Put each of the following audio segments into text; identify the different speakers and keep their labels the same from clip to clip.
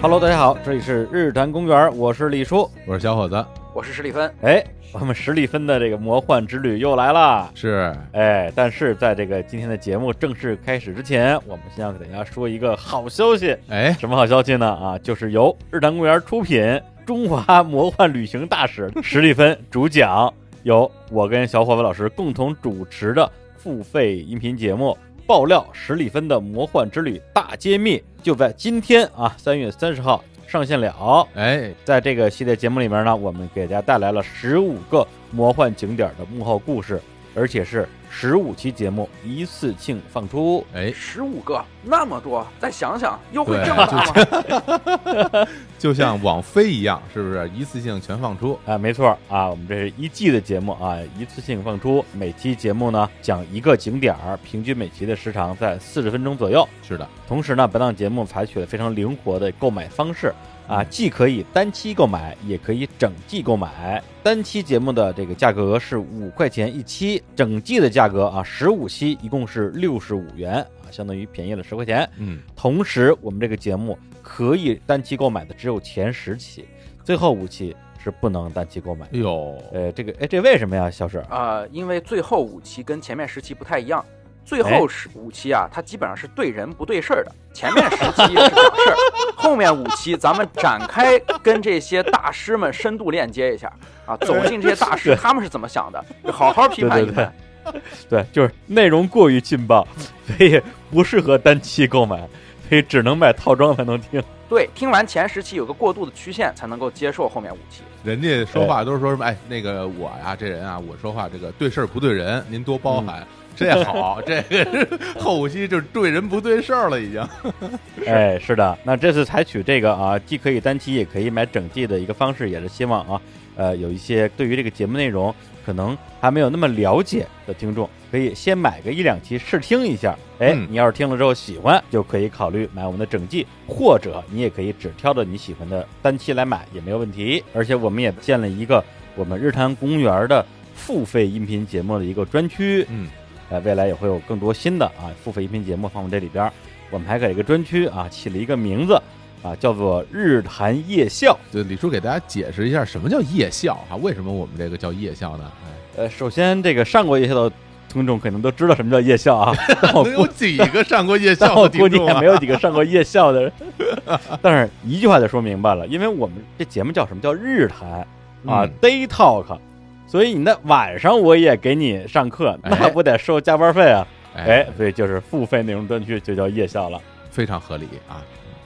Speaker 1: Hello，大家好，这里是日坛公园，我是李叔。
Speaker 2: 我是小伙子，
Speaker 3: 我是史蒂芬，
Speaker 1: 哎，我们十里芬的这个魔幻之旅又来了。
Speaker 2: 是
Speaker 1: 哎，但是在这个今天的节目正式开始之前，我们先要给大家说一个好消息。
Speaker 2: 哎，
Speaker 1: 什么好消息呢？啊，就是由日坛公园出品，中华魔幻旅行大使史蒂芬主讲，由我跟小伙伴老师共同主持的付费音频节目《爆料史蒂芬的魔幻之旅大揭秘》，就在今天啊，三月三十号上线了。
Speaker 2: 哎，
Speaker 1: 在这个系列节目里面呢，我们给大家带来了十五个魔幻景点的幕后故事，而且是十五期节目一次性放出。
Speaker 2: 哎，
Speaker 3: 十五个那么多，再想想优惠 这么大吗？
Speaker 2: 就像网飞一样，是不是一次性全放出？
Speaker 1: 啊，没错儿啊，我们这是一季的节目啊，一次性放出。每期节目呢讲一个景点儿，平均每期的时长在四十分钟左右。
Speaker 2: 是的，
Speaker 1: 同时呢，本档节目采取了非常灵活的购买方式啊，既可以单期购买，也可以整季购买。单期节目的这个价格是五块钱一期，整季的价格啊，十五期一共是六十五元啊，相当于便宜了十块钱。
Speaker 2: 嗯，
Speaker 1: 同时，我们这个节目可以单期购买的只有前十期，最后五期是不能单期购买的。
Speaker 2: 哎呦，
Speaker 1: 呃，这个哎，这为什么呀，小史？
Speaker 3: 呃，因为最后五期跟前面十期不太一样，最
Speaker 1: 哎
Speaker 3: 后十五期啊，它基本上是对人不对事儿的，前面十期是讲事儿，后面五期咱们展开跟这些大师们深度链接一下啊，走进这些大师
Speaker 1: 对
Speaker 3: 他们是怎么想的，就好好批判一
Speaker 1: 对对
Speaker 3: 番。
Speaker 1: 对，就是内容过于劲爆，所以不适合单期购买，所以只能买套装才能听。
Speaker 3: 对，听完前十期有个过渡的曲线，才能够接受后面五期。
Speaker 2: 人家说话都是说什么？哎，那个我呀，这人啊，我说话这个对事儿不对人，您多包
Speaker 1: 嗯
Speaker 2: 涵。这好， 这个是后五期就是对人不对事儿了，已经。
Speaker 1: 哎，是的，那这次采取这个啊，既可以单期，也可以买整季的一个方式，也是希望啊，呃，有一些对于这个节目内容可能还没有那么了解的听众，可以先买个一两期试听一下。哎，
Speaker 2: 嗯
Speaker 1: 你要是听了之后喜欢，就可以考虑买我们的整季，或者你也可以只挑着你喜欢的单期来买也没有问题。而且我们也建了一个我们日坛公园的付费音频节目的一个专区，
Speaker 2: 嗯，
Speaker 1: 呃，未来也会有更多新的啊付费音频节目放我们这里边儿。我们还给一个专区啊起了一个名字啊，叫做“日谈夜校
Speaker 2: 对，李叔给大家解释一下什么叫夜校哈、为什么我们这个叫夜校呢？”。哎
Speaker 1: 呃，首先这个上过夜校的听众可能都知道什么叫夜校 啊，但我
Speaker 2: 能有
Speaker 1: 估
Speaker 2: 几个上过夜
Speaker 1: 但
Speaker 2: 校
Speaker 1: 我
Speaker 2: 的
Speaker 1: 估
Speaker 2: 听
Speaker 1: 计
Speaker 2: 众
Speaker 1: 也
Speaker 2: 啊
Speaker 1: 没？有几个上过夜校的人。 但是一句话就说明白了，因为我们这节目叫什么叫日谈啊、
Speaker 2: 嗯
Speaker 1: d a y Talk，所以你那晚上我也给你上课，那
Speaker 2: 哎
Speaker 1: 不得收加班费啊？哎
Speaker 2: 哎，，
Speaker 1: 所以就是付费内容专区就叫夜校了。
Speaker 2: 非常合理啊！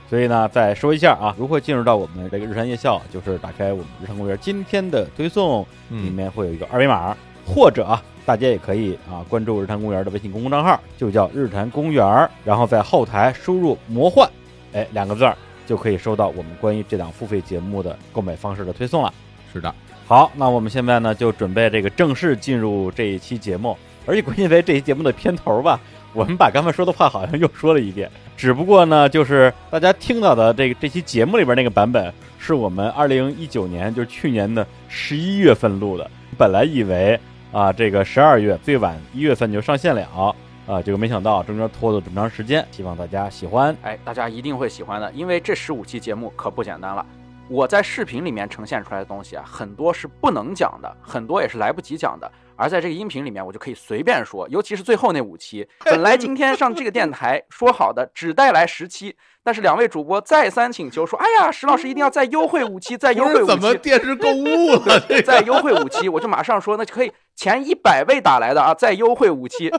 Speaker 1: 所以呢，再说一下啊，如何进入到我们这个日坛夜校，就是打开我们日坛公园今天的推送，里
Speaker 2: 嗯，
Speaker 1: 面会有一个二维码，或者啊，大家也可以啊关注日坛公园的微信公众账号，就叫日坛公园，然后在后台输入“魔幻”，哎，两个字儿就可以收到我们关于这档付费节目的购买方式的推送了。
Speaker 2: 是的，
Speaker 1: 好，那我们现在呢就准备这个正式进入这一期节目，而且关键在于这一节目的片头吧，我们把刚才说的话好像又说了一遍，只不过呢，就是大家听到的这个这期节目里边那个版本，是我们二零一九年，就是去年的十一月份录的，本来以为啊这个十二月最晚一月份就上线了。啊，结果没想到中间拖了这么长时间，希望大家喜欢。
Speaker 3: 哎，大家一定会喜欢的，因为这十五期节目可不简单了。我在视频里面呈现出来的东西啊，很多是不能讲的，很多也是来不及讲的。而在这个音频里面，我就可以随便说，尤其是最后那五期。本来今天上这个电台说好的只带来十期，但是两位主播再三请求说：“哎呀，石老师一定要再优惠五期，再
Speaker 1: 哎
Speaker 3: 优
Speaker 2: 不
Speaker 3: 惠
Speaker 2: 是
Speaker 3: 五
Speaker 2: 怎么
Speaker 3: 期，
Speaker 2: 电视购物 了？这
Speaker 3: 再优惠五期。”我 就马上说：“那就可以前一百位打来的啊，再优惠五期。”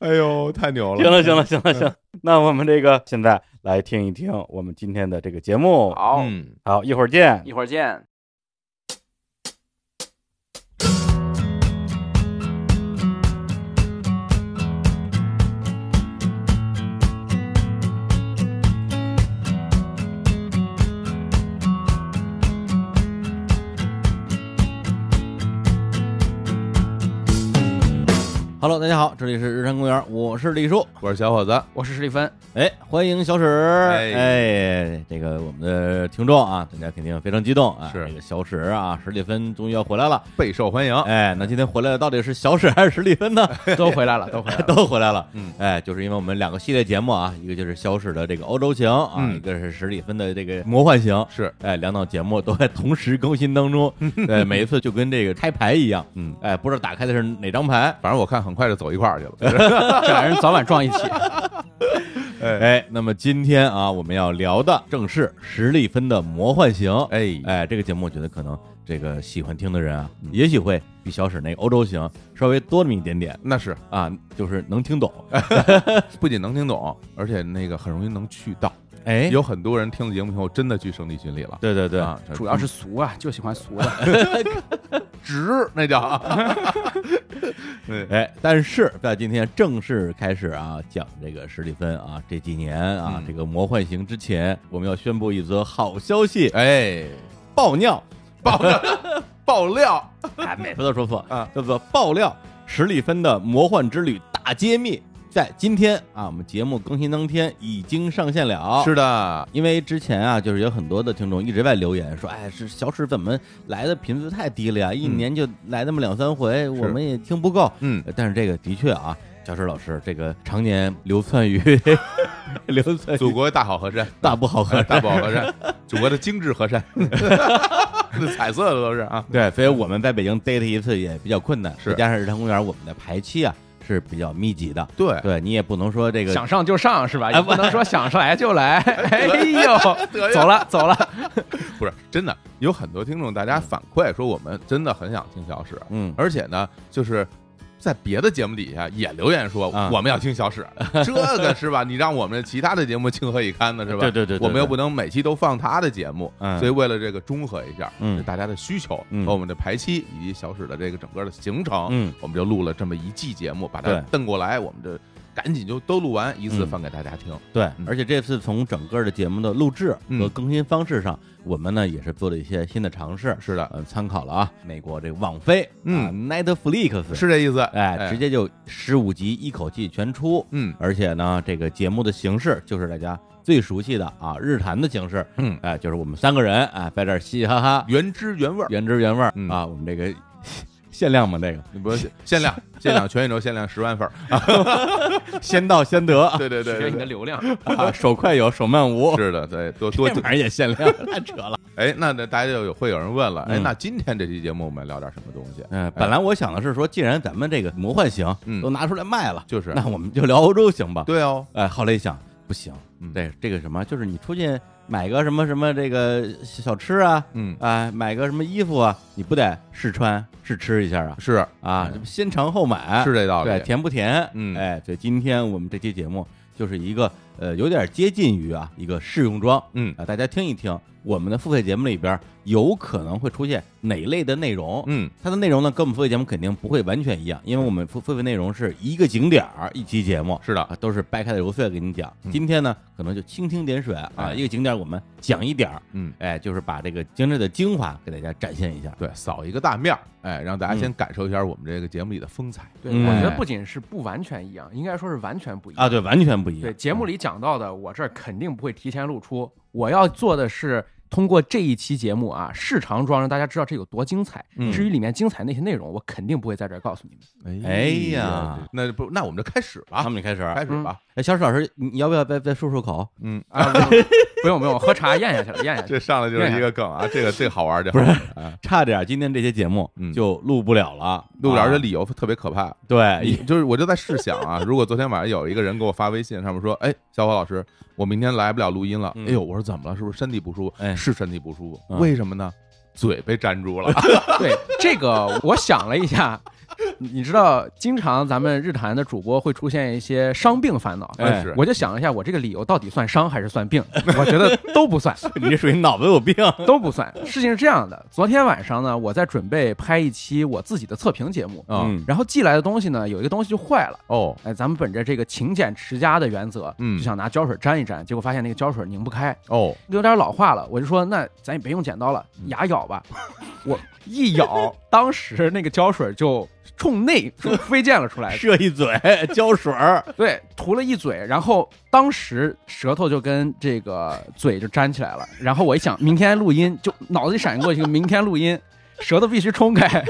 Speaker 2: 哎呦，太牛了！
Speaker 1: 行了，行了，行了，行了。那我们这个现在来听一听我们今天的这个节目。
Speaker 3: 好，
Speaker 2: 嗯，
Speaker 1: 好，一会儿见。
Speaker 3: 一会儿见。
Speaker 4: Hello，大家好，这里是日坛公园，我是李叔。
Speaker 2: 我是小伙子，
Speaker 5: 我是史蒂芬，
Speaker 4: 哎，欢迎小史！
Speaker 2: 哎
Speaker 4: 哎，这个我们的听众啊，大家肯定非常激动啊。
Speaker 2: 是
Speaker 4: 这个小史啊，史蒂芬终于要回来了。
Speaker 2: 备受欢迎。
Speaker 4: 哎，那今天回来的到底是小史还是史蒂芬呢？
Speaker 5: 都回来了，都回来了。
Speaker 4: 都回来了。
Speaker 2: 嗯，
Speaker 4: 哎，就是因为我们两个系列节目啊，一个就是小史的这个欧洲行啊，
Speaker 2: 嗯
Speaker 4: 一个是史蒂芬的这个魔幻行。
Speaker 2: 是，
Speaker 4: 哎，两档节目都在同时更新 当中，哎，每一次就跟这个开牌一样，
Speaker 2: 嗯，
Speaker 4: 哎，不知道打开的是哪张牌，
Speaker 2: 反正我看很快就走一块儿去了。
Speaker 5: 这俩人早晚撞一起。
Speaker 4: 哎，那么今天啊，我们要聊的正是史蒂芬的魔幻行，
Speaker 2: 哎，
Speaker 4: 哎，这个节目我觉得可能这个喜欢听的人啊，也许会比小史那个欧洲行稍微多那么一点点
Speaker 2: 那是
Speaker 4: 啊，就是能听懂，
Speaker 2: 不仅能听懂，而且那个很容易能去到。
Speaker 4: 哎，
Speaker 2: 有很多人听了节目以后，真的去圣地巡礼了。
Speaker 4: 对对对，
Speaker 2: 啊，这
Speaker 5: 主要是俗啊，就喜欢俗的。
Speaker 2: 值，那叫。对，
Speaker 4: 哎，但是在今天正式开始啊讲这个史蒂芬啊这几年啊、
Speaker 2: 嗯
Speaker 4: 这个魔幻行之前，我们要宣布一则好消息，
Speaker 2: 哎，
Speaker 4: 爆尿
Speaker 2: 爆料，爆料，
Speaker 4: 啊，每次都说错
Speaker 2: 啊，
Speaker 4: 叫做爆料史蒂芬的魔幻之旅大揭秘，在今天啊我们节目更新当天已经上线了，
Speaker 2: 是的，
Speaker 4: 因为之前啊，就是有很多的听众一直在留言说，哎，是小史怎么来的频次太低了呀？一
Speaker 2: 嗯
Speaker 4: 年就来那么两三回，我们也听不够。
Speaker 2: 嗯，
Speaker 4: 但是这个的确啊，小史老师这个常年流窜于流窜
Speaker 2: 祖
Speaker 4: 于
Speaker 2: 国大好河山，
Speaker 4: 大不好河
Speaker 2: 大
Speaker 4: 山。
Speaker 2: 不好河山，祖国的精致河山，彩色的都是啊。
Speaker 4: 对，所以我们在北京逮他一次也比较困难，
Speaker 2: 是
Speaker 4: 再加上日常公园我们的排期啊是比较密集的，
Speaker 2: 对，
Speaker 4: 对你也不能说这个
Speaker 3: 想上就上是吧？
Speaker 4: 哎
Speaker 3: 也不能说想上来就来。 哎呦，走了走了，
Speaker 2: 不是真的，有很多听众大家反馈说，我们真的很想听小史，
Speaker 4: 嗯，
Speaker 2: 而且呢，就是在别的节目底下也留言说
Speaker 4: 啊
Speaker 2: 我们要听小史，这个是吧？你让我们其他的节目情何以堪呢？是吧？
Speaker 4: 对对对对对
Speaker 2: 我们又不能每期都放他的节目，
Speaker 4: 嗯
Speaker 2: 所以为了这个中和一下，
Speaker 4: 嗯
Speaker 2: 就大家的需求
Speaker 4: 嗯
Speaker 2: 和我们的排期以及小史的这个整个的行程，
Speaker 4: 嗯，
Speaker 2: 我们就录了这么一季节目，把它
Speaker 4: 对
Speaker 2: 瞪过来，我们这赶紧就都录完，一次
Speaker 4: 嗯
Speaker 2: 放给大家听。
Speaker 4: 对
Speaker 2: 嗯，
Speaker 4: 而且这次从整个的节目的录制
Speaker 2: 嗯
Speaker 4: 和更新方式上，我们呢也是做了一些新的尝试，
Speaker 2: 是的，
Speaker 4: 呃，参考了啊，美国这个网飞，
Speaker 2: 嗯
Speaker 4: 啊，Netflix，，
Speaker 2: 是这意思。
Speaker 4: 哎，直接就十五集一口气全出，
Speaker 2: 嗯
Speaker 4: 而且呢，这个节目的形式就是大家最熟悉的啊，日谈的形式，
Speaker 2: 嗯，
Speaker 4: 哎，就是我们三个人啊，在这儿嘻嘻哈哈，
Speaker 2: 原汁原味儿，
Speaker 4: 原汁原味儿
Speaker 2: 嗯
Speaker 4: 啊，我们这个限量嘛，这个
Speaker 2: 你不 是限量，限量全宇宙限量十万份儿。
Speaker 4: 先到先得啊
Speaker 2: 对对对
Speaker 3: 学
Speaker 2: 对
Speaker 3: 你的
Speaker 2: 对，
Speaker 3: 流量。
Speaker 4: 啊，手快有，手慢无，
Speaker 2: 是的，对，多
Speaker 4: 这
Speaker 2: 多
Speaker 4: 玩意儿也限量， 太扯了。
Speaker 2: 哎，那那大家就有会有人问了，哎，
Speaker 4: 嗯
Speaker 2: 那今天这期节目我们聊点什么东西？
Speaker 4: 嗯，本来我想的是说，既然咱们这个魔幻型
Speaker 2: 哎嗯
Speaker 4: 都拿出来卖了，
Speaker 2: 就是
Speaker 4: 那我们就聊欧洲型吧。
Speaker 2: 对哦，
Speaker 4: 哎，后来一想，不行，
Speaker 2: 嗯
Speaker 4: 这这个什么，就是你出去买个什么什么这个小吃啊，
Speaker 2: 嗯，
Speaker 4: 啊，买个什么衣服啊，你不得试穿试吃一下啊？
Speaker 2: 是
Speaker 4: 啊，
Speaker 2: 嗯
Speaker 4: 这不先尝后买，
Speaker 2: 是这道理
Speaker 4: 对，，甜不甜？
Speaker 2: 嗯
Speaker 4: 哎，所以今天我们这期节目就是一个呃，有点接近于啊一个试用装。
Speaker 2: 嗯
Speaker 4: 啊，大家听一听，我们的付费节目里边有可能会出现哪类的内容？
Speaker 2: 嗯，
Speaker 4: 它的内容呢，跟我们付费节目肯定不会完全一样，因为我们付付费内容是一个景点儿一期节目
Speaker 2: 是的，
Speaker 4: 啊，都是掰开了揉碎了给你讲。
Speaker 2: 嗯
Speaker 4: 今天呢，可能就蜻蜓点水啊，
Speaker 2: 哎
Speaker 4: 一个景点儿我们讲一点儿，
Speaker 2: 嗯，
Speaker 4: 哎，就是把这个精致的精华给大家展现一下。
Speaker 2: 对，扫一个大面儿，哎，让大家
Speaker 4: 嗯
Speaker 2: 先感受一下我们这个节目里的风采。
Speaker 3: 对，
Speaker 4: 嗯
Speaker 3: 我觉得不仅是不完全一样，应该说是完全不一样
Speaker 4: 啊，。对，完全不一样
Speaker 3: 对，。节目里讲到的，我这儿肯定不会提前露出。我要做的是通过这一期节目啊，市场装让大家知道这有多精彩。
Speaker 4: 嗯
Speaker 3: 至于里面精彩那些内容，我肯定不会在这儿告诉你 们。
Speaker 4: 哎呀，
Speaker 2: 那不，那我们就开始
Speaker 4: 那我
Speaker 2: 吧，
Speaker 4: 们就开始。
Speaker 2: 开始吧，
Speaker 4: 哎，小史老师，你你要不要再再漱漱口？
Speaker 2: 嗯。
Speaker 3: 啊，不用不用不用，我喝茶咽下去了，咽下去了。
Speaker 2: 这上来就是一个梗啊，这个这个好玩儿，这好玩儿哎
Speaker 4: 差点儿今天这些节目
Speaker 2: 嗯
Speaker 4: 就录不了了，
Speaker 2: 录不了，
Speaker 4: 啊
Speaker 2: 这理由特别可怕。
Speaker 4: 对，
Speaker 2: 你
Speaker 4: 一
Speaker 2: 哎就是我就在试想啊，如果昨天晚上有一个人给我发微信，上面说，哎，小伙老师，我明天来不了录音了。
Speaker 4: 嗯
Speaker 2: 哎呦，我说怎么了？是不是身体不舒服？
Speaker 4: 哎
Speaker 2: 是身体不舒服。
Speaker 4: 嗯
Speaker 2: 为什么呢？嘴被粘住了。
Speaker 3: 对这个，我想了一下，你知道，经常咱们日坛的主播会出现一些伤病烦恼。
Speaker 4: 哎
Speaker 2: 是
Speaker 3: 我就想了一下，我这个理由到底算伤还是算病？ 我觉得都不算，
Speaker 4: 你这属于脑子有病。
Speaker 3: 都不算。事情是这样的，昨天晚上呢，我在准备拍一期我自己的测评节目，
Speaker 2: 啊
Speaker 4: 嗯
Speaker 3: 然后寄来的东西呢，有一个东西就坏了。
Speaker 2: 哦，
Speaker 3: 哎，咱们本着这个勤俭持家的原则，
Speaker 2: 嗯
Speaker 3: 就想拿胶水粘一粘，结果发现那个胶水拧不开，
Speaker 2: 哦，
Speaker 3: 有点老化了，我就说那咱也
Speaker 4: 嗯
Speaker 3: 别用剪刀了，牙咬吧。我一咬，当时那个胶水就冲内飞溅了出来，
Speaker 2: 射一 嘴胶水儿，
Speaker 3: 对，涂了一嘴，然后当时舌头就跟这个嘴就粘起来了。然后我一想，明天录音，就脑子里闪过一个明天录音，舌头必须冲开。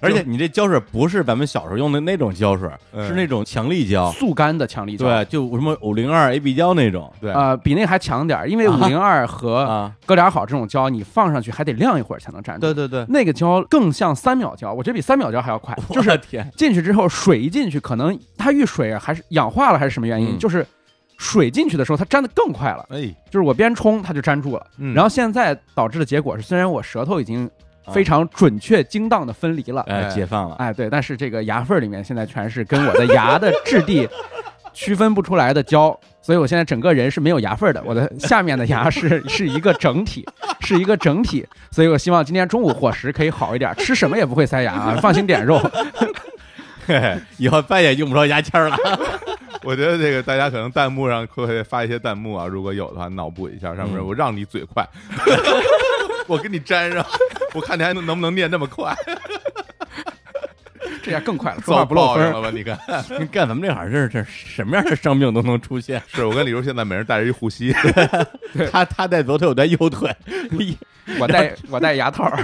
Speaker 4: 而且你这胶水不是咱们小时候用的那种胶水，
Speaker 2: 嗯
Speaker 4: 是那种强力胶，
Speaker 3: 速干的强力胶，
Speaker 4: 哦对，就什么五零二 AB 胶那种，
Speaker 2: 对
Speaker 3: 呃，比那个还强点儿，因为五零二和
Speaker 4: 啊，
Speaker 3: 哥俩好这种胶，你放上去还得晾一会儿才能粘住。
Speaker 4: 对对，
Speaker 3: 那个胶更像三秒胶，我觉得比三秒胶还要快。
Speaker 4: 就是 天，
Speaker 3: 进去之后，水一进去，可能它遇水啊还是氧化了还是什么原因，
Speaker 4: 嗯
Speaker 3: 就是水进去的时候它粘的更快了，
Speaker 2: 哎，
Speaker 3: 就是我边冲它就粘住了。
Speaker 2: 嗯
Speaker 3: 然后现在导致的结果是，虽然我舌头已经非常准确、精当的分离了，
Speaker 4: 哎，
Speaker 2: 哎
Speaker 4: 解放了，
Speaker 3: 哎，对，但是这个牙缝儿里面现在全是跟我的牙的质地区分不出来的胶，所以我现在整个人是没有牙缝儿的，我的下面的牙是是一个整体， 是一个整体，所以我希望今天中午伙食可以好一点，吃什么也不会塞牙啊，放心点肉。
Speaker 4: 嘿嘿以后再也用不着牙签儿 了。
Speaker 2: 我觉得这个大家可能弹幕上会发一些弹幕啊，如果有的话脑补一下，上面
Speaker 4: 嗯
Speaker 2: 我让你嘴 快，我给你粘上，我看你还能能不能念那么快，
Speaker 3: 这下更 快了，说话
Speaker 2: 遭
Speaker 3: 不漏
Speaker 2: 报
Speaker 3: 风
Speaker 2: 应
Speaker 3: 儿。
Speaker 2: 了吧？你看，
Speaker 4: 干咱们这行真是这什么样的伤病都能出现。
Speaker 2: 是我跟李叔现在每人带着一护膝，
Speaker 4: 他他带左腿，我带右 腿，
Speaker 3: 我戴我戴牙套儿，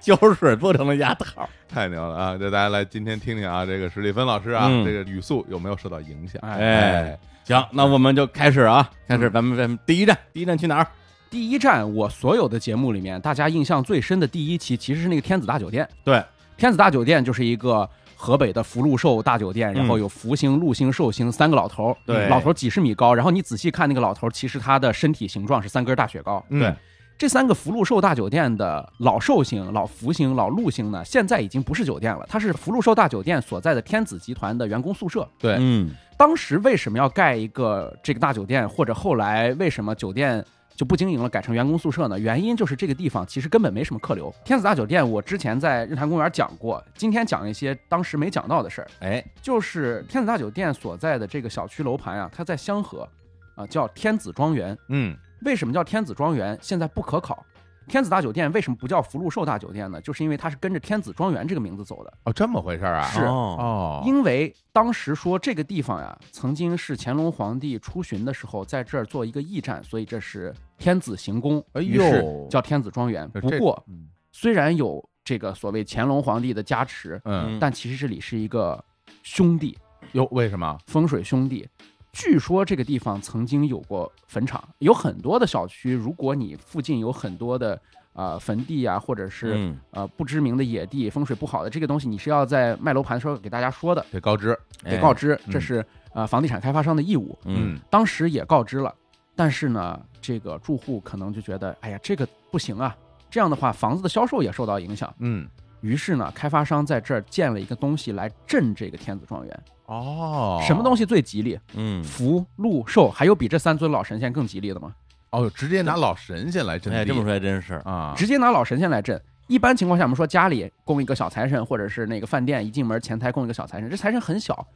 Speaker 4: 胶水做成了牙套。
Speaker 2: 太牛了啊！这大家来今天听听啊，这个史蒂芬老师啊，
Speaker 4: 嗯
Speaker 2: 这个语速有没有受到影响？
Speaker 3: 哎
Speaker 4: 哎，行，那我们就开始啊，开始咱们咱们第一站，第一站去哪儿？
Speaker 3: 第一站，我所有的节目里面，大家印象最深的第一期其实是那个天子大酒店。
Speaker 4: 对，
Speaker 3: 天子大酒店就是一个河北的福禄寿大酒店，然后有福星、禄星、寿星三个老头儿，
Speaker 4: 嗯对
Speaker 3: 老头儿几十米高，然后你仔细看那个老头儿，其实他的身体形状是三根大雪糕。
Speaker 2: 嗯
Speaker 4: 对
Speaker 3: 这三个福禄寿大酒店的老寿星、老福星、老禄星呢，现在已经不是酒店了，它是福禄寿大酒店所在的天子集团的员工宿舍。
Speaker 2: 对
Speaker 4: 嗯，
Speaker 3: 当时为什么要盖一个这个大酒店，或者后来为什么酒店就不经营了，改成员工宿舍呢？原因就是这个地方其实根本没什么客流。天子大酒店，我之前在日坛公园讲过，今天讲一些当时没讲到的事儿，
Speaker 4: 哎，
Speaker 3: 就是天子大酒店所在的这个小区楼盘啊，它在香河，啊叫天子庄园。
Speaker 2: 嗯，
Speaker 3: 为什么叫天子庄园？现在不可考。天子大酒店为什么不叫福禄寿大酒店呢？就是因为它是跟着天子庄园这个名字走的。
Speaker 2: 哦，这么回事儿啊？
Speaker 3: 是
Speaker 4: 哦，
Speaker 2: 哦，
Speaker 3: 因为当时说这个地方呀，曾经是乾隆皇帝出巡的时候在这儿做一个驿站，所以这是天子行宫，
Speaker 2: 哎
Speaker 3: 于是
Speaker 2: 呦
Speaker 3: 叫天子庄园。
Speaker 2: 这
Speaker 3: 不过
Speaker 2: 嗯
Speaker 3: 虽然有这个所谓乾隆皇帝的加持，
Speaker 2: 嗯，
Speaker 3: 但其实这里是一个兄弟
Speaker 2: 哟，为什么？
Speaker 3: 风水兄弟。据说这个地方曾经有过坟场，有很多的小区，如果你附近有很多的呃坟地啊，或者是、
Speaker 4: 嗯
Speaker 3: 呃不知名的野地，风水不好的这个东西，你是要在卖楼盘的时候给大家说的。
Speaker 2: 得告知，
Speaker 3: 得告
Speaker 4: 知，
Speaker 3: 知，
Speaker 2: 嗯
Speaker 3: 这是呃房地产开发商的义务。
Speaker 4: 哎嗯，
Speaker 3: 当时也告知了，但是呢，这个住户可能就觉得，哎呀，这个不行啊，这样的话房子的销售也受到影响。
Speaker 2: 嗯，
Speaker 3: 于是呢，开发商在这儿建了一个东西来镇这个天子庄园。
Speaker 2: 哦，
Speaker 3: 什么东西最吉利？
Speaker 4: 嗯，
Speaker 3: 福、禄、寿，还有比这三尊老神仙更吉利的吗？
Speaker 2: 哦，直接拿老神仙来镇
Speaker 4: 哎，
Speaker 2: 地
Speaker 4: 这么说还真是，
Speaker 2: 啊，
Speaker 3: 直接拿老神仙来镇。一般情况下，我们说家里供一个小财神，或者是那个饭店一进门前台供一个小财神，这财神很小。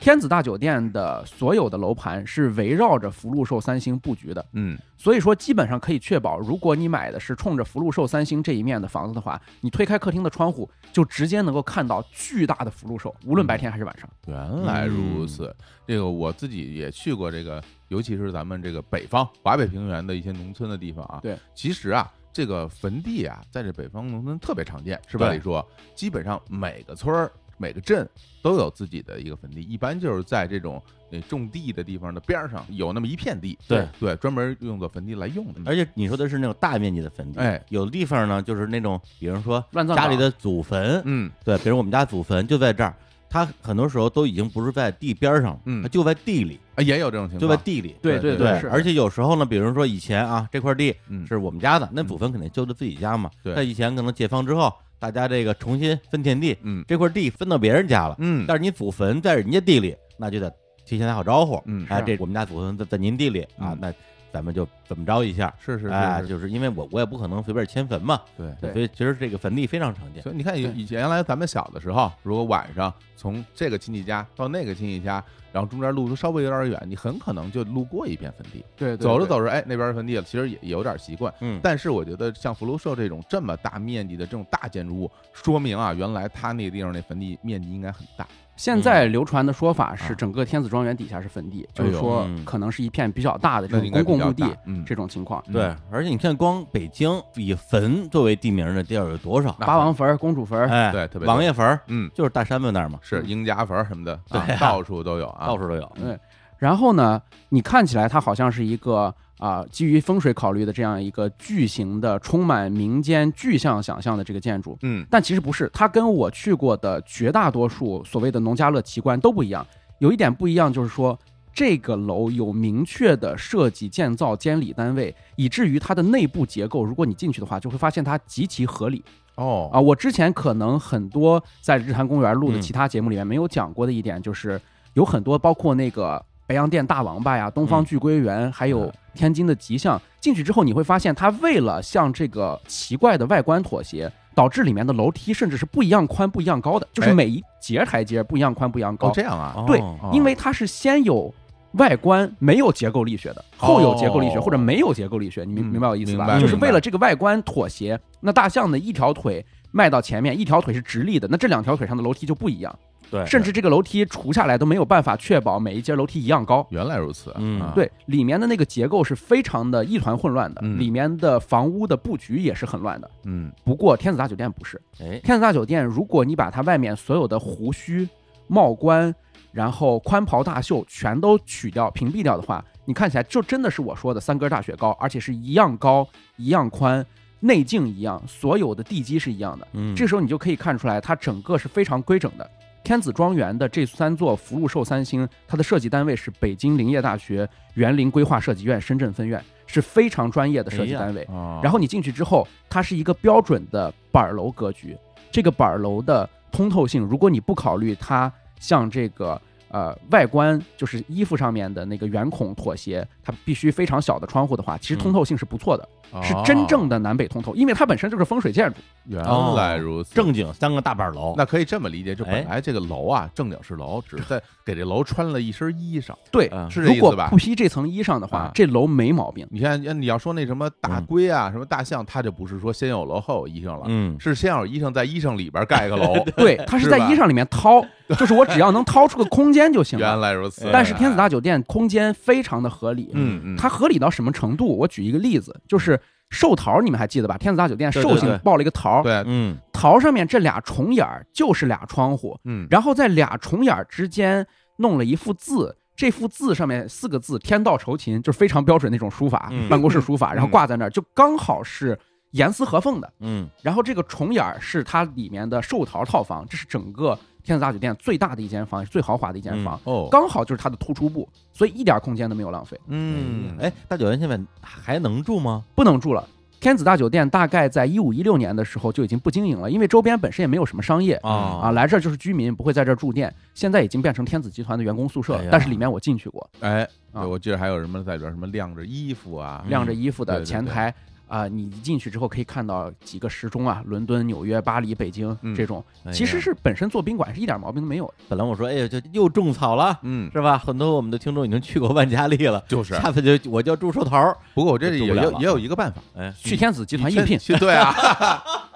Speaker 3: 天子大酒店的所有的楼盘是围绕着福禄寿三星布局的，
Speaker 2: 嗯，
Speaker 3: 所以说基本上可以确保，如果你买的是冲着福禄寿三星这一面的房子的话，你推开客厅的窗户就直接能够看到巨大的福禄寿，无论白天还是晚上。
Speaker 2: 原来如此，嗯这个我自己也去过这个，尤其是咱们这个北方华北平原的一些农村的地方啊。
Speaker 3: 对，
Speaker 2: 其实啊，这个坟地啊，在这北方农村特别常见，是吧？
Speaker 4: 对
Speaker 2: 李叔，基本上每个村儿、每个镇都有自己的一个坟地，一般就是在这种那种地的地方的边儿上有那么一片地，
Speaker 4: 对
Speaker 2: 对，专门用作坟地来用的。
Speaker 4: 而且你说的是那种大面积的坟地，
Speaker 2: 哎，
Speaker 4: 有的地方呢，就是那种，比如说
Speaker 3: 乱葬
Speaker 4: 家里
Speaker 3: 岗
Speaker 4: 的祖坟，
Speaker 2: 嗯，
Speaker 4: 对，比如我们家祖坟就在这儿，它很多时候都已经不是在地边儿上了，
Speaker 2: 嗯
Speaker 4: 它就在地里，
Speaker 2: 啊也有这种情
Speaker 4: 就
Speaker 2: 况，
Speaker 4: 在地里。
Speaker 3: 对
Speaker 2: 对
Speaker 3: 对
Speaker 4: 对
Speaker 3: 是，
Speaker 4: 而且有时候呢，比如说以前啊，这块地
Speaker 2: 嗯
Speaker 4: 是我们家的，那祖坟肯定就在自己家嘛。
Speaker 2: 对
Speaker 4: 在以前可能解放之后，大家这个重新分田地，
Speaker 2: 嗯
Speaker 4: 这块地分到别人家了，
Speaker 2: 嗯
Speaker 4: 但是你祖坟在人家地里，那就得提前打好招呼。
Speaker 2: 嗯
Speaker 4: 哎，
Speaker 3: 是
Speaker 4: 这我们家祖坟在在您地里啊
Speaker 2: 嗯，
Speaker 4: 那咱们就怎么着一下。
Speaker 2: 是是
Speaker 4: 哎，
Speaker 2: 是是，
Speaker 4: 就是因为我我也不可能随便迁坟嘛，
Speaker 2: 对。
Speaker 4: 对
Speaker 5: 对
Speaker 4: 所以其实这个坟地非常常见。
Speaker 2: 所以你看，以
Speaker 3: 对
Speaker 2: 以前原来咱们小的时候，如果晚上从这个亲戚家到那个亲戚家，然后中间路途稍微有点远，你很可能就路过一遍坟地，
Speaker 3: 对，对
Speaker 2: 走着
Speaker 3: 对
Speaker 2: 走着，哎，那边是坟地了，其实也也有点习惯。
Speaker 4: 嗯，
Speaker 2: 但是我觉得像福禄寿这种这么大面积的这种大建筑物，说明啊，原来他那地方那坟地面积应该很大。
Speaker 3: 现在流传的说
Speaker 2: 嗯
Speaker 3: 法
Speaker 2: 啊
Speaker 3: 是，整个天子庄园底下是坟地，
Speaker 2: 哎
Speaker 3: 就
Speaker 2: 呦
Speaker 3: 是说
Speaker 4: 嗯
Speaker 3: 可能是一片比较大的这
Speaker 2: 那
Speaker 3: 种
Speaker 2: 应该
Speaker 3: 公
Speaker 2: 比
Speaker 3: 共
Speaker 2: 较
Speaker 3: 墓地
Speaker 2: 大嗯，
Speaker 3: 这种情况。
Speaker 2: 嗯
Speaker 4: 对，而且你看，光北京以坟作为地名的地儿有多少？
Speaker 2: 那
Speaker 3: 八王坟儿、公主坟儿，
Speaker 4: 哎，
Speaker 2: 对特别多
Speaker 4: 王爷坟儿
Speaker 2: 嗯，
Speaker 4: 就是大山子那儿嘛，
Speaker 2: 是英家坟什么的，
Speaker 4: 对啊
Speaker 2: 到处都有啊，
Speaker 4: 到处都有。
Speaker 3: 嗯然后呢，你看起来它好像是一个啊、基于风水考虑的这样一个巨型的、充满民间具象想象的这个建筑，
Speaker 2: 嗯，
Speaker 3: 但其实不是，它跟我去过的绝大多数所谓的农家乐奇观都不一样。有一点不一样就是说，这个楼有明确的设计、建造、监理单位，以至于它的内部结构，如果你进去的话，就会发现它极其合理
Speaker 2: 哦
Speaker 3: 啊。我之前可能很多在日坛公园录的
Speaker 4: 嗯
Speaker 3: 其他节目里面没有讲过的一点，就是有很多包括那个。北洋店大王八呀，东方
Speaker 4: 嗯
Speaker 3: 巨龟园，还有天津的吉祥，进去之后你会发现，它为了向这个奇怪的外观妥协，导致里面的楼梯甚至是不一样宽、不一样高的，就是
Speaker 2: 哎
Speaker 3: 每一节台阶不一样宽、不一样高。
Speaker 2: 哦这样啊，
Speaker 4: 哦
Speaker 3: 对
Speaker 2: 哦
Speaker 3: 因为它是先有外观没有结构力学的，后有结构力学
Speaker 2: 哦
Speaker 3: 或者没有结构力学，你明
Speaker 2: 嗯
Speaker 3: 明白我意思
Speaker 2: 明白
Speaker 3: 吧？就是
Speaker 2: 明白
Speaker 3: 为了这个外观妥协。那大象的一条腿迈到前面，一条腿是直立的，那这两条腿上的楼梯就不一样，
Speaker 4: 对，
Speaker 3: 甚至这个楼梯除下来都没有办法确保每一节楼梯一样高。
Speaker 2: 原来如此，
Speaker 4: 嗯
Speaker 2: 啊，
Speaker 3: 对，里面的那个结构是非常的一团混乱的，
Speaker 2: 嗯
Speaker 3: 里面的房屋的布局也是很乱的。
Speaker 2: 嗯，
Speaker 3: 不过天子大酒店不是，
Speaker 4: 哎，
Speaker 3: 天子大酒店，如果你把它外面所有的胡须、帽冠，然后宽袍大袖全都取掉、屏蔽掉的话，你看起来就真的是我说的三根大雪糕，而且是一样高、一样宽，内径一样，所有的地基是一样的。
Speaker 4: 嗯，
Speaker 3: 这时候你就可以看出来，它整个是非常规整的。天子庄园的这三座福禄寿三星，它的设计单位是北京林业大学园林规划设计院深圳分院，是非常专业的设
Speaker 4: 哎
Speaker 3: 计单位。
Speaker 2: 哦
Speaker 3: 然后你进去之后，它是一个标准的板儿楼格局。这个板儿楼的通透性，如果你不考虑它像这个呃外观，就是衣服上面的那个圆孔妥协，它必须非常小的窗户的话，
Speaker 2: 嗯
Speaker 3: 其实通透性是不错的，
Speaker 2: 哦
Speaker 3: 是真正哦
Speaker 2: 的，
Speaker 3: 的南北通透，因为它本身就是风水建筑。
Speaker 2: 原来如此，
Speaker 4: 正经三个大板楼，
Speaker 2: 那可以这么理解，就
Speaker 4: 哦哎
Speaker 2: 本来这个楼啊，正经是楼，只是在给这楼穿了一身衣裳，
Speaker 3: 对，
Speaker 4: 嗯
Speaker 2: 啊是这
Speaker 3: 如
Speaker 2: 意
Speaker 3: 果
Speaker 2: 思吧
Speaker 3: 不？披这层衣裳的话，
Speaker 2: 啊
Speaker 3: 这楼没毛病。
Speaker 2: 你看，你要说那什么大
Speaker 4: 嗯
Speaker 2: 龟啊，什么大象，它就不是说先有楼后有衣裳了，
Speaker 4: 嗯，
Speaker 2: 是先有衣裳在衣裳里边盖个 楼。
Speaker 3: 对，它是
Speaker 2: 是
Speaker 3: 在
Speaker 2: 吧
Speaker 3: 衣裳里面 掏，就是我只要能掏出个空间就行
Speaker 2: 原
Speaker 3: 了。
Speaker 2: 来如此，
Speaker 3: 但是天子大酒店空间非常的合理，
Speaker 2: 嗯嗯，
Speaker 3: 它合理到什么程度？我举一个例子，就是寿桃，你们还记得吧？天子大酒店
Speaker 4: 对
Speaker 3: 寿
Speaker 4: 对对
Speaker 3: 星抱了一个桃，
Speaker 2: 对，
Speaker 4: 嗯，
Speaker 3: 桃上面这俩重眼儿就是俩窗户，
Speaker 2: 嗯，
Speaker 3: 然后在俩重眼儿之间弄了一幅字。这幅字上面四个字“天道酬勤”，就是非常标准那种书法，
Speaker 4: 嗯
Speaker 3: 办公室书法，然后挂在那儿，就刚好是严丝合缝的。
Speaker 4: 嗯，
Speaker 3: 然后这个重眼儿是它里面的寿桃套房，这是整个天子大酒店最大的一间房，也是最豪华的一
Speaker 4: 嗯
Speaker 3: 间房，
Speaker 2: 哦，
Speaker 3: 刚好就是它的突出部，所以一点空间都没有浪费，
Speaker 2: 嗯，
Speaker 4: 哎，大酒店现在还能住吗？
Speaker 3: 不能住了。天子大酒店大概在一五一六年的时候就已经不经营了，因为周边本身也没有什么商业
Speaker 4: 啊
Speaker 3: 啊，来这儿就是居民，不会在这儿住店。现在已经变成天子集团的员工宿舍
Speaker 4: 哎
Speaker 3: 了
Speaker 4: 呀，
Speaker 3: 但是里面我进去过，
Speaker 2: 哎，对
Speaker 3: 啊
Speaker 2: 我记得还有什么在里边什么晾着衣服啊，
Speaker 3: 晾着衣服
Speaker 2: 对
Speaker 3: 的
Speaker 2: 对
Speaker 3: 前台啊、你一进去之后可以看到几个时钟啊，伦敦、纽约、巴黎、北京
Speaker 2: 嗯
Speaker 3: 这种，
Speaker 4: 哎呀
Speaker 3: 其实是本身做宾馆是一点毛病都没有的。
Speaker 4: 本来我说，哎呀，就又种草了，
Speaker 2: 嗯，
Speaker 4: 是吧？很多我们的听众已经去过万家丽了，
Speaker 2: 就是。
Speaker 4: 下次就我就要住寿桃儿，
Speaker 2: 不过我这里
Speaker 4: 就
Speaker 2: 也
Speaker 4: 不了
Speaker 2: 有
Speaker 4: 了
Speaker 2: 也有一个办法，
Speaker 4: 哎，
Speaker 3: 去天子集团
Speaker 2: 你
Speaker 3: 应
Speaker 2: 趁
Speaker 3: 聘，
Speaker 2: 去 对啊，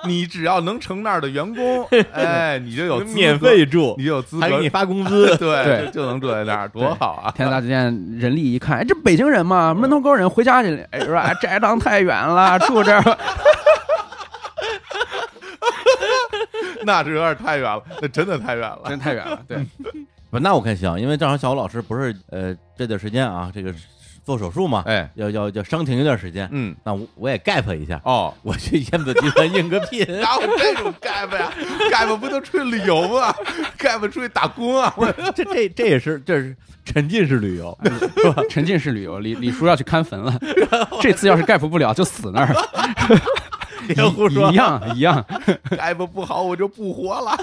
Speaker 2: 你只要能成那儿的员 工，哎，你就有资格
Speaker 4: 免，费住
Speaker 2: 你，就有资
Speaker 4: 还给
Speaker 2: 格
Speaker 4: 你，发工资，
Speaker 2: 对，
Speaker 3: 对
Speaker 2: 就就能住在那儿，多好啊！
Speaker 3: 天子大酒店人力一看，哎，这北京人嘛，
Speaker 2: 嗯
Speaker 3: 门头沟人，回家去了，哎，是吧？ 这挨当太远了，住这儿吧。
Speaker 2: 那是有点太远了，那真的太远了。
Speaker 3: 真太远了。对，
Speaker 4: 不，那我看行，因为正好小吴老师不是呃这段时间啊，这个做手术嘛，
Speaker 2: 哎，
Speaker 4: 要要要伤停一段时间，
Speaker 2: 嗯，
Speaker 4: 那我我也 gap 一下，
Speaker 2: 哦，
Speaker 4: 我去燕子集团应个聘，
Speaker 2: 哪有这种 gap 呀？gap 不都出去旅游吗？gap 出去打工啊？
Speaker 4: 这这这也是这是沉浸式旅游，
Speaker 3: 沉 浸式旅游，李李叔要去看坟了，这次要是 gap 不了就死那儿。
Speaker 4: 别胡说
Speaker 3: 一，样一样。
Speaker 2: 大夫不好，我就不活了。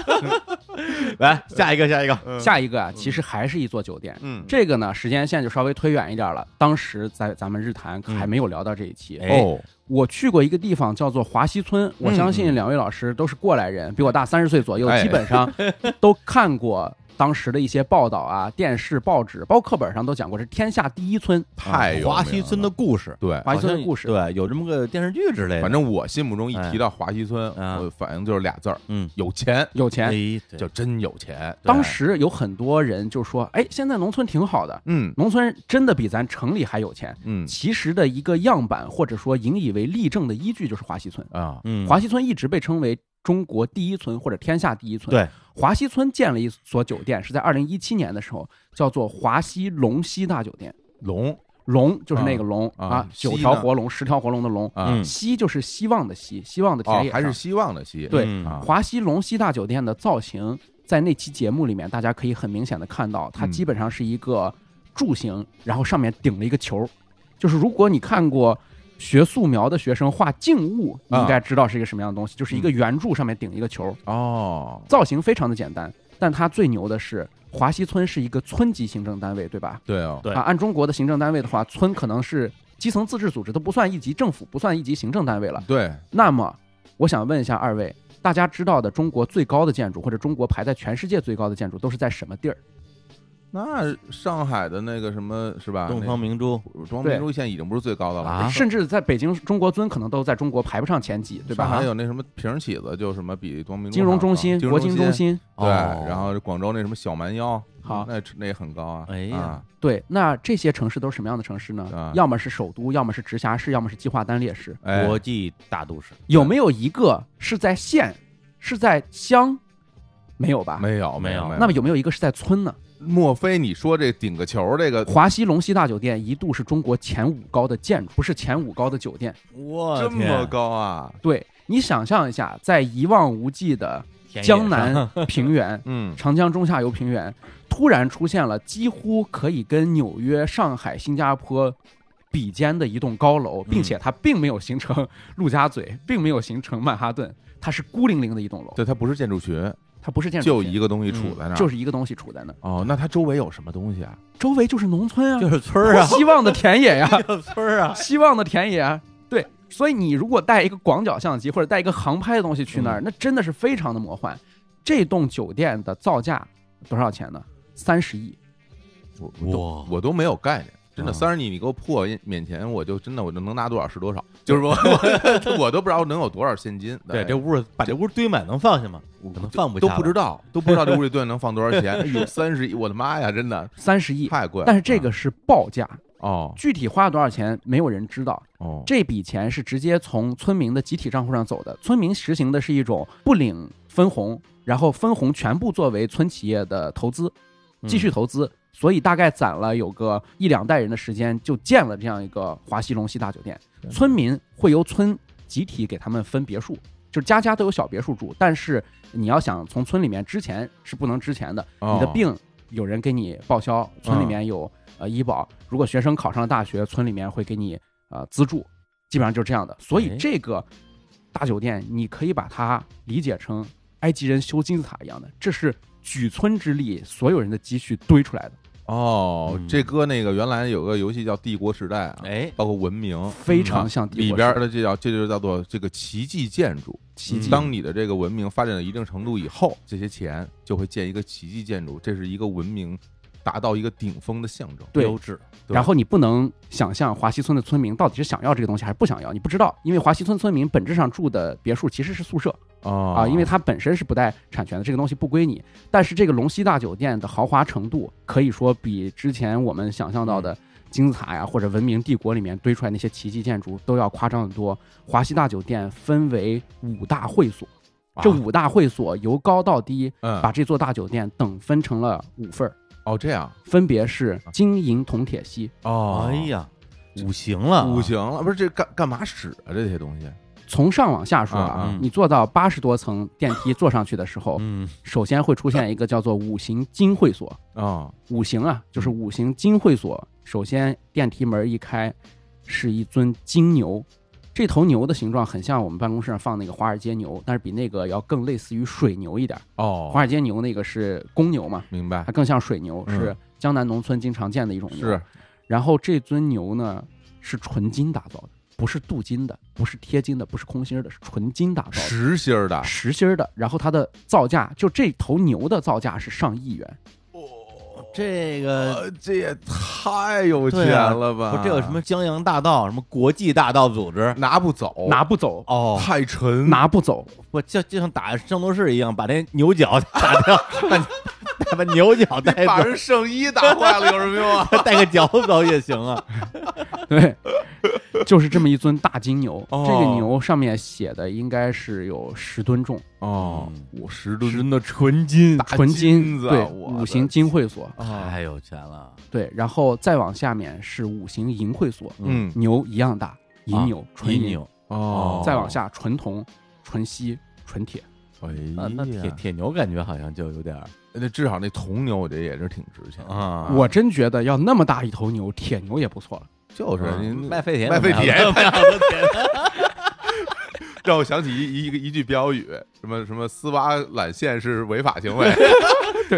Speaker 4: 来下一个，下一个，
Speaker 2: 嗯
Speaker 3: 下一个啊，其实还是一座酒店。
Speaker 2: 嗯
Speaker 3: 这个呢，时间线就稍微推远一点了。当时在咱们日坛
Speaker 4: 嗯
Speaker 3: 还没有聊到这一期。
Speaker 4: 哎
Speaker 2: 哦，
Speaker 3: 我去过一个地方叫做华西村，我
Speaker 2: 嗯
Speaker 3: 相信两位老师都是过来人，比我大三十岁左右
Speaker 2: 哎，
Speaker 3: 基本 上都看过当时的一些报道啊、电视、报纸，包括课本上都讲过，是天下第一村。啊
Speaker 2: 太有
Speaker 4: 华
Speaker 2: 名
Speaker 4: 西村
Speaker 2: 了
Speaker 4: 的故事，
Speaker 2: 对，
Speaker 3: 华西村
Speaker 4: 好像
Speaker 3: 的故事
Speaker 4: 对，有这么个电视剧之类的，
Speaker 2: 反正我心目中一
Speaker 4: 哎
Speaker 2: 提到华西村，
Speaker 4: 啊
Speaker 2: 我反应就是俩字儿，
Speaker 4: 嗯，
Speaker 2: 有钱，
Speaker 3: 有钱，
Speaker 4: 哎，对
Speaker 2: 就真有钱。
Speaker 3: 当时有很多人就说：“哎，现在农村挺好的，
Speaker 2: 嗯
Speaker 3: 农村真的比咱城里还有钱。”
Speaker 2: 嗯
Speaker 3: 其实的一个样板或者说引以为例证的依据就是华西村。
Speaker 2: 啊，
Speaker 4: 嗯，
Speaker 3: 华西村一直被称为中国第一村或者天下第一村。
Speaker 4: 对，
Speaker 3: 华西村建了一所酒店，是在二零一七年的时候，叫做华西龙溪大酒店。
Speaker 2: 龙
Speaker 3: 龙就是那个龙
Speaker 2: 啊啊
Speaker 3: 九
Speaker 2: 溪呢
Speaker 3: 条活龙，十条活龙的龙。
Speaker 2: 啊，
Speaker 4: 嗯
Speaker 3: 希就是希望的希，希望的田
Speaker 2: 哦
Speaker 3: 野，
Speaker 2: 还是
Speaker 3: 上
Speaker 2: 希望的希。
Speaker 3: 对
Speaker 4: 嗯
Speaker 2: 啊，
Speaker 3: 华西龙溪大酒店的造型，在那期节目里面，大家可以很明显的看到，它
Speaker 2: 嗯
Speaker 3: 基本上是一个柱形，然后上面顶了一个球。就是如果你看过学素描的学生画静物，你
Speaker 2: 啊
Speaker 3: 应该知道是一个什么样的东西，就是一
Speaker 2: 嗯
Speaker 3: 个圆柱上面顶一个球，
Speaker 2: 哦，
Speaker 3: 造型非常的简单。但它最牛的是，华西村是一个村级行政单位，对吧？
Speaker 2: 对哦，
Speaker 4: 对
Speaker 3: 啊，按中国的行政单位的话，村可能是基层自治组织都不算一级政府，不算一级行政单位了。
Speaker 2: 对，
Speaker 3: 那么，我想问一下二位，大家知道的中国最高的建筑，或者中国排在全世界最高的建筑，都是在什么地儿？
Speaker 2: 那上海的那个什么是吧？
Speaker 4: 东方明珠，
Speaker 2: 那东方
Speaker 3: 对
Speaker 2: 明珠现在已经不是最高的了
Speaker 4: 啊
Speaker 3: 甚至在北京中国尊，可能都在中国排不上前几，对
Speaker 2: 上海
Speaker 3: 吧？
Speaker 2: 有那什么瓶起子，就什么比东方明珠
Speaker 3: 金融中
Speaker 2: 还
Speaker 3: 心、
Speaker 2: 要高
Speaker 3: 国金中
Speaker 2: 中。
Speaker 3: 心，
Speaker 2: 对，
Speaker 4: 哦
Speaker 2: 然后广州那什么小蛮腰，
Speaker 3: 好
Speaker 2: 那那也很高啊。
Speaker 4: 哎呀
Speaker 2: 啊
Speaker 3: 对，那这些城市都是什么样的城市呢
Speaker 2: 啊？
Speaker 3: 要么是首都，要么是直辖市，要么是计划单列市。
Speaker 2: 哎
Speaker 4: 国际大都市，
Speaker 3: 有没有一个是在县，是在乡？没有吧？
Speaker 2: 没有
Speaker 4: 没有
Speaker 2: 有没
Speaker 3: 那么有没有一个是在村呢？
Speaker 2: 莫非你说这顶个球这个
Speaker 3: 华西龙溪大酒店一度是中国前五高的建筑，不是前五高的酒店。
Speaker 4: 我
Speaker 2: 这么高啊？
Speaker 3: 对你想象一下，在一望无际的
Speaker 4: 天
Speaker 3: 江 南平原、
Speaker 2: 嗯，
Speaker 3: 长江中下游平原，突然出现了几乎可以跟纽约、上海、新加坡比肩的一栋高楼，并且它并没有形成陆家嘴，并没有形成曼哈顿，它是孤零零的一栋楼，
Speaker 2: 对，它不是建筑群，
Speaker 3: 它不是建筑
Speaker 2: 就
Speaker 3: 群，嗯
Speaker 2: 一个东西杵在那儿。
Speaker 3: 就是一个东西处在那儿，
Speaker 2: 哦，那它周围有什么东西啊？
Speaker 3: 周围就是农村啊，
Speaker 4: 就是村儿啊，
Speaker 3: 希望的田野呀、
Speaker 4: 就是村儿 啊，
Speaker 3: 希望的田野啊。对，所以你如果带一个广角相机或者带一个航拍的东西去那儿，那真的是非常的魔幻。这栋酒店的造价多少钱呢？三十亿。
Speaker 2: 我我都
Speaker 4: 哇
Speaker 2: 我都没有概念。真的，
Speaker 4: 啊
Speaker 2: 三十你你给我破面前，我就真的我就能拿多少是多少，就是我我我都不知道能有多少现金。
Speaker 4: 对，这屋儿把这屋儿堆满能放下吗？
Speaker 2: 我
Speaker 4: 可能放不
Speaker 2: 都
Speaker 4: 下
Speaker 2: 不
Speaker 4: 吧
Speaker 2: 知道，都不知道这屋里顿能放多少钱。哎呦，三十亿，我的妈呀，真 的
Speaker 3: 三十亿，
Speaker 2: 太贵了。啊
Speaker 3: 但是这个是报价，
Speaker 2: 哦
Speaker 3: 具体花了多少钱没有人知道。
Speaker 2: 哦，
Speaker 3: 这笔钱是直接从村民的集体账户上走的。村民实行的是一种不领分红，然后分红全部作为村企业的投资，继续投资。所以大概攒了有个一两代人的时间，就建了这样一个华西龙溪大酒店。村民会由村集体给他们分别墅，就是家家都有小别墅住，但是你要想从村里面之前是不能之前的，
Speaker 2: 哦嗯
Speaker 3: 你的病有人给你报销，村里面有呃医保。如果学生考上了大学，村里面会给你呃资助，基本上就是这样的。所以
Speaker 4: 哎
Speaker 3: 这个大酒店，你可以把它理解成埃及人修金字塔一样的，这是举村之力，所有人的积蓄堆出来的，
Speaker 2: 哦
Speaker 4: 嗯，
Speaker 2: 这哥那个原来有个游戏叫《帝国时代》啊，
Speaker 4: 哎，
Speaker 2: 包括文明嗯
Speaker 3: 非常像帝
Speaker 2: 里
Speaker 3: 国
Speaker 2: 边
Speaker 3: 式
Speaker 2: 儿的这叫这就叫做这个奇迹建筑。
Speaker 3: 奇迹。
Speaker 2: 当你的这个文明发展到一定程度以后，这些钱就会建一个奇迹建筑，这是一个文明达到一个顶峰的象征。
Speaker 3: 对
Speaker 4: 优质，
Speaker 2: 对
Speaker 3: 然后你不能想象华西村的村民到底是想要这个东西还是不想要，你不知道，因为华西村村民本质上住的别墅其实是宿舍，
Speaker 2: 啊
Speaker 3: 啊，因为它本身是不带产权的，这个东西不归你。但是这个龙溪大酒店的豪华程度，可以说比之前我们想象到的金字塔呀，或者文明帝国里面堆出来那些奇迹建筑都要夸张得多。华西大酒店分为五大会所，这
Speaker 2: 啊
Speaker 3: 五大会所由高到低，
Speaker 2: 嗯
Speaker 3: 把这座大酒店等分成了五份儿，
Speaker 2: 哦这样
Speaker 3: 分别是金银铜铁锡。
Speaker 2: 哦
Speaker 4: 哎呀，五行了，
Speaker 2: 五行了，不是这干干嘛使啊？这些东西
Speaker 3: 从上往下说啊，
Speaker 4: 嗯嗯
Speaker 3: 你坐到八十多层电梯坐上去的时候，
Speaker 4: 嗯，
Speaker 3: 首先会出现一个叫做五行金会所，
Speaker 2: 啊，
Speaker 3: 五行啊，就是五行金会所。首先，电梯门一开，是一尊金牛，这头牛的形状很像我们办公室上放那个华尔街牛，但是比那个要更类似于水牛一点儿。华
Speaker 2: 哦，
Speaker 3: 尔街牛那个是公牛嘛，
Speaker 2: 明白
Speaker 3: 它，更像水牛，
Speaker 2: 嗯
Speaker 3: 是江南农村经常见的一种牛。
Speaker 2: 是
Speaker 3: 然后这尊牛呢是纯金打造的，不是镀金的，不是贴金的，不是空心儿的，是纯金打造的，
Speaker 2: 实心儿的，
Speaker 3: 实心儿的。然后它的造价，就这头牛的造价是上亿元，
Speaker 4: 这个
Speaker 2: 呃，这也太有
Speaker 4: 对
Speaker 2: 钱
Speaker 4: 啊
Speaker 2: 了吧
Speaker 4: 不？这有什么江洋大盗，什么国际大盗组织？
Speaker 2: 拿不走？
Speaker 3: 拿不走，
Speaker 4: 哦，
Speaker 2: 太沉，
Speaker 3: 拿不走。
Speaker 4: 我就就像打圣斗士一样，把那牛角打掉， 把把牛角带
Speaker 2: 把
Speaker 4: 走，
Speaker 2: 人圣衣打坏了有什么用啊？
Speaker 4: 带个脚走也行啊。
Speaker 3: 对，就是这么一尊大金牛。
Speaker 2: 哦
Speaker 3: 这个牛上面写的应该是有十吨重，
Speaker 2: 哦
Speaker 4: 嗯，
Speaker 2: 五十吨真的纯金，大
Speaker 3: 纯金，
Speaker 2: 子啊，
Speaker 3: 对，
Speaker 2: 我
Speaker 3: 五
Speaker 2: 的
Speaker 3: 行金会所，
Speaker 2: 啊，
Speaker 4: 太有钱哎了，
Speaker 3: 对，然后再往下面是五行银会所，
Speaker 2: 嗯
Speaker 3: 牛一样大，银牛，纯
Speaker 4: 一
Speaker 3: 银
Speaker 4: 啊牛，
Speaker 2: 哦，
Speaker 3: 再往，下纯铜、纯锡、纯铁，
Speaker 2: 哎
Speaker 4: 那啊那铁
Speaker 2: 呀，
Speaker 4: 铁牛感觉好像就有点儿
Speaker 2: 那至少那铜牛，我觉得也是挺值钱的，
Speaker 4: 啊，
Speaker 3: 我真觉得要那么大一头牛，铁牛也不错了。
Speaker 2: 就是
Speaker 4: 啊
Speaker 2: 您
Speaker 4: 卖废铁，
Speaker 2: 卖废铁
Speaker 4: 卖好多铁，
Speaker 2: 让我想起一一一个一句标语，什么什么丝袜缆线是违法行 为，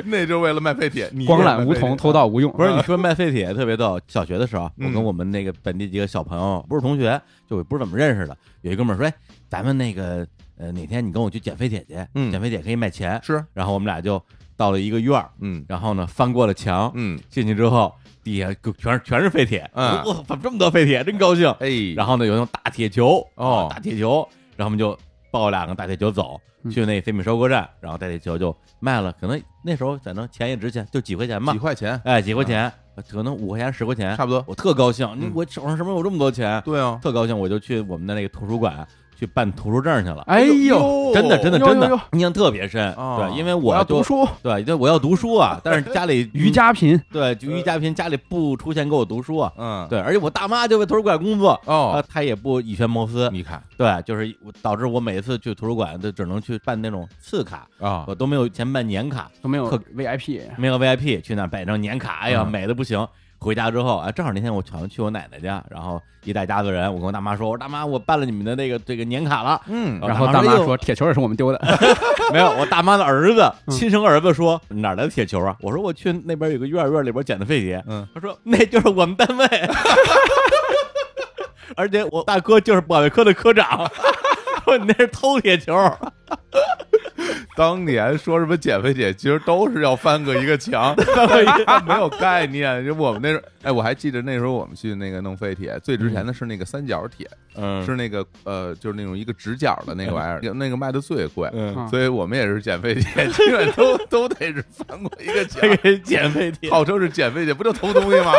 Speaker 2: 那就是为了卖废铁，你
Speaker 3: 光
Speaker 2: 也
Speaker 3: 揽
Speaker 2: 卖
Speaker 3: 梧
Speaker 2: 废铁
Speaker 3: 桐，偷盗无用。
Speaker 4: 啊
Speaker 3: 啊
Speaker 4: 不是你说卖废铁特别逗。小学的时候，我
Speaker 2: 啊嗯
Speaker 4: 跟我们那个本地几个小朋友，不是同学，就不是怎么认识的，有一哥们儿说，哎，咱们那个呃哪天你跟我去捡废铁去，
Speaker 2: 嗯
Speaker 4: 捡废铁可以卖钱。
Speaker 2: 是，
Speaker 4: 然后我们俩就到了一个院儿，
Speaker 2: 嗯
Speaker 4: 然后呢翻过了墙，
Speaker 2: 嗯，
Speaker 4: 进去之后底下就全是全是废铁，
Speaker 2: 嗯
Speaker 4: 我怎么这么多废铁，真高兴。
Speaker 2: 哎，
Speaker 4: 然后呢，有那种大铁球
Speaker 2: 哦
Speaker 4: 啊大铁球，然后我们就抱两个大铁球走
Speaker 3: 嗯
Speaker 4: 去那废品收购站，然后大铁球就卖了，可能那时候反正钱也值钱，就几块钱吧
Speaker 2: 几，块钱，
Speaker 4: 哎，几块钱，可能五块钱十块钱，
Speaker 2: 差不多，
Speaker 4: 我特高兴，你
Speaker 2: 嗯
Speaker 4: 我手上什么时候有这么多钱？
Speaker 2: 对啊，
Speaker 4: 特高兴，我就去我们的那个图书馆去办图书证去了。
Speaker 3: 哎
Speaker 2: 嗯
Speaker 3: 呦，
Speaker 4: 真的，真的，
Speaker 3: 呦
Speaker 4: 真
Speaker 3: 呦呦
Speaker 4: 的，印象特别深。
Speaker 2: 哦
Speaker 4: 对，因为
Speaker 3: 我
Speaker 4: 我
Speaker 3: 要
Speaker 4: 就
Speaker 3: 读书，
Speaker 4: 对，对，我要读书啊，但是家里
Speaker 3: 瑜伽贫，
Speaker 4: 对，就瑜伽平家里不出钱给我读书啊。
Speaker 2: 嗯，
Speaker 4: 对，而且我大妈就在图书馆工作，啊，
Speaker 2: 哦，
Speaker 4: 她也不以权谋私，
Speaker 2: 你看
Speaker 4: 对，就是我导致我每次去图书馆都只能去办那种次卡，
Speaker 2: 啊
Speaker 4: 我，都没有钱办年卡，
Speaker 3: 都没有
Speaker 4: 特
Speaker 3: VIP，
Speaker 4: 没有 VIP 去那儿办一张年卡，哎呀，
Speaker 2: 嗯
Speaker 4: 美的不行。回家之后啊，正好那天我好像去我奶奶家，然后一大家子人，我跟我大妈说，我说大妈，我办了你们的那个这个年卡了。
Speaker 2: 嗯
Speaker 4: 啊
Speaker 3: 然后
Speaker 4: 大
Speaker 3: 大
Speaker 4: 妈
Speaker 3: 妈
Speaker 4: 说
Speaker 3: 说铁球也是我们丢的，
Speaker 4: 没有，我大妈的儿子，
Speaker 3: 嗯
Speaker 4: 亲生儿子说哪儿来的铁球啊？我说我去那边有个院儿院儿里边捡的废铁。
Speaker 2: 嗯，
Speaker 4: 他说那就是我们单位， 而且我大哥就是保卫科的科长。说你那是偷铁球，
Speaker 2: 当年说什么减肥姐，其实都是要翻个一个墙，没有概念。就我们那时候，哎，我还记得那时候我们去那个弄废铁，最值钱的是那个三角铁，
Speaker 4: 嗯
Speaker 2: 是那个呃，就是那种一个直角的那个玩意儿，那个卖的最贵。
Speaker 4: 嗯，
Speaker 3: 嗯
Speaker 2: 所以我们也是减肥姐，基本都都得是翻过一个 墙，
Speaker 4: 这个捡废铁，
Speaker 2: 号称是减肥姐，不就偷东西吗？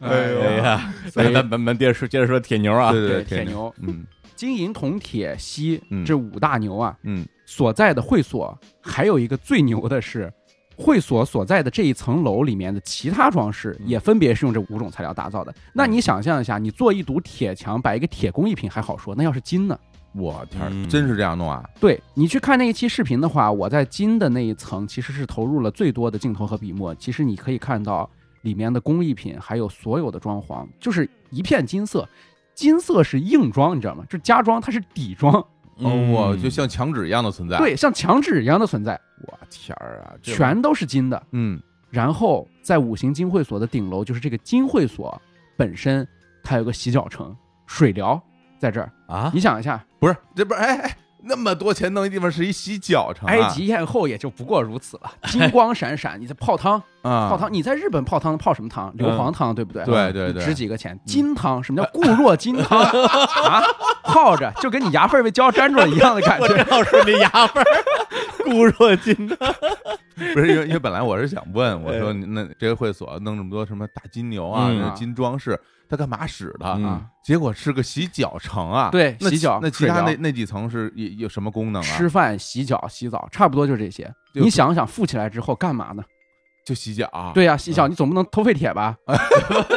Speaker 2: 哎
Speaker 4: 哎
Speaker 2: 呦，
Speaker 4: 呀，咱咱咱咱接着说，接着说铁牛啊，
Speaker 2: 对对，
Speaker 3: 铁，牛，
Speaker 2: 嗯
Speaker 3: 金银铜铁锡
Speaker 2: 嗯
Speaker 3: 这五大牛啊，
Speaker 2: 嗯，
Speaker 3: 所在的会所还有一个最牛的是，会所所在的这一层楼里面的其他装饰
Speaker 2: 嗯
Speaker 3: 也分别是用这五种材料打造的。那你想象一下，你做一堵铁墙，摆一个铁工艺品还好说，那要是金呢？
Speaker 2: 我天儿
Speaker 4: 嗯，
Speaker 2: 真是这样弄啊？
Speaker 3: 对你去看那一期视频的话，我在金的那一层其实是投入了最多的镜头和笔墨。其实你可以看到里面的工艺品，还有所有的装潢，就是一片金色。金色是硬装，你知道吗？就家装，它是底装，
Speaker 2: 哦，
Speaker 4: 嗯
Speaker 2: 我就像墙纸一样的存在。，
Speaker 3: 对，像墙纸一样的存在，
Speaker 2: 我天儿啊，这
Speaker 3: 全都是金的。
Speaker 2: 嗯
Speaker 3: 然后在五行金会所的顶楼，就是这个金会所本身，它有个洗脚城、水疗在这儿。
Speaker 4: 啊
Speaker 3: 你，想一下，
Speaker 2: 不是，这不是哎哎，那么多钱弄一地方是一洗脚城啊，
Speaker 3: 埃及艳后也就不过如此了，金光闪闪。你在泡汤，
Speaker 2: 啊，
Speaker 3: 泡汤，你在日本泡汤泡什么汤？硫磺汤，对不对？
Speaker 2: 对对对
Speaker 3: 你值几个钱？金汤，什么叫固若金汤啊？泡着就跟你牙缝被胶粘住了一样的感
Speaker 4: 我
Speaker 3: 觉
Speaker 4: 正。要说你牙缝 儿固若金汤，
Speaker 2: 不是因为因为本来我是想问，我说
Speaker 4: 哎
Speaker 2: 你那这个会所弄这么多什么大金牛啊，
Speaker 4: 嗯
Speaker 2: 那金装饰，它干嘛使的？
Speaker 4: 嗯
Speaker 3: 啊
Speaker 2: 结果是个洗脚城啊，
Speaker 3: 对
Speaker 2: 那
Speaker 3: 洗脚
Speaker 2: 那其他
Speaker 3: 水
Speaker 2: 那
Speaker 3: 疗
Speaker 2: 那几层是有有什么功能啊？
Speaker 3: 吃饭、洗脚、洗澡，差不多就这些。
Speaker 2: 就
Speaker 3: 你想想，富起来之后干嘛呢？
Speaker 2: 就洗脚，啊
Speaker 3: 对呀、洗脚
Speaker 2: 嗯
Speaker 3: 你总不能偷废铁吧？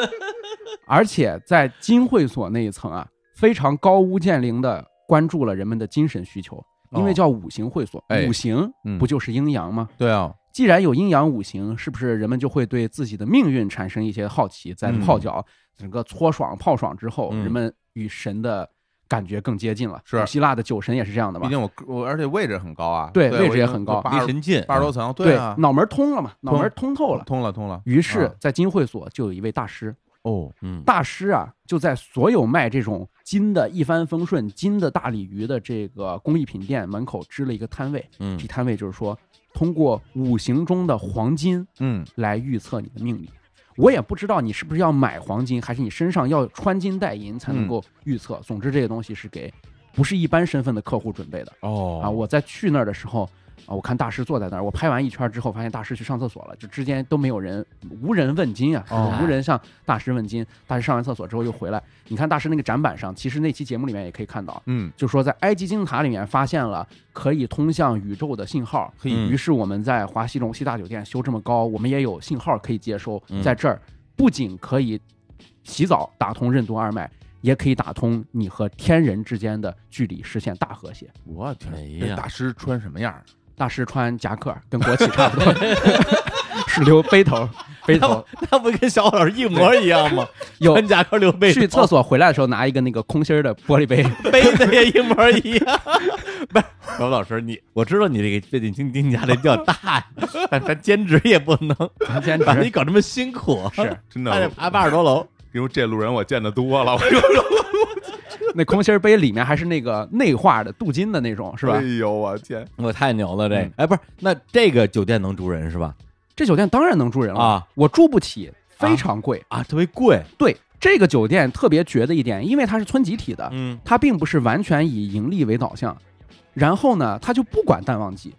Speaker 3: 而且在金会所那一层啊，非常高屋建瓴的关注了人们的精神需求，因为叫五行会所，
Speaker 2: 哦哎
Speaker 3: 五行
Speaker 2: 嗯
Speaker 3: 不就是阴阳吗？
Speaker 2: 对啊，
Speaker 3: 既然有阴阳五行，是不是人们就会对自己的命运产生一些好奇？在
Speaker 4: 嗯
Speaker 3: 泡脚、整个搓爽、泡爽之后，
Speaker 4: 嗯
Speaker 3: 人们与神的感觉更接近了。
Speaker 2: 是
Speaker 3: 希腊的酒神也是这样的嘛
Speaker 2: 毕？竟我我而且位置很高啊，
Speaker 3: 对
Speaker 2: 我
Speaker 3: 位置也
Speaker 2: 已经
Speaker 3: 很高
Speaker 2: 八
Speaker 4: 离
Speaker 2: 十
Speaker 4: 神近，
Speaker 2: 八十多
Speaker 4: 嗯
Speaker 2: 层，
Speaker 3: 对
Speaker 2: 啊，，
Speaker 3: 脑门通了嘛，脑
Speaker 2: 通
Speaker 3: 门通透了。
Speaker 2: 通了通了
Speaker 3: 于是
Speaker 2: 啊，
Speaker 3: 在金会所就有一位大师，
Speaker 2: 哦，
Speaker 4: 嗯，
Speaker 3: 大师啊，就在所有卖这种金的一帆风顺、金的大鲤鱼的这个工艺品店门口支了一个摊位。
Speaker 4: 嗯
Speaker 3: 这摊位就是说，通过五行中的黄金
Speaker 2: 嗯，
Speaker 3: 来预测你的命理。我也不知道你是不是要买黄金，还是你身上要穿金戴银才能够预测。总之，这些东西是给不是一般身份的客户准备的
Speaker 2: 哦
Speaker 3: 啊。我在去那儿的时候。啊！我看大师坐在那儿，我拍完一圈之后，发现大师去上厕所了，就之间都没有人，无人问津啊，
Speaker 2: 哦
Speaker 3: 无人向大师问津。大师上完厕所之后又回来，你看大师那个展板上，其实那期节目里面也可以看到，
Speaker 2: 嗯，
Speaker 3: 就说在埃及金字塔里面发现了可以通向宇宙的信号，
Speaker 2: 嘿
Speaker 4: 嗯
Speaker 3: 于是我们在华西龙溪大酒店修这么高，我们也有信号可以接收
Speaker 4: 嗯，
Speaker 3: 在这儿不仅可以洗澡打通任督二脉，也可以打通你和天人之间的距离，实现大和谐。
Speaker 2: 我天，
Speaker 4: 哎
Speaker 2: 这
Speaker 4: 呀，
Speaker 2: 大师穿什么样儿？
Speaker 3: 大师穿夹克，跟国旗差不多， 是留背头，背头。
Speaker 4: 那不跟小老师一模一样吗？
Speaker 3: 有
Speaker 4: 穿夹克溜背头，
Speaker 3: 去厕所回来的时候拿一个那个空心儿的玻璃杯，
Speaker 4: 杯子也一模一样。 不是，小老师，你我知道你这个最近经定价的比较大 呀，但咱兼职也不能
Speaker 3: 兼
Speaker 4: 把你
Speaker 3: 职
Speaker 4: 搞这么辛苦，是
Speaker 2: 真
Speaker 4: 还得
Speaker 2: 的，
Speaker 4: 爬八十多楼。
Speaker 2: 因为这路人我见的多了，我就
Speaker 3: 那空心儿杯里面还是那个内化的镀金的那种，是吧
Speaker 2: 哎？呦，我天，
Speaker 4: 我太牛了，这
Speaker 3: 嗯
Speaker 4: 哎不是，那这个酒店能住人是吧？
Speaker 3: 这酒店当然能住人了
Speaker 4: 啊，
Speaker 3: 我住不起，非常贵。
Speaker 4: 啊，特别贵，
Speaker 3: 对这个酒店特别绝的一点，因为它是村集体的，
Speaker 4: 嗯
Speaker 3: 它并不是完全以盈利为导向。然后呢，它就不管淡旺季，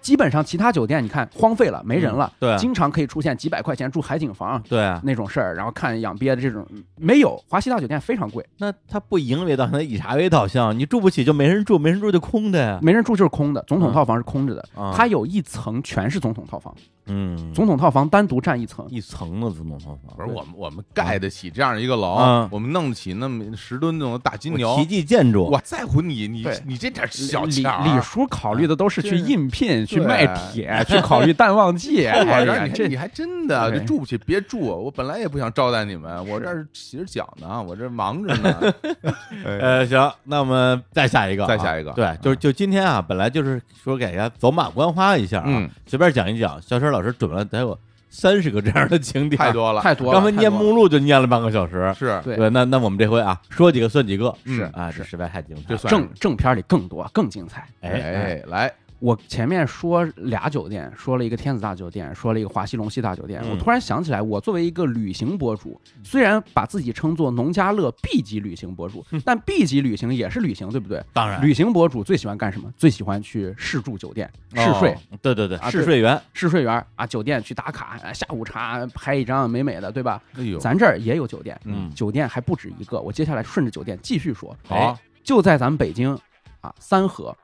Speaker 3: 基本上其他酒店你看荒废了，没人了，
Speaker 4: 嗯对
Speaker 3: 经常可以出现几百块钱住海景房
Speaker 4: 对啊，
Speaker 3: 那种事儿，然后看养鳖的这种没有。华西大酒店非常贵，
Speaker 4: 那他不盈利为导向，它以啥为导向？你住不起就没人住，没人住就空的
Speaker 2: 啊
Speaker 4: 呀。
Speaker 3: 没人住就是空的，总统套房是空着的，
Speaker 4: 啊
Speaker 3: 它有一层全是总统套房，
Speaker 4: 嗯，
Speaker 3: 总统套房单独占一层，
Speaker 4: 一层的自动套房，
Speaker 2: 不是我们我们盖得起这样一个楼
Speaker 4: 嗯，
Speaker 2: 我们弄得起那么十吨那种大金牛
Speaker 4: 我奇，迹建筑，
Speaker 2: 我在乎你你
Speaker 3: 对
Speaker 2: 你这点小
Speaker 3: 李
Speaker 2: 钱儿啊
Speaker 3: 李叔考虑的都是去
Speaker 2: 就是
Speaker 3: 应聘、去
Speaker 2: 对
Speaker 3: 卖铁、去考虑淡旺季。
Speaker 2: 我
Speaker 3: 哎
Speaker 2: 这儿
Speaker 3: 呀，
Speaker 2: 你还
Speaker 3: 这
Speaker 2: 你还真的
Speaker 3: 对
Speaker 2: 就住不起，别住！我本来也不想招待你们，我这儿洗着脚呢，我这忙着呢。 哎
Speaker 4: 呃，行，那我们再下一个啊，
Speaker 2: 再下一个
Speaker 4: 对，就是就今天啊，本来就是说给大家走马观花一下啊，
Speaker 2: 嗯
Speaker 4: 随便讲一讲。肖申老师准备了得有三十个这样的景点，
Speaker 2: 太。多了，
Speaker 3: 太多了
Speaker 4: 刚。才念目录就念了半个小时，
Speaker 2: 是
Speaker 3: 对
Speaker 4: 那那我们这回啊，说几个算几个，
Speaker 2: 是
Speaker 4: 嗯啊，
Speaker 3: 是
Speaker 4: 这实在太精彩
Speaker 2: 这
Speaker 4: 了。
Speaker 2: 算
Speaker 3: 正正片里更多更精彩。
Speaker 4: 哎，
Speaker 2: 哎来
Speaker 3: 我前面说俩酒店，说了一个天子大酒店，说了一个华西龙溪大酒店。
Speaker 4: 嗯
Speaker 3: 我突然想起来，我作为一个旅行博主，虽然把自己称作农家乐 B 级旅行博主，但 B 级旅行也是旅行，对不对？
Speaker 4: 当然
Speaker 3: 旅行博主最喜欢干什么？最喜欢去试住酒店、试睡
Speaker 4: 哦、，对对对，
Speaker 3: 啊
Speaker 4: 试睡员，
Speaker 3: 试睡员啊，酒店去打卡，啊下午茶拍一张美美的，对吧？
Speaker 2: 哎呦，
Speaker 3: 咱这儿也有酒店，
Speaker 4: 嗯
Speaker 3: 酒店还不止一个。我接下来顺着酒店继续说，
Speaker 2: 好
Speaker 4: 哎
Speaker 3: 就在咱们北京啊，三河，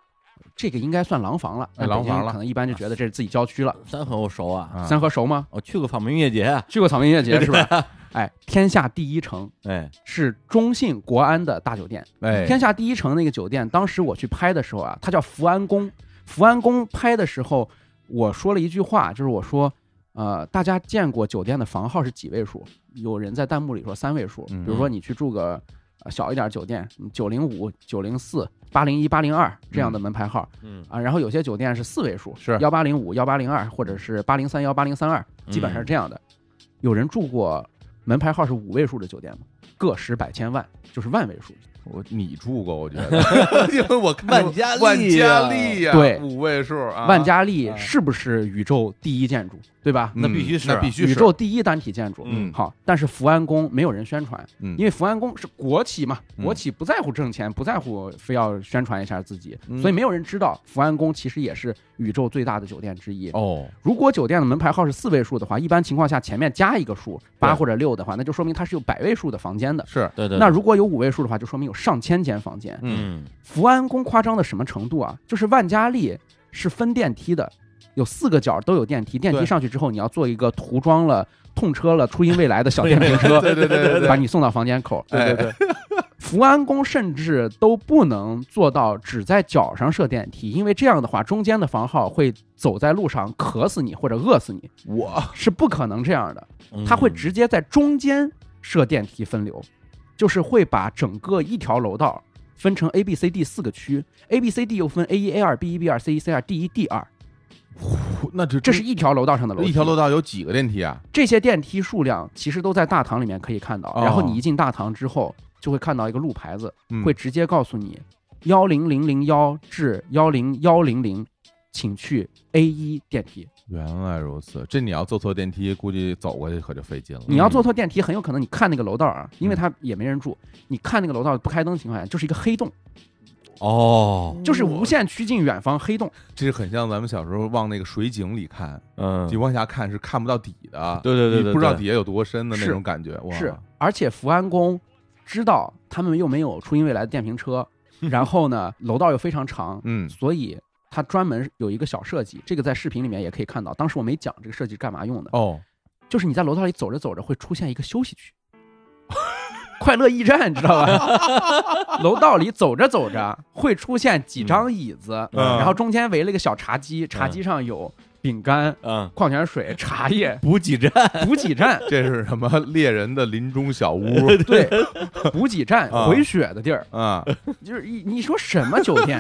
Speaker 3: 这个应该算廊坊了。
Speaker 2: 哎
Speaker 3: 但北
Speaker 2: 廊
Speaker 3: 京
Speaker 2: 坊了
Speaker 3: 可能一般就觉得这是自己郊区了。
Speaker 4: 三河我熟啊，
Speaker 2: 啊
Speaker 3: 三河熟吗？
Speaker 4: 我去过草莓音乐节啊，
Speaker 3: 去过草莓音 乐节是吧？哎，天下第一城
Speaker 4: 哎，
Speaker 3: 是中信国安的大酒店。
Speaker 2: 哎
Speaker 3: 天下第一城那个酒店，当时我去拍的时候啊，它叫福安宫。福安宫拍的时候，我说了一句话，就是我说，呃，大家见过酒店的房号是几位数？有人在弹幕里说三位数，比
Speaker 2: 嗯
Speaker 3: 如说你去住个、呃小一点酒店，九零五、九零四、八零一、八零二这样的门牌号、
Speaker 4: 嗯
Speaker 3: 啊，然后有些酒店是四位数，
Speaker 2: 是
Speaker 3: 幺八零五、幺八零二或者是八零三幺、八零三二，基本上是这样的。
Speaker 2: 嗯
Speaker 3: 有人住过门牌号是五位数的酒店吗？个十百千万就是万位数。
Speaker 2: 我你住过，我觉 得，因为我看
Speaker 4: 万家丽啊
Speaker 2: 万家丽呀，
Speaker 3: 对
Speaker 2: 五位数啊，
Speaker 3: 万家丽
Speaker 2: 啊
Speaker 3: 是不是宇宙第一建筑，对吧？
Speaker 2: 嗯
Speaker 4: 那必须是
Speaker 2: 那必须是
Speaker 3: 宇宙第一单体建筑，
Speaker 2: 嗯
Speaker 3: 好，但是福安宫没有人宣传，
Speaker 2: 嗯
Speaker 3: 因为福安宫是国企嘛，
Speaker 2: 嗯
Speaker 3: 国企不在乎挣钱，不在乎非要宣传一下自己，
Speaker 2: 嗯
Speaker 3: 所以没有人知道福安宫其实也是宇宙最大的酒店之一。
Speaker 2: 哦，
Speaker 3: 如果酒店的门牌号是四位数的话，一般情况下前面加一个数，八
Speaker 2: 对
Speaker 3: 或者六的话，那就说明它是有百位数的房间的。
Speaker 2: 是
Speaker 4: 对对，
Speaker 3: 那如果有五位数的话，就说明有上千间房间。
Speaker 4: 嗯
Speaker 3: 福安宫夸张到什么程度啊？就是万家丽是分电梯的，有四个角都有电梯，电梯
Speaker 2: 对
Speaker 3: 上去之后，你要坐一个涂装了、痛车了、初音未来的小电瓶车，
Speaker 2: 对对对对对哎
Speaker 3: 把你送到房间口。
Speaker 2: 对对
Speaker 3: 对，福安宫甚至都不能做到只在脚上设电梯，因为这样的话，中间的房号会走在路上渴死你或者饿死你，
Speaker 2: 我
Speaker 3: 是不可能这样的。
Speaker 4: 嗯
Speaker 3: 它
Speaker 2: 嗯
Speaker 3: 会直接在中间设电梯分流，就是会把整个一条楼道分成 A、B、C、D 四个区，A、B、C、D 又分 A 一、A 二、B 一、B 二、C 一、C 二、D 一、D 二，
Speaker 2: 哎那这
Speaker 3: 这是一条楼道上的楼
Speaker 2: 嗯
Speaker 3: 梯。
Speaker 2: 一条楼道有几个电梯啊？
Speaker 3: 这些电梯数量其实都在大堂里面可以看到。
Speaker 2: 哦
Speaker 3: 然后你一进大堂之后，就会看到一个路牌子，
Speaker 2: 嗯
Speaker 3: 会直接告诉你幺零零零幺至幺零幺零零，请去 A 一电梯。
Speaker 2: 原来如此，这你要坐错电梯，估计走过去可就费劲了。嗯
Speaker 3: 你要坐错电梯，很有可能你看那个楼道啊，因为它也没人住，你看那个楼道不开灯情况下，就是一个黑洞，
Speaker 4: 哦，
Speaker 3: 就是
Speaker 2: 嗯
Speaker 3: 无限趋近远方黑洞。
Speaker 2: 这很像咱们小时候往那个水井里看，
Speaker 4: 嗯
Speaker 2: 你，往下看是看不到底的，
Speaker 4: 对对对对
Speaker 2: 你
Speaker 4: 对
Speaker 2: 不知道底下有多深的那
Speaker 3: 是
Speaker 2: 种感觉。哇
Speaker 3: 是，而且福安宫知道他们又没有初音未来的电瓶 车，然后呢，楼道又非常长，
Speaker 2: 嗯
Speaker 3: 所以它专门有一个小设计，这个在视频里面也可以看到。当时我没讲这个设计是干嘛用的，
Speaker 2: 哦，
Speaker 3: 就是你在楼道里走着走着会出现一个休息区， 快乐驿站，你知道吧？ 楼道里走着走着会出现几张椅子，
Speaker 2: 嗯
Speaker 3: 然后中间围了一个小茶几，茶几上有饼干、
Speaker 4: 嗯，、
Speaker 3: 矿泉水、茶叶
Speaker 4: 补给站，
Speaker 3: 补给站。
Speaker 2: 这是什么猎人的林中小屋
Speaker 3: 对，补给站
Speaker 2: 啊
Speaker 3: 回血的地儿，
Speaker 2: 啊？
Speaker 3: 就是你你说什么酒店，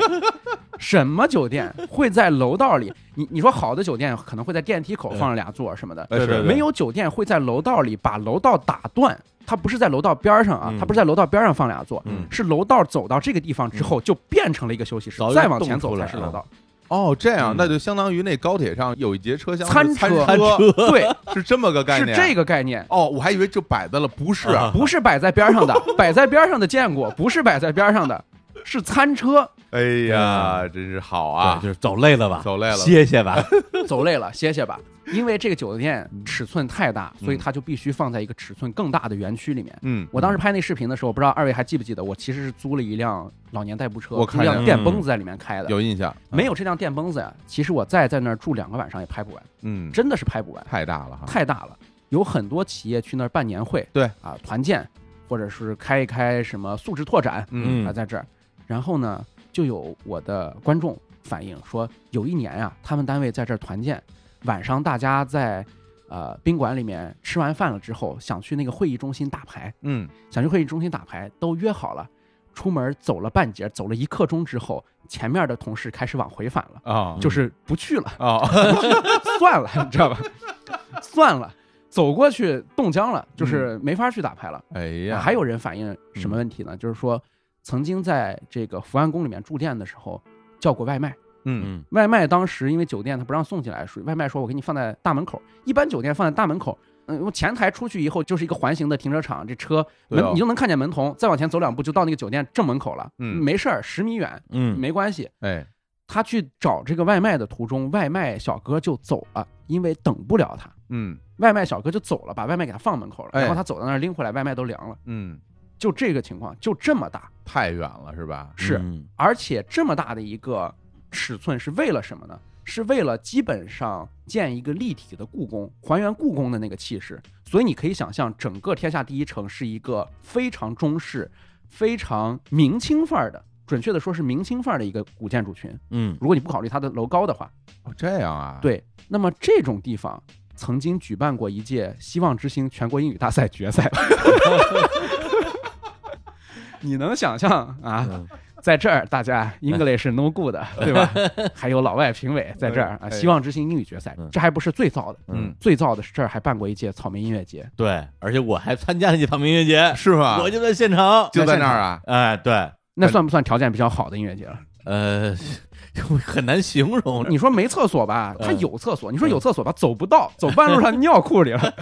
Speaker 3: 什么酒店会在楼道里？你你说好的酒店可能会在电梯口放上俩座什么的，
Speaker 2: 哎是
Speaker 4: 对对对
Speaker 3: 没有酒店会在楼道里把楼道打断。它不是在楼道边儿上啊，
Speaker 4: 嗯
Speaker 3: 它不是在楼道边儿上放俩座，
Speaker 4: 嗯
Speaker 3: 是楼道走到这个地方之后就变成了一个休息室
Speaker 4: 早，有
Speaker 3: 再往前走
Speaker 4: 洞出来
Speaker 3: 才是楼道。
Speaker 2: 哦，这样
Speaker 4: 嗯
Speaker 2: 那就相当于那高铁上有一节车厢
Speaker 3: 餐
Speaker 2: 是餐
Speaker 3: 车
Speaker 2: 车，
Speaker 3: 对，
Speaker 2: 是这么个概
Speaker 3: 是
Speaker 2: 念。
Speaker 3: 这个概念。
Speaker 2: 哦，我还以为就摆在了，不是啊
Speaker 4: 啊
Speaker 3: 不是摆在边儿上的，摆在边儿上的见过，不是摆在边儿上的，是餐车。
Speaker 2: 哎呀，真是好啊
Speaker 4: 对！就是走累了吧，
Speaker 2: 走累了
Speaker 4: 歇歇吧，
Speaker 3: 走累了歇歇吧。因为这个酒店
Speaker 2: 嗯
Speaker 3: 尺寸太大，所以它就必须放在一个尺寸更大的园区里面。
Speaker 2: 嗯，
Speaker 3: 我当时拍那视频的时候，不知道二位还记不记得，我其实是租了一辆老年代步车，
Speaker 2: 我
Speaker 3: 租
Speaker 2: 看
Speaker 3: 一
Speaker 2: 见
Speaker 3: 辆
Speaker 2: 了嗯
Speaker 3: 电蹦子在里面开的。
Speaker 2: 有嗯印象，啊
Speaker 3: 没有这辆电蹦子呀，其实我再在那儿住两个晚上也拍不完，
Speaker 2: 嗯，
Speaker 3: 真的是拍不完，
Speaker 2: 太大了哈。
Speaker 3: 啊太大了。有很多企业去那儿办年会，
Speaker 2: 对
Speaker 3: 啊，团建或者是开一开什么素质拓展，
Speaker 2: 嗯
Speaker 3: 啊，在这儿。然后呢，就有我的观众反映说，有一年啊，他们单位在这儿团建，晚上大家在呃宾馆里面吃完饭了之后，想去那个会议中心打牌，
Speaker 2: 嗯，
Speaker 3: 想去会议中心打牌，都约好了。出门走了半截，走了一刻钟之后，前面的同事开始往回返了，
Speaker 2: 啊
Speaker 3: 就是不去了，
Speaker 2: 啊，
Speaker 3: 算了，你知道吧？算了，走过去冻僵了，
Speaker 2: 嗯
Speaker 3: 就是没法去打牌了。
Speaker 2: 哎
Speaker 3: 啊
Speaker 2: 呀，
Speaker 3: 还有人反
Speaker 2: 嗯
Speaker 3: 映什么问题呢？就是说，曾经在这个福安宫里面住店的时候叫过外卖，
Speaker 2: 嗯，
Speaker 4: 嗯
Speaker 3: 外卖当时因为酒店他不让送进来，属于外卖说我给你放在大门口，一般酒店放在大门口。嗯，我前台出去以后就是一个环形的停车场，这车
Speaker 2: 对
Speaker 3: 门、
Speaker 2: 啊
Speaker 3: 你就能看见门童，再往前走两步就到那个酒店正门口了。
Speaker 2: 嗯
Speaker 3: 没事儿，十米远
Speaker 4: 嗯，
Speaker 3: 没关系。
Speaker 2: 哎，
Speaker 3: 他去找这个外卖的途中，外卖小哥就走了，因为等不了他，
Speaker 2: 嗯
Speaker 3: 外卖小哥就走了，把外卖给他放门口了。
Speaker 2: 哎
Speaker 3: 然后他走到那儿拎回来，外卖都凉了。
Speaker 2: 嗯，
Speaker 3: 就这个情况就这么大，
Speaker 2: 太远了是吧？
Speaker 3: 是，
Speaker 4: 嗯
Speaker 3: 而且这么大的一个尺寸是为了什么呢？是为了基本上建一个立体的故宫，还原故宫的那个气势。所以你可以想象，整个天下第一城是一个非常中式、非常明清范儿的，准确的说是明清范儿的一个古建筑群。
Speaker 4: 嗯
Speaker 3: 如果你不考虑它的楼高的话，
Speaker 2: 哦，这样啊？，
Speaker 3: 对，那么这种地方曾经举办过一届希望之星全国英语大赛决 赛。你能想象啊，
Speaker 4: 嗯
Speaker 3: 在这儿大家 English 是 no good 的，对吧？还有老外评委在这儿啊，
Speaker 2: 哎
Speaker 3: 希望之星英语决赛
Speaker 4: 嗯，
Speaker 3: 这还不是最糟的，
Speaker 2: 嗯，
Speaker 3: 最糟的是这儿还办过一届草莓音乐节，
Speaker 4: 对，而且我还参加了一场音乐节，
Speaker 2: 是吧？
Speaker 4: 啊我就在现场，
Speaker 2: 就在那儿啊。
Speaker 4: 哎，对，
Speaker 3: 那算不算条件比较好的音乐节了？
Speaker 4: 呃， 很难形容，
Speaker 3: 你说没厕所吧，
Speaker 4: 嗯
Speaker 3: 它有厕所；你说有厕所吧，走不到，走半路上尿裤里 了，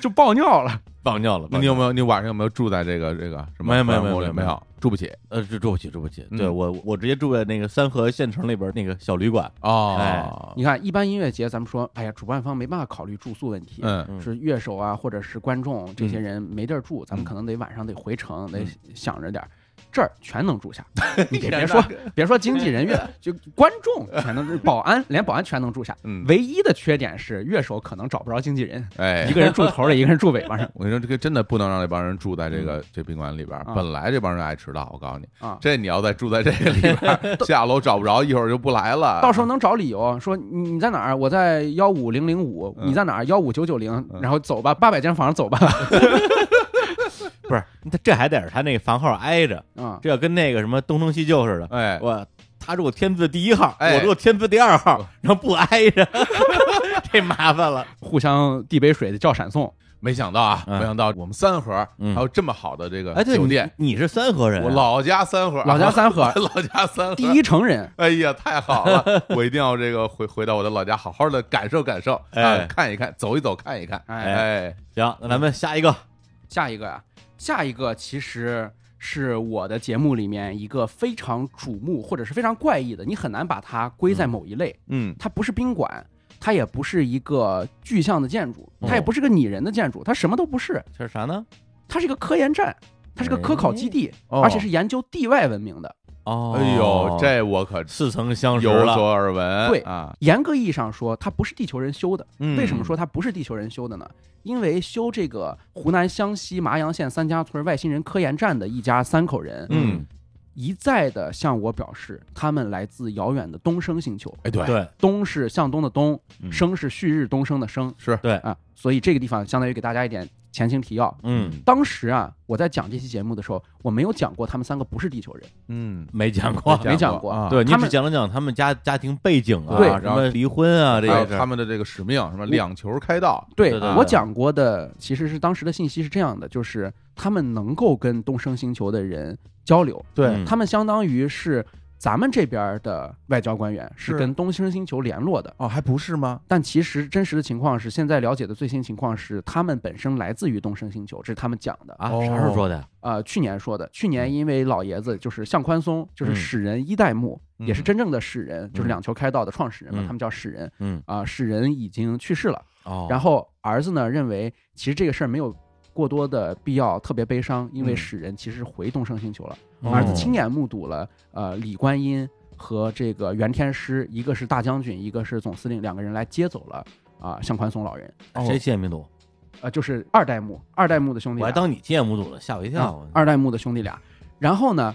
Speaker 3: 就爆尿了。
Speaker 4: 忘掉了，
Speaker 2: 那你有没有？你晚上有没有住在这个这个什么
Speaker 4: 没有没有
Speaker 2: 办公
Speaker 4: 没
Speaker 2: 里
Speaker 4: 有
Speaker 2: 没
Speaker 4: 没有
Speaker 2: 有，住不起
Speaker 4: 呃，住住不起，住不起。
Speaker 2: 嗯
Speaker 4: 对我，我直接住在那个三河县城里边那个小旅馆。
Speaker 2: 哦
Speaker 4: 哎。
Speaker 3: 你看，一般音乐节咱们说，哎呀，主办方没办法考虑住宿问题，
Speaker 2: 嗯，
Speaker 4: 嗯
Speaker 3: 是乐手啊，或者是观众这些
Speaker 2: 嗯
Speaker 3: 人没地儿住，咱们可能得晚上得回城，得
Speaker 2: 嗯
Speaker 3: 想着点儿。这儿全能 住下。你别别说，别说经纪人乐， 就观众全能住，保安连保安全能住下。
Speaker 2: 嗯
Speaker 3: 唯一的缺点是乐手可能找不着经纪人，
Speaker 2: 哎，
Speaker 3: 一个人住头儿里，一个人住尾巴 上
Speaker 2: 我跟你说，这个真的不能让这帮人住在这个这宾馆里边儿。
Speaker 3: 啊
Speaker 2: 本来这帮人爱迟到，我告诉你，
Speaker 3: 啊。
Speaker 2: 这你要再住在这个里边儿，下楼找不着，一会儿就不来了。
Speaker 3: 到时候能找理由说你你在哪儿？啊我在幺五零零五，
Speaker 2: 嗯
Speaker 3: 你在哪儿？幺五九九零，
Speaker 2: 嗯
Speaker 3: 然后走吧，八百间房走吧。
Speaker 4: 不是，他这还得是他那个房号挨着，
Speaker 3: 啊，
Speaker 4: 这要跟那个什么东城西就似的，
Speaker 2: 哎，
Speaker 4: 我他住我天字第一号，
Speaker 2: 哎
Speaker 4: 我住我天字第二号， 然后不挨着，这麻烦了。
Speaker 3: 互相递杯水叫闪送，
Speaker 2: 没想到啊，
Speaker 4: 嗯
Speaker 2: 没想到我们三河
Speaker 4: 嗯
Speaker 2: 还有这么好的这个
Speaker 4: 哎，对，
Speaker 2: 酒
Speaker 4: 你
Speaker 2: 店。
Speaker 4: 你是三河人啊，
Speaker 2: 我老家三河，
Speaker 3: 老家三河
Speaker 2: 老家三河，
Speaker 3: 第一城人。
Speaker 2: 哎呀，太好了！我一定要这个回回到我的老家，好好的感受感受，
Speaker 4: 哎
Speaker 2: 啊，看一看，走一走，看一看，
Speaker 3: 哎
Speaker 2: 哎，
Speaker 4: 行，那咱们下一个，
Speaker 3: 下一个呀、下一个其实是我的节目里面一个非常瞩目或者是非常怪异的，你很难把它归在某一类。
Speaker 2: 嗯，
Speaker 3: 它不是宾馆，它也不是一个具象的建筑，它也
Speaker 4: 哦
Speaker 3: 不是个拟人的建筑，它什么都不是，
Speaker 4: 这是啥呢？
Speaker 3: 它是一个科研站，它是个科考基地，
Speaker 2: 哦
Speaker 3: 而且是研究地外文明的。
Speaker 4: 哦，
Speaker 2: 哎呦，这我可
Speaker 4: 似曾相识
Speaker 2: 有
Speaker 4: 了。
Speaker 2: 所耳闻，
Speaker 3: 对
Speaker 2: 啊，
Speaker 3: 严格意义上说，它不是地球人修的。
Speaker 2: 嗯
Speaker 3: 为什么说它不是地球人修的呢？因为修这个湖南湘西麻阳县三家村外星人科研站的一家三口人，
Speaker 2: 嗯，
Speaker 3: 一再的向我表示，他们来自遥远的东升星球。
Speaker 2: 哎，对，
Speaker 4: 对，
Speaker 3: 东是向东的东，
Speaker 4: 嗯
Speaker 3: 升是旭日东升的升
Speaker 2: 是，
Speaker 3: 啊，所以这个地方相当于给大家一点前情提要。
Speaker 4: 嗯，
Speaker 3: 当时啊，我在讲这期节目的时候，我没有讲过他们三个不是地球人，
Speaker 2: 嗯，
Speaker 4: 没讲过，
Speaker 3: 没讲
Speaker 2: 啊
Speaker 3: 过。
Speaker 4: 对，你
Speaker 3: 他
Speaker 4: 只
Speaker 3: 们
Speaker 4: 讲了讲他们家家庭背景啊，
Speaker 3: 对
Speaker 4: 什么离婚啊这
Speaker 2: 还有
Speaker 4: 些事
Speaker 2: 他
Speaker 4: 儿。
Speaker 2: 们的这个使命，什么两球开道，
Speaker 3: 对
Speaker 4: 对对
Speaker 3: 我
Speaker 4: 对
Speaker 3: 讲过的，其实是当时的信息是这样的，就是他们能够跟东升星球的人交流，
Speaker 4: 嗯
Speaker 3: 他们相当于是咱们这边的外交官员，是
Speaker 2: 是
Speaker 3: 跟东升星球联络的。
Speaker 2: 哦，还不是吗？
Speaker 3: 但其实真实的情况是，现在了解的最新情况是，他们本身来自于东升星球，这是他们讲的。
Speaker 4: 啊，
Speaker 2: 哦
Speaker 4: 啥时候说的呀？
Speaker 3: 呃，去年说的，去年因为老爷子就是向宽松，就是
Speaker 4: 嗯
Speaker 3: 史人一代目，
Speaker 2: 嗯
Speaker 3: 也是真正的史人，就是
Speaker 4: 嗯
Speaker 3: 两球开道的创始人嘛，
Speaker 4: 嗯
Speaker 3: 他们叫史人。
Speaker 4: 嗯，
Speaker 3: 啊、史人已经去世了。
Speaker 4: 哦，
Speaker 3: 然
Speaker 4: 后
Speaker 3: 后儿子呢认为，其实这个事儿没有过多的必要特别悲伤，因为
Speaker 2: 嗯
Speaker 3: 史人其实回东升星球了。
Speaker 4: 哦
Speaker 3: 儿子亲眼目睹了呃李观音和这个袁天师，一个是大将军，一个是总司令，两个人来接走了啊、向宽松老人，
Speaker 2: 哦
Speaker 4: 谁见面组？
Speaker 3: 呃，就是二代目，二代目的兄弟
Speaker 4: 我
Speaker 3: 俩
Speaker 4: 还，当你见不组呢，吓我一跳
Speaker 3: 嗯。二代目的兄弟俩。然后呢，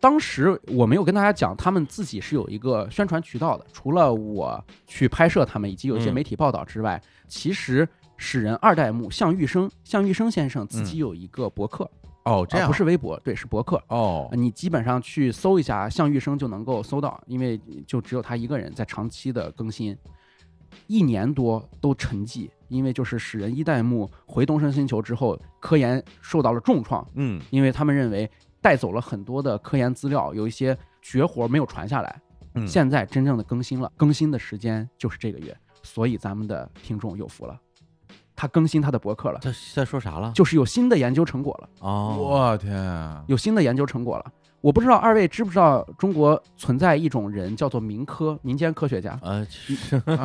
Speaker 3: 当时我没有跟大家讲，他们自己是有一个宣传渠道的，除了我去拍摄他们以及有一些
Speaker 4: 嗯
Speaker 3: 媒体报道之外，其实使人二代目向玉生，向玉生先生自己有一个博客，
Speaker 2: 哦，这
Speaker 3: 啊
Speaker 2: 样
Speaker 3: 不是微博，对，是博客。
Speaker 2: 哦，
Speaker 3: 你基本上去搜一下向玉生就能够搜到，因为就只有他一个人在长期的更新，一年多都沉寂，因为就是使人一代目回东升星球之后，科研受到了重创，
Speaker 2: 嗯，
Speaker 3: 因为他们认为带走了很多的科研资料，有一些绝活没有传下来。
Speaker 2: 嗯
Speaker 3: 现在真正的更新了，更新的时间就是这个月，所以咱们的听众有福了，他更新他的博客了，
Speaker 4: 他在说啥了？
Speaker 3: 就是有新的研究成果了。
Speaker 4: 哦，
Speaker 2: 我天啊，
Speaker 3: 有新的研究成果了。我不知道二位知不知道，中国存在一种人叫做民科，民间科学家。
Speaker 4: 呃，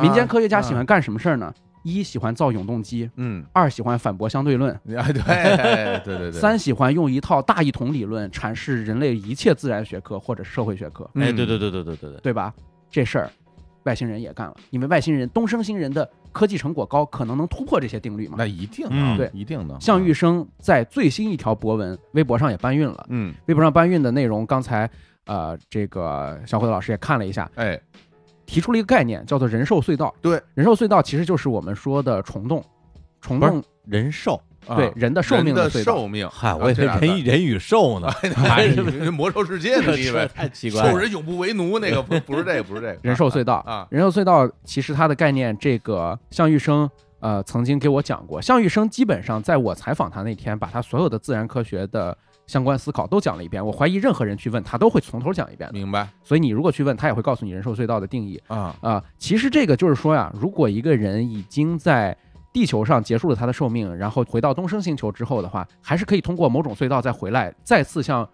Speaker 3: 民间科学家喜
Speaker 2: 啊
Speaker 3: 欢干什么事儿呢？一喜欢造永动机，
Speaker 2: 嗯，
Speaker 3: 二喜欢反驳相对论，
Speaker 2: 哎，对对对对，
Speaker 3: 三喜欢用一套大一统理论阐释人类一切自然学科或者社会学科，
Speaker 2: 嗯
Speaker 4: 哎，对对对对对对对，
Speaker 3: 对吧？这事儿外星人也干了，因为外星人东升星人的科技成果高，可能能突破这些定律嘛
Speaker 2: 那。一定能，
Speaker 4: 嗯
Speaker 3: 对
Speaker 2: 一定能。
Speaker 3: 向玉，生在最新一条博文，微博上也搬运了。
Speaker 2: 嗯，
Speaker 3: 微博上搬运的内容，刚才呃，这个小伙子老师也看了一下，
Speaker 2: 哎，
Speaker 3: 提出了一个概念，叫做人兽隧道。
Speaker 2: 对，
Speaker 3: 人兽隧道其实就是我们说的虫洞，虫洞
Speaker 4: 人兽，
Speaker 2: 啊
Speaker 3: 对人的寿
Speaker 2: 人
Speaker 3: 命
Speaker 2: 的
Speaker 3: 隧道。
Speaker 2: 寿 命，
Speaker 4: 嗨，
Speaker 2: 啊
Speaker 4: 我以为
Speaker 2: 这俩字
Speaker 4: 人与人与兽 呢，
Speaker 2: 哎你这魔兽世界呢？你以 为
Speaker 4: 太奇怪
Speaker 2: 兽
Speaker 4: 了。
Speaker 2: 人永不为奴那个不不是这个，不是这个
Speaker 3: 人兽隧道，
Speaker 2: 啊，
Speaker 3: 人兽隧道其实它的概念，这个向玉生呃曾经给我讲过。向玉生基本上在我采访他那天，把他所有的自然科学的相关思考都讲了一遍。我怀疑任何人去问他都会从头讲一遍的。
Speaker 2: 明白
Speaker 3: 所以你如果去问他，也会告诉你人兽隧道的定义。
Speaker 2: 啊，
Speaker 3: 啊、其实这个就是说呀，如果一个人已经在地球上结束了他的寿命，然后回到东升星球之后的话，还是可以通过某种隧道再回来，再次像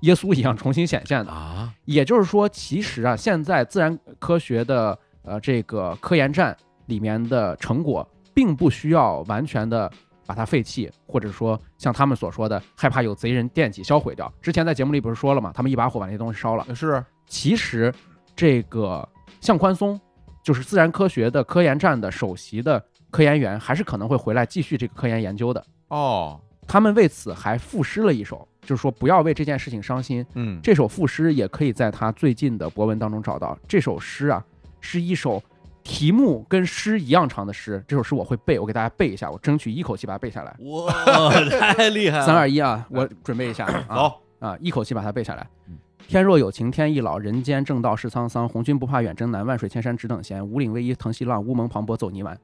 Speaker 3: 耶稣一样重新显现的。
Speaker 4: 啊，
Speaker 3: 也就是说，其实啊，现在自然科学的呃这个科研站里面的成果，并不需要完全的。把它废弃，或者说像他们所说的害怕有贼人惦记销毁掉。之前在节目里不是说了吗？他们一把火把那些东西烧了。
Speaker 2: 是
Speaker 3: 其实这个向宽松就是自然科学的科研站的首席的科研员，还是可能会回来继续这个科研研究的。
Speaker 2: 哦，
Speaker 3: 他们为此还赋诗了一首，就是说不要为这件事情伤心。
Speaker 2: 嗯，
Speaker 3: 这首赋诗也可以在他最近的博文当中找到。这首诗啊，是一首题目跟诗一样长的诗。这首诗我会背，我给大家背一下，我争取一口气把它背下来。
Speaker 4: 哇， 太厉害了！
Speaker 3: 三二一啊，我准备一下啊。
Speaker 4: 嗯 走，
Speaker 3: 啊，一口气把它背下来
Speaker 4: 嗯。
Speaker 3: 天若有情天亦老，人间正道是沧桑。红军不怕远征难，万水千山只等闲。五岭逶迤腾细浪，乌蒙磅礴走泥丸。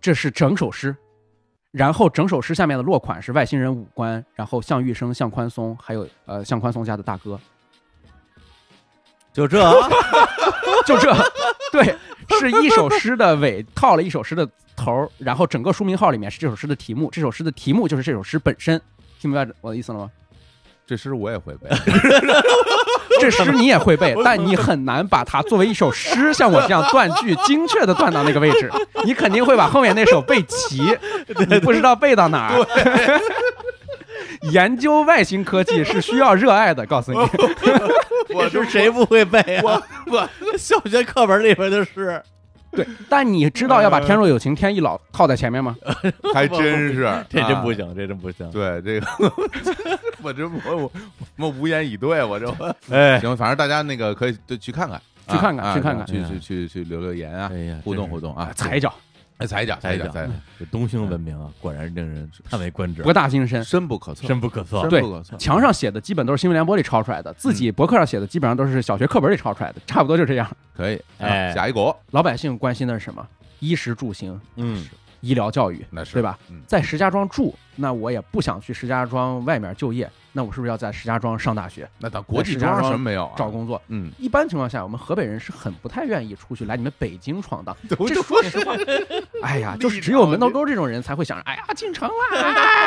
Speaker 3: 这是整首诗，然后整首诗下面的落款是外星人五官，然后向玉生、向宽松，还有呃向宽松家的大哥，
Speaker 4: 就这啊，
Speaker 3: 就这， 对，是一首诗的尾套了一首诗的头儿，然后整个书名号里面是这首诗的题目，这首诗的题目就是这首诗本身，听明白我的意思了吗？
Speaker 2: 这诗我也会背，
Speaker 3: 这诗你也会背， 但你很难把它作为一首诗，像我这样断句精确的断到那个位置。你肯定会把后面那首背齐，你不知道背到哪儿。 研究外星科技是需要热爱的，告诉你，
Speaker 4: 我是谁不会背啊？
Speaker 2: 我
Speaker 4: 小学课本里边的诗，
Speaker 3: 对。但你知道要把“天若有情天亦老”套在前面吗？
Speaker 2: 还真是，
Speaker 4: 这真不
Speaker 2: 啊。
Speaker 4: 行，这真不行。
Speaker 2: 对这个， 我这我我我无言以对，我这 我
Speaker 4: 哎，
Speaker 2: 行，反正大家那个可以就去看看，
Speaker 3: 去看看
Speaker 2: 啊
Speaker 3: 去看嗯看
Speaker 2: 去去去去留留言啊
Speaker 4: 哎，呀，
Speaker 2: 互动
Speaker 4: 真
Speaker 2: 互
Speaker 4: 是
Speaker 2: 动啊，
Speaker 3: 踩脚，
Speaker 2: 哎踩一脚踩一脚踩一脚，
Speaker 4: 这东兴文明啊，果然令人叹为观止，
Speaker 3: 博大精嗯深。
Speaker 2: 深不可测，
Speaker 4: 深不可测
Speaker 2: 深。
Speaker 3: 对
Speaker 2: 不可测。
Speaker 3: 墙上写的基本都是新闻联播里抄出来的，自己博客上写的基本上都是小学课本里抄出来的，差不多就这样。
Speaker 2: 可以，
Speaker 4: 哎
Speaker 2: 啊下一股
Speaker 3: 老百姓关心的是什么？衣食住行、
Speaker 4: 嗯，
Speaker 3: 医疗教育，
Speaker 2: 那是
Speaker 3: 对吧？？
Speaker 2: 嗯，
Speaker 3: 在石家庄住，那我也不想去石家庄外面就业，那我是不是要在石家庄上大学、
Speaker 2: 那到国际
Speaker 3: 石家
Speaker 2: 庄
Speaker 3: 庄
Speaker 2: 什么没有啊？
Speaker 3: 找工作？
Speaker 2: 嗯，
Speaker 3: 一般情况下，我们河北人是很不太愿意出去来你们北京闯荡。
Speaker 2: 都
Speaker 3: 这说实话，哎 呀，就是只有门头沟这种人才会想着，哎呀，进城啦，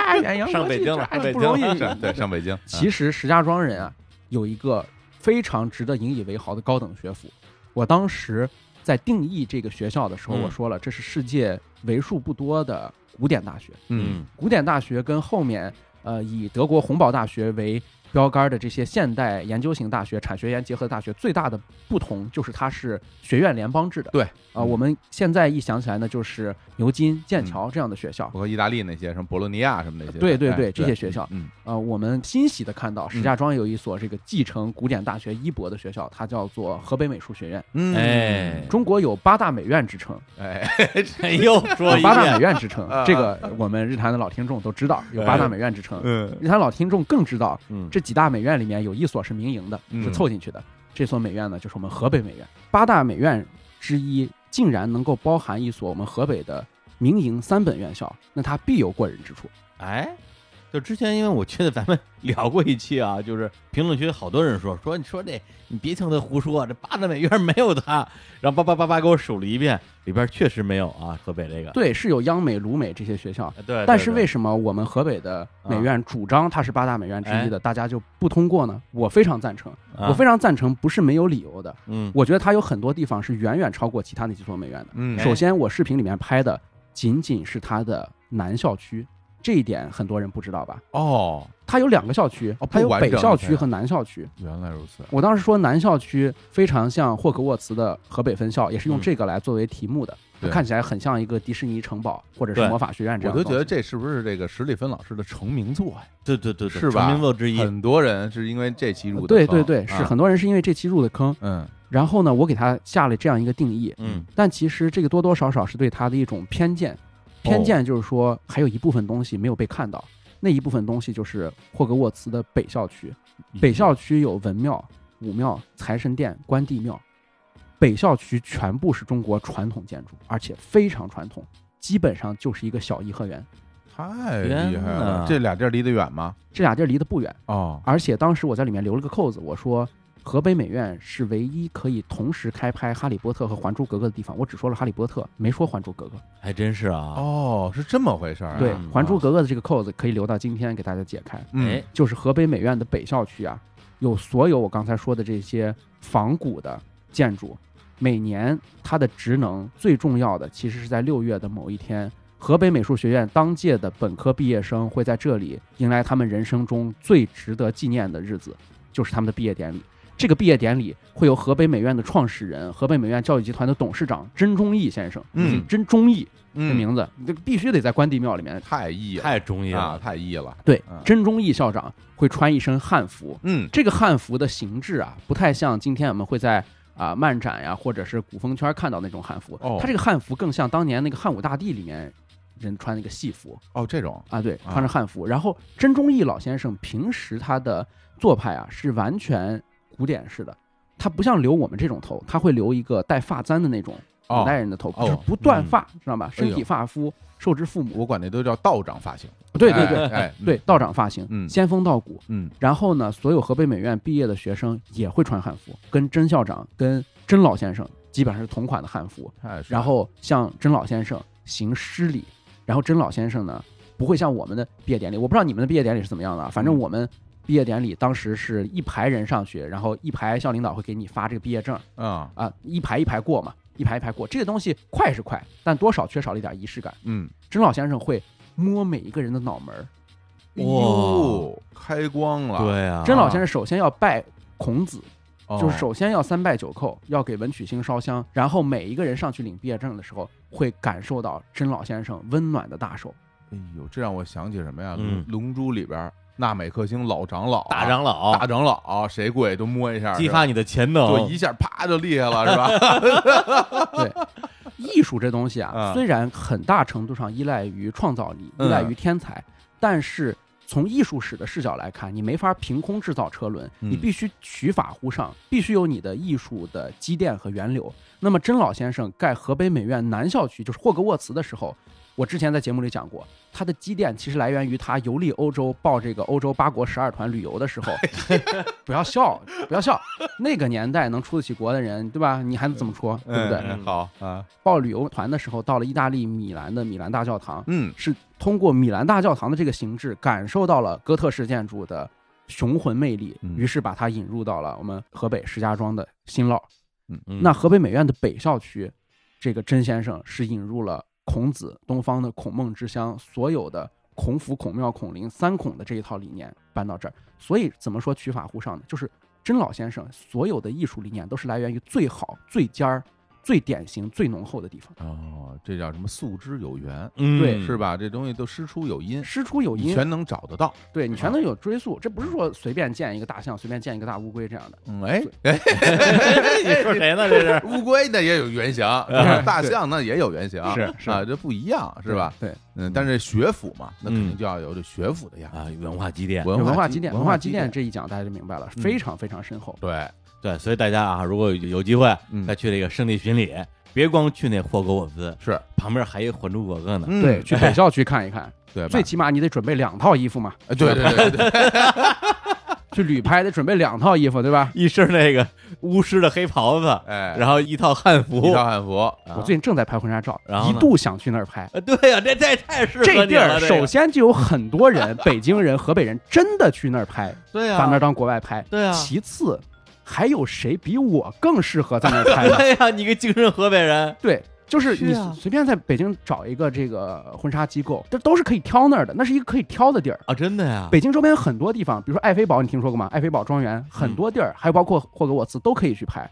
Speaker 3: 啊 远洋国际
Speaker 4: 上北京了
Speaker 3: 哎
Speaker 4: 上北
Speaker 3: 不
Speaker 4: 京
Speaker 3: 容易
Speaker 4: 了。
Speaker 2: 是对上北京， 啊
Speaker 3: 其实石家庄人啊，有一个非常值得引以为豪的高等学府。我当时在定义这个学校的时候，
Speaker 4: 嗯
Speaker 3: 我说了，这是世界为数不多的古典大学。
Speaker 2: 嗯，
Speaker 3: 古典大学跟后面呃以德国洪堡大学为标杆的这些现代研究型大学、产学研结合的大学最大的不同就是它是学院联邦制的。
Speaker 2: 对嗯
Speaker 3: 啊、我们现在一想起来呢，就是牛津、剑
Speaker 2: 嗯
Speaker 3: 桥这样的学校。
Speaker 2: 包括意大利那些什么博洛尼亚什么那些，
Speaker 3: 对对
Speaker 2: 哎
Speaker 3: 对这些学校
Speaker 2: 嗯，
Speaker 3: 呃，我们欣喜的看到石家庄有一所这个继承古典大学衣钵的学校，它叫做河北美术学院。
Speaker 2: 嗯，
Speaker 4: 哎，
Speaker 3: 中国有八大美院之称，
Speaker 2: 哎，
Speaker 4: 哎又说
Speaker 3: 有
Speaker 4: 一
Speaker 3: 八大美
Speaker 4: 遍，
Speaker 3: 院之 称
Speaker 2: 啊，
Speaker 3: 这个我们日坛的老听众都知道，有八大美院之称。
Speaker 2: 嗯
Speaker 3: 日坛老听众更知道，
Speaker 4: 嗯，
Speaker 3: 这几大美院里面有一所是民营的，
Speaker 2: 嗯
Speaker 3: 是凑进去的。这所美院呢，就是我们河北美院。八大美院之一，竟然能够包含一所我们河北的民营三本院校，那它必有过人之处。
Speaker 4: 哎，就之前因为我记得咱们 聊过一期啊，就是评论区好多人说说你说这你别听他胡说，这八大美院没有他，然后叭叭叭叭给我数了一遍，里边确实没有啊，河北这个。
Speaker 3: 对，是有央美、鲁美这些学校，
Speaker 4: 对对，啊
Speaker 3: 但是为
Speaker 4: 什
Speaker 3: 什么我们河北的美院主张它是八大美院之一
Speaker 4: 哎
Speaker 3: 的，大家就不通过呢？我非常赞成，
Speaker 4: 么
Speaker 3: 我非常赞成，不是没有理由的。
Speaker 4: 嗯
Speaker 3: 我觉得它有很多地方是远远超过其他那几所美院的。
Speaker 2: 嗯，
Speaker 4: 哎
Speaker 3: 首先，我视频里面拍的仅仅是它的南校区，这一点很多人不知道吧？
Speaker 2: 哦，
Speaker 3: 它有两个校区
Speaker 2: 哦，不
Speaker 3: 它有
Speaker 2: 完
Speaker 3: 北
Speaker 2: 整
Speaker 3: 校
Speaker 2: 的
Speaker 3: 区和南校区。
Speaker 2: 原来如此，
Speaker 3: 我当时说南校区非常像霍格沃茨的河北分校，也是用
Speaker 4: 嗯
Speaker 3: 这个来作为题目的，它
Speaker 2: 对
Speaker 3: 看起来很像一个迪士尼城堡或者是
Speaker 4: 对
Speaker 3: 魔法学院这
Speaker 2: 我
Speaker 3: 样的
Speaker 2: 都觉
Speaker 3: 东西。
Speaker 2: 得这是不是这个史蒂芬老师的成名作呀？
Speaker 4: 对对对对
Speaker 2: 是吧
Speaker 4: 成名作之一，
Speaker 2: 很多人是因为这期入的，
Speaker 3: 对对对，是
Speaker 2: 啊，
Speaker 3: 很多人是因为这期入的坑，
Speaker 2: 嗯
Speaker 3: 然后呢，我给他下了这样一个定义，
Speaker 4: 嗯
Speaker 3: 但其实这个多多少少是对他的一种偏见，偏见就是说还有一部分东西没有被看到，那一部分东西就是霍格沃茨的北校区，北校区有文庙、武庙、财神殿、关帝庙，北校区全部是中国传统建筑，而且非常传统，基本上就是一个小颐和园。
Speaker 2: 太厉害
Speaker 4: 天
Speaker 2: 了
Speaker 4: 哪，
Speaker 2: 这俩地儿离得远吗？
Speaker 3: 这俩地儿离得不远，
Speaker 2: 哦，
Speaker 3: 而且当时我在里面留了个扣子，我说河北美院是唯一可以同时开拍《哈利波特》和《还珠格格》的地方。我只说了《哈利波特》，没说《还珠格格》。
Speaker 4: 还真是啊，
Speaker 2: 哦，是这么回事儿啊，
Speaker 3: 对，
Speaker 4: 嗯
Speaker 3: 《还珠格格》的这个扣子可以留到今天给大家解开。
Speaker 2: 嗯
Speaker 4: 哎，
Speaker 3: 就是河北美院的北校区啊，有所有我刚才说的这些仿古的建筑，每年它的职能最重要的其实是在六月的某一天，河北美术学院当届的本科毕业生会在这里迎来他们人生中最值得纪念的日子，就是他们的毕业典礼。这个毕业典礼会由河北美院的创始人、河北美院教育集团的董事长甄忠义先生，
Speaker 2: 嗯
Speaker 3: 甄忠义这
Speaker 2: 嗯，
Speaker 3: 名字，这个必须得在关帝庙里面。
Speaker 2: 太易了
Speaker 4: 太中意
Speaker 2: 啊，
Speaker 4: 了，
Speaker 2: 太易了，
Speaker 3: 对
Speaker 2: 啊，
Speaker 3: 甄忠义校长会穿一身汉服，
Speaker 2: 嗯
Speaker 3: 这个汉服的形制啊，不太像今天我们会在啊、漫展呀、或者是古风圈看到那种汉服。
Speaker 2: 哦
Speaker 3: 它这个汉服更像当年那个汉武大帝里面人穿那个戏服
Speaker 2: 哦这种
Speaker 3: 啊，对，
Speaker 2: 啊
Speaker 3: 穿着汉服。然后甄忠义老先生平时他的做派啊是完全古典式的。他不像留我们这种头，他会留一个带发簪的那种古
Speaker 2: 哦
Speaker 3: 代人的头，
Speaker 2: 哦
Speaker 3: 就是不断发，知道吧？
Speaker 2: 哎呦
Speaker 3: 身体发肤，受之父母。
Speaker 2: 我管那都叫道长发型，
Speaker 3: 对对对、
Speaker 2: 哎哎
Speaker 3: 对，道长发型，
Speaker 2: 嗯
Speaker 3: 仙风道骨。
Speaker 2: 嗯
Speaker 3: 然后呢，所有河北美院毕业的学生也会穿汉服，跟甄校长、跟甄老先生基本上是同款的汉服。
Speaker 2: 太帅
Speaker 3: 然后向甄老先生行诗礼，然后甄老先生呢不会像我们的毕业典礼，我不知道你们的毕业典礼是怎么样的啊，反
Speaker 2: 嗯
Speaker 3: 正我们毕业典礼当时是一排人上去，然后一排校领导会给你发这个毕业证
Speaker 2: 啊
Speaker 3: 啊，一排一排过嘛，一排一排过。这个东西快是快，但多少缺少了一点仪式感。
Speaker 2: 嗯，
Speaker 3: 甄老先生会摸每一个人的脑门儿，
Speaker 2: 哇、
Speaker 4: 哇
Speaker 2: 哎开光了，
Speaker 4: 对啊，
Speaker 3: 甄老先生首先要拜孔子。
Speaker 2: 哦，
Speaker 3: 就是首先要三拜九叩，要给文曲星烧香，然后每一个人上去领毕业证的时候，会感受到甄老先生温暖的大手。
Speaker 2: 哎呦，这让我想起什么呀？
Speaker 4: 嗯
Speaker 2: 龙龙珠》里边纳美克星老长老啊、
Speaker 4: 大长老
Speaker 2: 大长老、谁跪都摸一下，
Speaker 4: 激
Speaker 2: 是吧
Speaker 4: 发你的潜能，
Speaker 3: 嗯
Speaker 2: 就一下啪就厉害了， 是吧？嗯
Speaker 3: 艺术这东西啊，
Speaker 2: 嗯
Speaker 3: 虽然很大程度上依赖于创造力，依
Speaker 2: 嗯
Speaker 3: 赖于天才，但是从艺术史的视角来看，你没法凭空制造车轮，
Speaker 2: 嗯
Speaker 3: 你必须取法乎上，必须有你的艺术的积淀和源流。那么甄老先生盖河北美院南校区，就是霍格沃茨的时候，我之前在节目里讲过，他的积淀其实来源于他游历欧洲，报这个欧洲八国十二团旅游的 时候，不要笑，不要笑，那个年代能出得起国的人，对吧？你还能怎么出，对不对？
Speaker 2: 嗯嗯好啊，
Speaker 3: 报旅游团的时候，到了意大利米兰的米兰大教堂，
Speaker 2: 嗯
Speaker 3: 是通过米兰大教堂的这个形制，感受到了哥特式建筑的雄浑魅力
Speaker 2: 嗯，
Speaker 3: 于是把它引入到了我们河北石家庄的新烙。
Speaker 4: 嗯
Speaker 3: 那河北美院的北校区，这个甄先生是引入了孔子、东方的孔孟之乡，所有的孔府、孔庙、孔林三孔的这一套理念搬到这儿。所以怎么说取法乎上呢？就是甄老先生所有的艺术理念都是来源于最好、最尖儿、最典型、最浓厚的地方。
Speaker 2: 哦，这叫什么素之有缘，
Speaker 4: 嗯
Speaker 3: 对
Speaker 2: 是吧？这东西都师出有因，
Speaker 3: 师出有
Speaker 2: 你
Speaker 3: 因，
Speaker 2: 全能找得到。
Speaker 3: 对你全都有追溯，这不是说随便建一个大象，随便建一个大乌龟这样的。
Speaker 2: 嗯，哎哎，你
Speaker 4: 说谁呢？这是
Speaker 2: 乌龟那也有原型，
Speaker 3: 对
Speaker 2: 大象那也有原型，
Speaker 3: 是是
Speaker 2: 啊，这不一样是吧？
Speaker 3: 对，
Speaker 2: 嗯，但是学府嘛，那肯定
Speaker 4: 嗯
Speaker 2: 就要有这学府的样子，
Speaker 4: 啊，文化积淀。
Speaker 3: 有
Speaker 2: 文
Speaker 3: 文
Speaker 2: 化
Speaker 3: 积淀，
Speaker 2: 文
Speaker 3: 文化
Speaker 2: 积
Speaker 3: 积淀这一讲大家就明白了，
Speaker 2: 嗯
Speaker 3: 非常非常深厚。
Speaker 2: 对，
Speaker 4: 对，所以大家啊，如果有有机会
Speaker 2: 嗯
Speaker 4: 再去这个圣地巡礼，别光去那霍格沃兹，
Speaker 2: 是
Speaker 4: 旁边还有《还珠格格》呢。
Speaker 2: 嗯
Speaker 3: 对，去北校区看一看，
Speaker 2: 对吧，
Speaker 3: 最起码你得准备两套衣服嘛，
Speaker 2: 哎对对对对对，
Speaker 3: 去旅拍得准备两套衣服，对吧？
Speaker 4: 一身那个巫师的黑袍子，
Speaker 2: 哎，
Speaker 4: 然后一套汉服，
Speaker 2: 一套汉服，
Speaker 4: 啊
Speaker 3: 我最近正在拍婚纱照
Speaker 4: 然，后
Speaker 3: 一
Speaker 4: 呢
Speaker 3: 度想去那儿拍。
Speaker 4: 呃对呀、这这也太适合
Speaker 3: 这
Speaker 4: 你
Speaker 3: 地儿
Speaker 4: 了。这
Speaker 3: 首
Speaker 4: 个
Speaker 3: 先就有很多人，北京人、河北人真的去那儿拍，
Speaker 4: 对呀、
Speaker 3: 把那儿当国外拍。
Speaker 4: 对啊
Speaker 3: 其次，还有谁比我更适合在那儿拍呢？
Speaker 4: 对呀、你个精神河北人，
Speaker 3: 对，就是
Speaker 4: 是
Speaker 3: 你
Speaker 4: 啊
Speaker 3: 随便在北京找一个这个婚纱机构，这都是可以挑那儿的，那是一个可以挑的地儿。
Speaker 4: 啊，真的呀，
Speaker 3: 北京周边很多地方，比如说爱妃堡，你听说过吗？爱妃堡庄园很多地儿，还有包括霍格沃茨都可以去拍。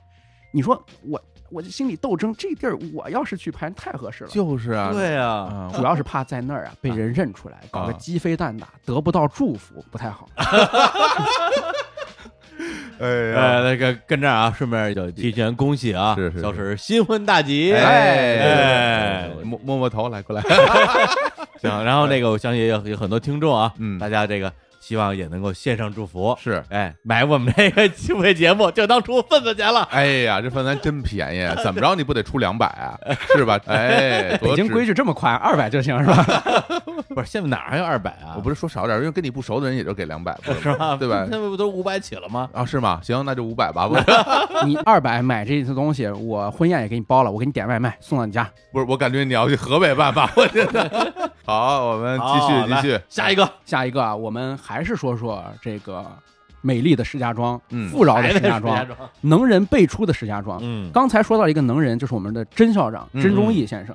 Speaker 3: 你说我我这心里斗争，这地儿我要是去拍太合适了。
Speaker 2: 就是啊，
Speaker 4: 对呀、
Speaker 2: 啊，
Speaker 3: 主要是怕在那儿啊被人认出来，搞个鸡飞蛋打，得不到祝福不太好。
Speaker 2: 哎呀，
Speaker 4: 呃，那个跟这儿啊，顺便就提前恭喜啊，
Speaker 2: 是是是
Speaker 4: 小史新婚大吉，
Speaker 2: 哎
Speaker 4: 哎，
Speaker 2: 摸摸摸头，来过来，
Speaker 4: 行。然后那个，我相信有有很多听众啊，
Speaker 2: 嗯
Speaker 4: 大家这个希望也能够献上祝福，
Speaker 2: 是，
Speaker 4: 哎，买我们这个付费节目就当出份子钱了。
Speaker 2: 哎呀，这饭咱真便宜，怎么着你不得出两百啊，是吧？哎，
Speaker 3: 北
Speaker 2: 多
Speaker 3: 京
Speaker 2: 值
Speaker 3: 规矩这么宽，二百就行是吧？
Speaker 4: 不是，现在哪还有二百啊？
Speaker 2: 我不是说少点儿，因为跟你不熟的人也就给两百，不
Speaker 4: 是吧？
Speaker 2: 对吧
Speaker 4: 那不都五百起了吗？
Speaker 2: 啊，是吗？行，那就五百吧，不
Speaker 3: 你二百买这一次东西，我婚宴也给你包了，我给你点外卖送到你家。
Speaker 2: 不是，我感觉你要去河北办吧，我觉得。好，我们
Speaker 4: 好
Speaker 2: 继续继续
Speaker 4: 来，下一个
Speaker 3: 下一个啊，我们还是说说这个美丽的石家庄，
Speaker 2: 嗯
Speaker 3: 富饶的
Speaker 4: 还
Speaker 3: 石
Speaker 4: 得
Speaker 3: 家
Speaker 4: 是
Speaker 3: 庄，
Speaker 4: 石家庄，
Speaker 3: 能人辈出的石家庄。
Speaker 4: 嗯，
Speaker 3: 刚才说到一个能人，就是我们的甄校长
Speaker 2: 嗯
Speaker 3: 甄忠义先生。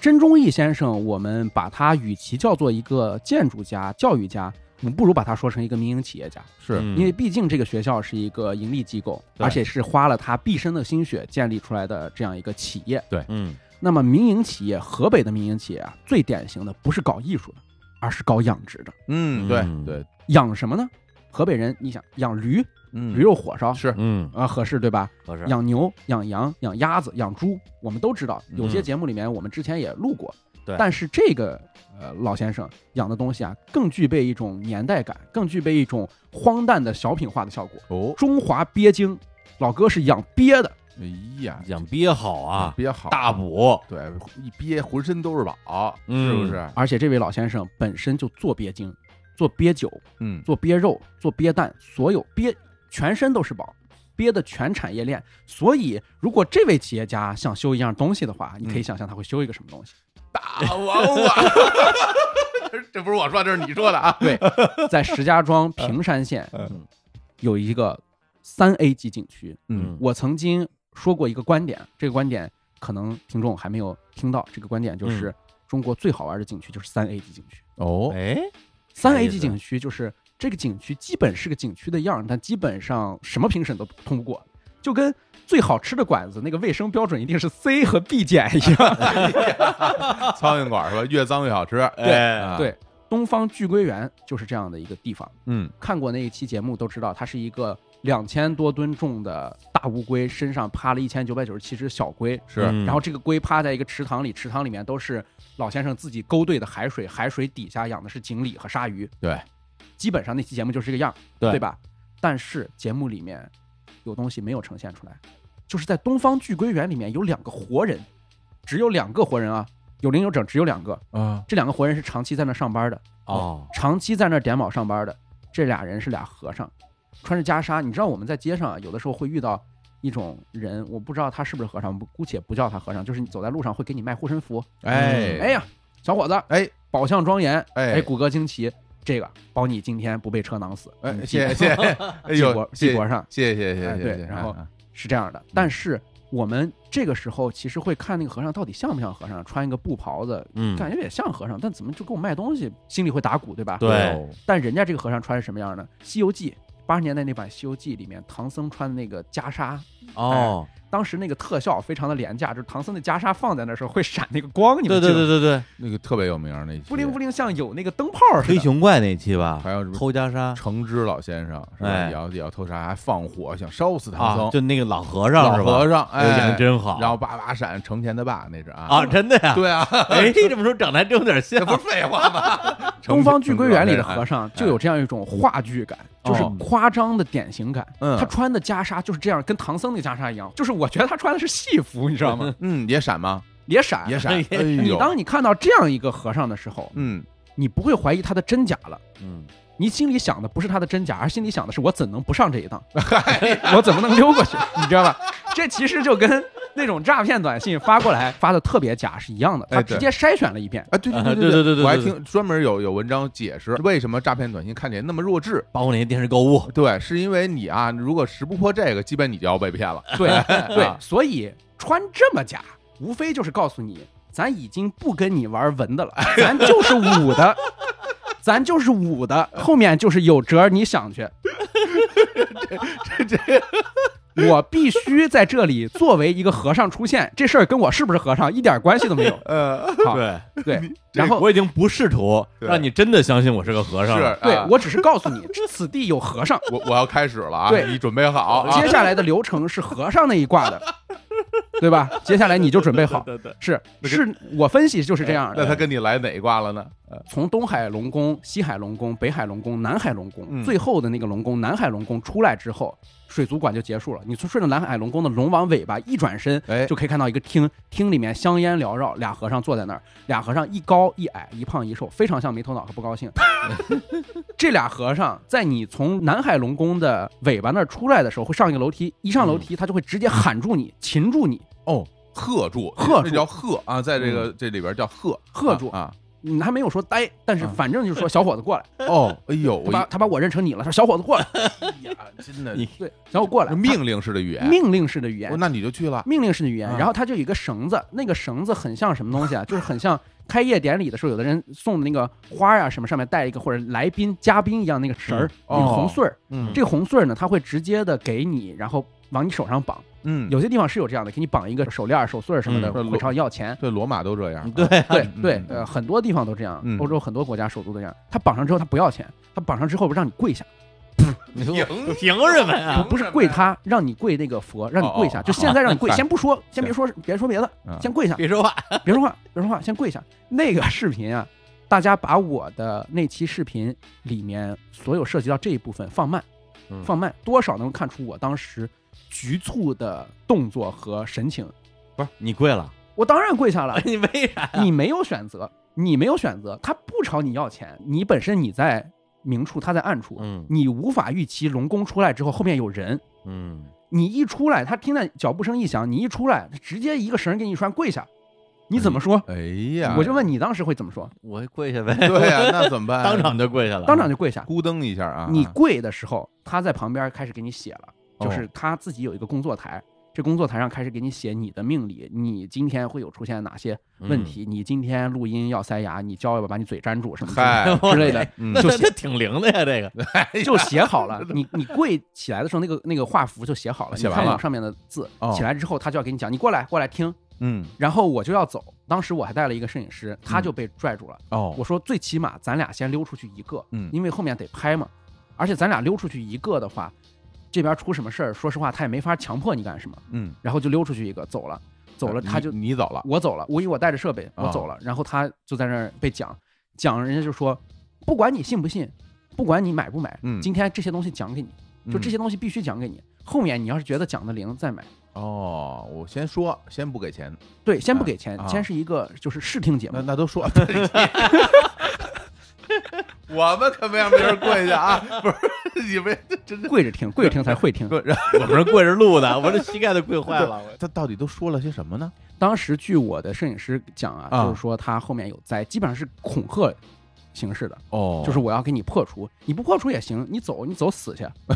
Speaker 3: 真中义先生，我们把他与其叫做一个建筑家、教育家，我们不如把他说成一个民营企业家，
Speaker 2: 是
Speaker 4: 嗯
Speaker 3: 因为毕竟这个学校是一个盈利机构，
Speaker 4: 对
Speaker 3: 而且是花了他毕生的心血建立出来的这样一个企业。
Speaker 4: 嗯
Speaker 3: 那么民营企业，河北的民营企业啊，最典型的不是搞艺术的，而是搞养殖的。
Speaker 2: 嗯，对
Speaker 4: 嗯
Speaker 2: 对，
Speaker 3: 养什么呢？河北人，你想养驴，
Speaker 2: 嗯
Speaker 3: 驴肉火烧
Speaker 2: 是
Speaker 4: 嗯，
Speaker 3: 啊、合适对吧？
Speaker 4: 合适，
Speaker 3: 养牛、养羊、养鸭子、养猪，我们都知道，有些
Speaker 4: 嗯
Speaker 3: 节目里面我们之前也录过。
Speaker 4: 对
Speaker 3: 但是这个呃老先生养的东西啊，更具备一种年代感，更具备一种荒诞的小品化的效果。
Speaker 2: 哦，
Speaker 3: 中华鳖精，老哥是养鳖的，
Speaker 2: 哎呀，
Speaker 4: 养鳖好啊，
Speaker 2: 憋好，
Speaker 4: 大补，
Speaker 2: 对，一憋浑身都是宝，
Speaker 4: 嗯
Speaker 2: 是不是？
Speaker 3: 而且这位老先生本身就做鳖精、做鳖酒、
Speaker 2: 嗯，
Speaker 3: 做鳖肉、做鳖蛋，所有鳖全身都是宝，鳖的全产业链。所以，如果这位企业家想修一样东西的话，你可以
Speaker 4: 嗯
Speaker 3: 想象他会修一个什么东西。
Speaker 2: 大王啊，这这不是我说，这是你说的 啊。
Speaker 3: 对，在石家庄平山县
Speaker 4: 嗯
Speaker 3: 有一个三 A 级景区，
Speaker 4: 嗯
Speaker 3: 我曾经说过一个观点，这个观点可能听众还没有听到，这个观点
Speaker 4: 嗯
Speaker 3: 就是中国最好玩的景区就是三 A 级景区。
Speaker 2: 哦，
Speaker 4: 哎，
Speaker 3: 三
Speaker 4: 啥意
Speaker 3: A
Speaker 4: 思
Speaker 3: 级景区就是这个景区基本是个景区的样儿，但基本上什么评审都通不过，就跟最好吃的馆子那个卫生标准一定是 C 和 B 减一 样。
Speaker 2: 苍蝇馆是吧？越脏越好吃。
Speaker 4: 哎，
Speaker 2: 啊，
Speaker 3: 对，东方聚归园就是这样的一个地方。
Speaker 2: 嗯，
Speaker 3: 看过那一期节目都知道，它是一个两千多吨重的大乌龟，身上趴了一千九百九十七只小龟。
Speaker 2: 是，
Speaker 4: 嗯
Speaker 3: 然后这个龟趴在一个池塘里，池塘里面都是老先生自己勾兑的海水，海水底下养的是锦鲤和鲨鱼。
Speaker 2: 对，
Speaker 3: 基本上那期节目就是这个样儿，
Speaker 4: 对
Speaker 3: 吧？但是节目里面有东西没有呈现出来，就是在东方巨龟园里面有两个活人，只有两个活人啊，有零有整，只有两个。
Speaker 2: 啊，
Speaker 3: 这两个活人是长期在那上班的，
Speaker 4: 哦，
Speaker 3: 长期在那儿点卯上班的，这俩人是俩和尚，穿着袈裟。你知道我们在街上啊，有的时候会遇到一种人，我不知道他是不是和尚，我们姑且不叫他和尚，就是你走在路上会给你卖护身符。
Speaker 2: 哎，
Speaker 3: 哎，呀，小伙子，
Speaker 2: 哎，
Speaker 3: 宝相庄严，
Speaker 2: 哎
Speaker 3: 哎，骨骼惊奇，这个保你今天不被车囊死。
Speaker 2: 哎，
Speaker 3: 嗯
Speaker 2: 谢谢，谢谢，哎
Speaker 3: 记
Speaker 2: 呦
Speaker 3: 国，
Speaker 2: 谢
Speaker 3: 记
Speaker 2: 谢
Speaker 3: 国上
Speaker 2: 谢谢，谢谢，
Speaker 3: 哎
Speaker 2: 谢
Speaker 3: 对
Speaker 2: 谢。
Speaker 3: 然后
Speaker 2: 啊
Speaker 3: 是这样的，但是。我们这个时候其实会看那个和尚到底像不像和尚，穿一个布袍子，
Speaker 4: 嗯，
Speaker 3: 感觉也像和尚，但怎么就给我卖东西，心里会打鼓，对吧？
Speaker 2: 哎
Speaker 4: 对，
Speaker 3: 但人家这个和尚穿是什么样呢？《西游记》八十年代那版《西游记》里面，唐僧穿的那个袈裟，
Speaker 4: 哦，
Speaker 3: 当时那个特效非常的廉价，就是唐僧的袈裟放在那儿的时候会闪那个光，你
Speaker 4: 对
Speaker 3: 们记
Speaker 4: 对对
Speaker 3: 得吗，
Speaker 4: 对对，
Speaker 2: 那个特别有名儿那期
Speaker 3: 不灵不灵，像有那个灯泡似
Speaker 4: 黑
Speaker 3: 的。
Speaker 4: 熊怪那期吧，
Speaker 2: 还有什么
Speaker 4: 偷袈裟
Speaker 2: 橙汁老先生是吧？
Speaker 4: 哎
Speaker 2: 也要也要偷杀，还放火想烧死唐
Speaker 4: 啊，
Speaker 2: 僧，
Speaker 4: 就那个老和尚
Speaker 2: 老
Speaker 4: 是吧？
Speaker 2: 和尚，
Speaker 4: 哎演
Speaker 2: 哎
Speaker 4: 的，真好，
Speaker 2: 然后叭叭闪，成天他爸那是啊，
Speaker 4: 啊，真的呀，
Speaker 2: 对啊，
Speaker 4: 哎，这么说长得还真有点像
Speaker 2: 这，不是废话吗？
Speaker 3: 东方巨龟园里的
Speaker 2: 和尚。
Speaker 3: 和尚就有这样一种话剧感，
Speaker 4: 哎
Speaker 3: 就是夸张的典型感。
Speaker 4: 哦
Speaker 2: 嗯
Speaker 3: 他穿的袈裟就是这样，跟唐僧那袈裟一样，就是我觉得他穿的是戏服，你知道吗？
Speaker 2: 嗯，也闪吗？
Speaker 3: 也闪。
Speaker 2: 也闪。
Speaker 4: 哎
Speaker 2: 哎
Speaker 3: 你
Speaker 2: 呦，
Speaker 3: 当你看到这样一个和尚的时候，
Speaker 2: 嗯，
Speaker 3: 你不会怀疑他的真假了。
Speaker 4: 嗯，
Speaker 3: 你心里想的不是他的真假，而心里想的是我怎能不上这一当， 我怎么能溜过去？你知道吧？这其实就跟那种诈骗短信发过来发的特别假是一样的，
Speaker 2: 哎
Speaker 3: 他
Speaker 2: 对
Speaker 3: 直接筛选了一遍。
Speaker 2: 啊，对
Speaker 4: 啊
Speaker 2: 对
Speaker 4: 对对
Speaker 2: 对
Speaker 4: 对对
Speaker 2: 我还
Speaker 4: 对对
Speaker 2: 听专门有有文章解释为什么诈骗短信看起来那么弱智。
Speaker 4: 包括那些电视购物，
Speaker 2: 对，是因为你啊，如果识不破这个，基本你就要被骗了。
Speaker 3: 对对，
Speaker 4: 啊
Speaker 3: 所以穿这么假，无非就是告诉你，咱已经不跟你玩文的了，咱就是武的。 咱就是武的，后面就是有辙，你想去。我必须在这里作为一个和尚出现，这事儿跟我是不是和尚一点关系都 没有。
Speaker 2: 呃，
Speaker 3: 好
Speaker 4: 对，
Speaker 3: 对，然后
Speaker 4: 我已经不试图
Speaker 2: 对
Speaker 4: 让你真的相信我是个和
Speaker 2: 是
Speaker 4: 尚了，，
Speaker 3: 对
Speaker 2: 啊
Speaker 3: 我只是告诉你，此地有和尚。
Speaker 2: 我我要开始了啊，
Speaker 3: 对
Speaker 2: 你准备好啊
Speaker 3: 接？下来的流程是和尚那一卦的，对吧？接下来你就准 备好。
Speaker 4: 对对，
Speaker 3: 是
Speaker 2: 那
Speaker 3: 是，我分析就是这样
Speaker 2: 那
Speaker 3: 的。
Speaker 2: 他跟你来哪一卦了呢？
Speaker 3: 从东海龙宫、西海龙宫、北海龙宫、南海龙宫，
Speaker 2: 嗯
Speaker 3: 最后的那个龙宫南海龙宫出来之后，水族馆就结束了。你从顺着南海龙宫的龙王尾巴一转身，
Speaker 2: 哎
Speaker 3: 就可以看到一个厅，厅里面香烟缭绕，俩和尚坐在那儿，俩和尚一高一矮，一胖一瘦，非常像没头脑和不高兴。 这俩和尚在你从南海龙宫的尾巴那儿出来的时候，会上一个楼梯，一
Speaker 2: 嗯
Speaker 3: 上楼梯他就会直接喊住你，擒住你，
Speaker 2: 哦，喝住，
Speaker 3: 喝住
Speaker 2: 这
Speaker 3: 嗯
Speaker 2: 叫喝啊，在这个这里边叫喝
Speaker 3: 喝住
Speaker 2: 啊，啊
Speaker 3: 嗯，他没有说呆，但是反正就是说小伙子过来，
Speaker 2: 哦，哎呦，嗯
Speaker 3: 他
Speaker 2: 我
Speaker 3: 把他把我认成你了，说小伙子过 来，
Speaker 2: 一呀，真的
Speaker 4: 你
Speaker 3: 对，小伙子过来，
Speaker 2: 是命令式的语言，
Speaker 3: 命令式的语言
Speaker 2: 哦，那你就去了，
Speaker 3: 命令式的语言，
Speaker 2: 啊
Speaker 3: 然后它就有一个绳子，那个绳子很像什么东西啊？就是 很像开业典礼的时候，有的人送的那个花呀、什么，上面带一个或者来宾嘉宾一样那个绳儿，
Speaker 2: 嗯
Speaker 3: 那个
Speaker 2: 哦
Speaker 3: 红穗儿。
Speaker 2: 嗯
Speaker 3: 这个红穗儿呢，它会直接的给你，然后往你手上绑。
Speaker 2: 嗯，
Speaker 3: 有些地方是有这样的，给你绑一个手链儿、手穗儿什么的，
Speaker 2: 嗯
Speaker 3: 会朝你要钱。
Speaker 2: 对，罗马都这样，
Speaker 4: 对，
Speaker 3: 对
Speaker 2: 嗯
Speaker 3: 对
Speaker 2: 嗯，
Speaker 3: 呃，很多地方都这样
Speaker 2: 嗯，
Speaker 3: 欧洲很多国家首都都这样。他绑上之后，他不要钱，他绑上之后让你跪 下，
Speaker 2: 哎
Speaker 4: 你说
Speaker 2: 赢
Speaker 4: 凭什么呀？
Speaker 2: 呀
Speaker 3: 啊不是跪他，让你跪那个佛，让你跪下。
Speaker 2: 哦哦
Speaker 3: 就现在让你跪，
Speaker 2: 啊
Speaker 3: 先不说，先别说别说别的，
Speaker 2: 啊
Speaker 3: 先跪下。
Speaker 4: 别说话，
Speaker 3: 别说话，别说话，先跪下。那个视频啊，大家把我的那期视频里面所有涉及到这一部分放慢
Speaker 4: 嗯，
Speaker 3: 放慢，多少能看出我当时局促的动作和神情。
Speaker 4: 不是你跪了，，
Speaker 3: 我当然跪下了
Speaker 4: 你为啥？
Speaker 3: 你没有选择，你没有选择，他不朝你要钱，你本身你在明处，他在暗处，
Speaker 4: 嗯
Speaker 3: 你无法预期龙宫出来之后后面有人。
Speaker 4: 嗯，
Speaker 3: 你一出来，他听见脚步声一响，你一出来，他直接一个绳给你一拴，跪下，你怎么说？
Speaker 2: 哎呀，啊
Speaker 3: 我就问你当时会怎么说？
Speaker 4: 我跪下呗，
Speaker 2: 对呀，那怎么办？
Speaker 4: 当场就跪下了，
Speaker 3: 当场就跪下。
Speaker 2: 咕噔一下啊，
Speaker 3: 你跪的时候，他在旁边开始给你写了，
Speaker 2: 哦
Speaker 3: 就是他自己有一个工作台，这工作台上开始给你写你的命理，你今天会有出现哪些
Speaker 2: 嗯
Speaker 3: 问题，你今天录音要塞牙，你胶要把你嘴粘住什么之类的
Speaker 2: 嗨，
Speaker 3: 之类的，
Speaker 2: 嗯
Speaker 4: 那
Speaker 3: 就
Speaker 4: 那
Speaker 3: 写
Speaker 4: 那挺灵的呀，这个
Speaker 3: 就写好 了。你你跪起来的时候，那个那个画符就写好了，
Speaker 2: 写完
Speaker 3: 你看
Speaker 2: 了
Speaker 3: 上面的字
Speaker 2: 哦。
Speaker 3: 起来之后，他就要给你讲，你过来过来听。
Speaker 2: 嗯
Speaker 3: 然后我就要走，当时我还带了一个摄影师，他就被拽住了。
Speaker 2: 哦
Speaker 3: 我说最起码咱俩先溜出去一个，
Speaker 2: 嗯
Speaker 3: 因为后面得拍嘛，而且咱俩溜出去一个的话，这边出什么事儿，说实话他也没法强迫你干什么，
Speaker 2: 嗯，
Speaker 3: 然后就溜出去一个走了，走了他就
Speaker 2: 你你走了，
Speaker 3: 我走了，我以为我带着设备
Speaker 2: 啊
Speaker 3: 我走了，然后他就在那儿被讲讲，人家就说不管你信不信，不管你买不买，
Speaker 2: 嗯
Speaker 3: 今天这些东西讲给你，就这些东西必须讲给你，后面你要是觉得讲的灵再买。
Speaker 2: 嗯哦，我先说，先不给钱，
Speaker 3: 对，先不给钱，
Speaker 2: 啊
Speaker 3: 先是一个就是试听节目
Speaker 2: 那，那都说，我们可没让别人跪下啊，不是你们真的
Speaker 3: 跪着听，跪着听才会听。
Speaker 2: 跪，然后
Speaker 4: 我们是跪着录的，我这膝盖都跪坏了，我
Speaker 2: 他到底都说了些什么呢？
Speaker 3: 当时据我的摄影师讲啊，
Speaker 2: 啊
Speaker 3: 就是说他后面有灾，基本上是恐吓形式的，
Speaker 2: 哦
Speaker 3: 就是我要给你破除，你不破除也行，你走你走死去，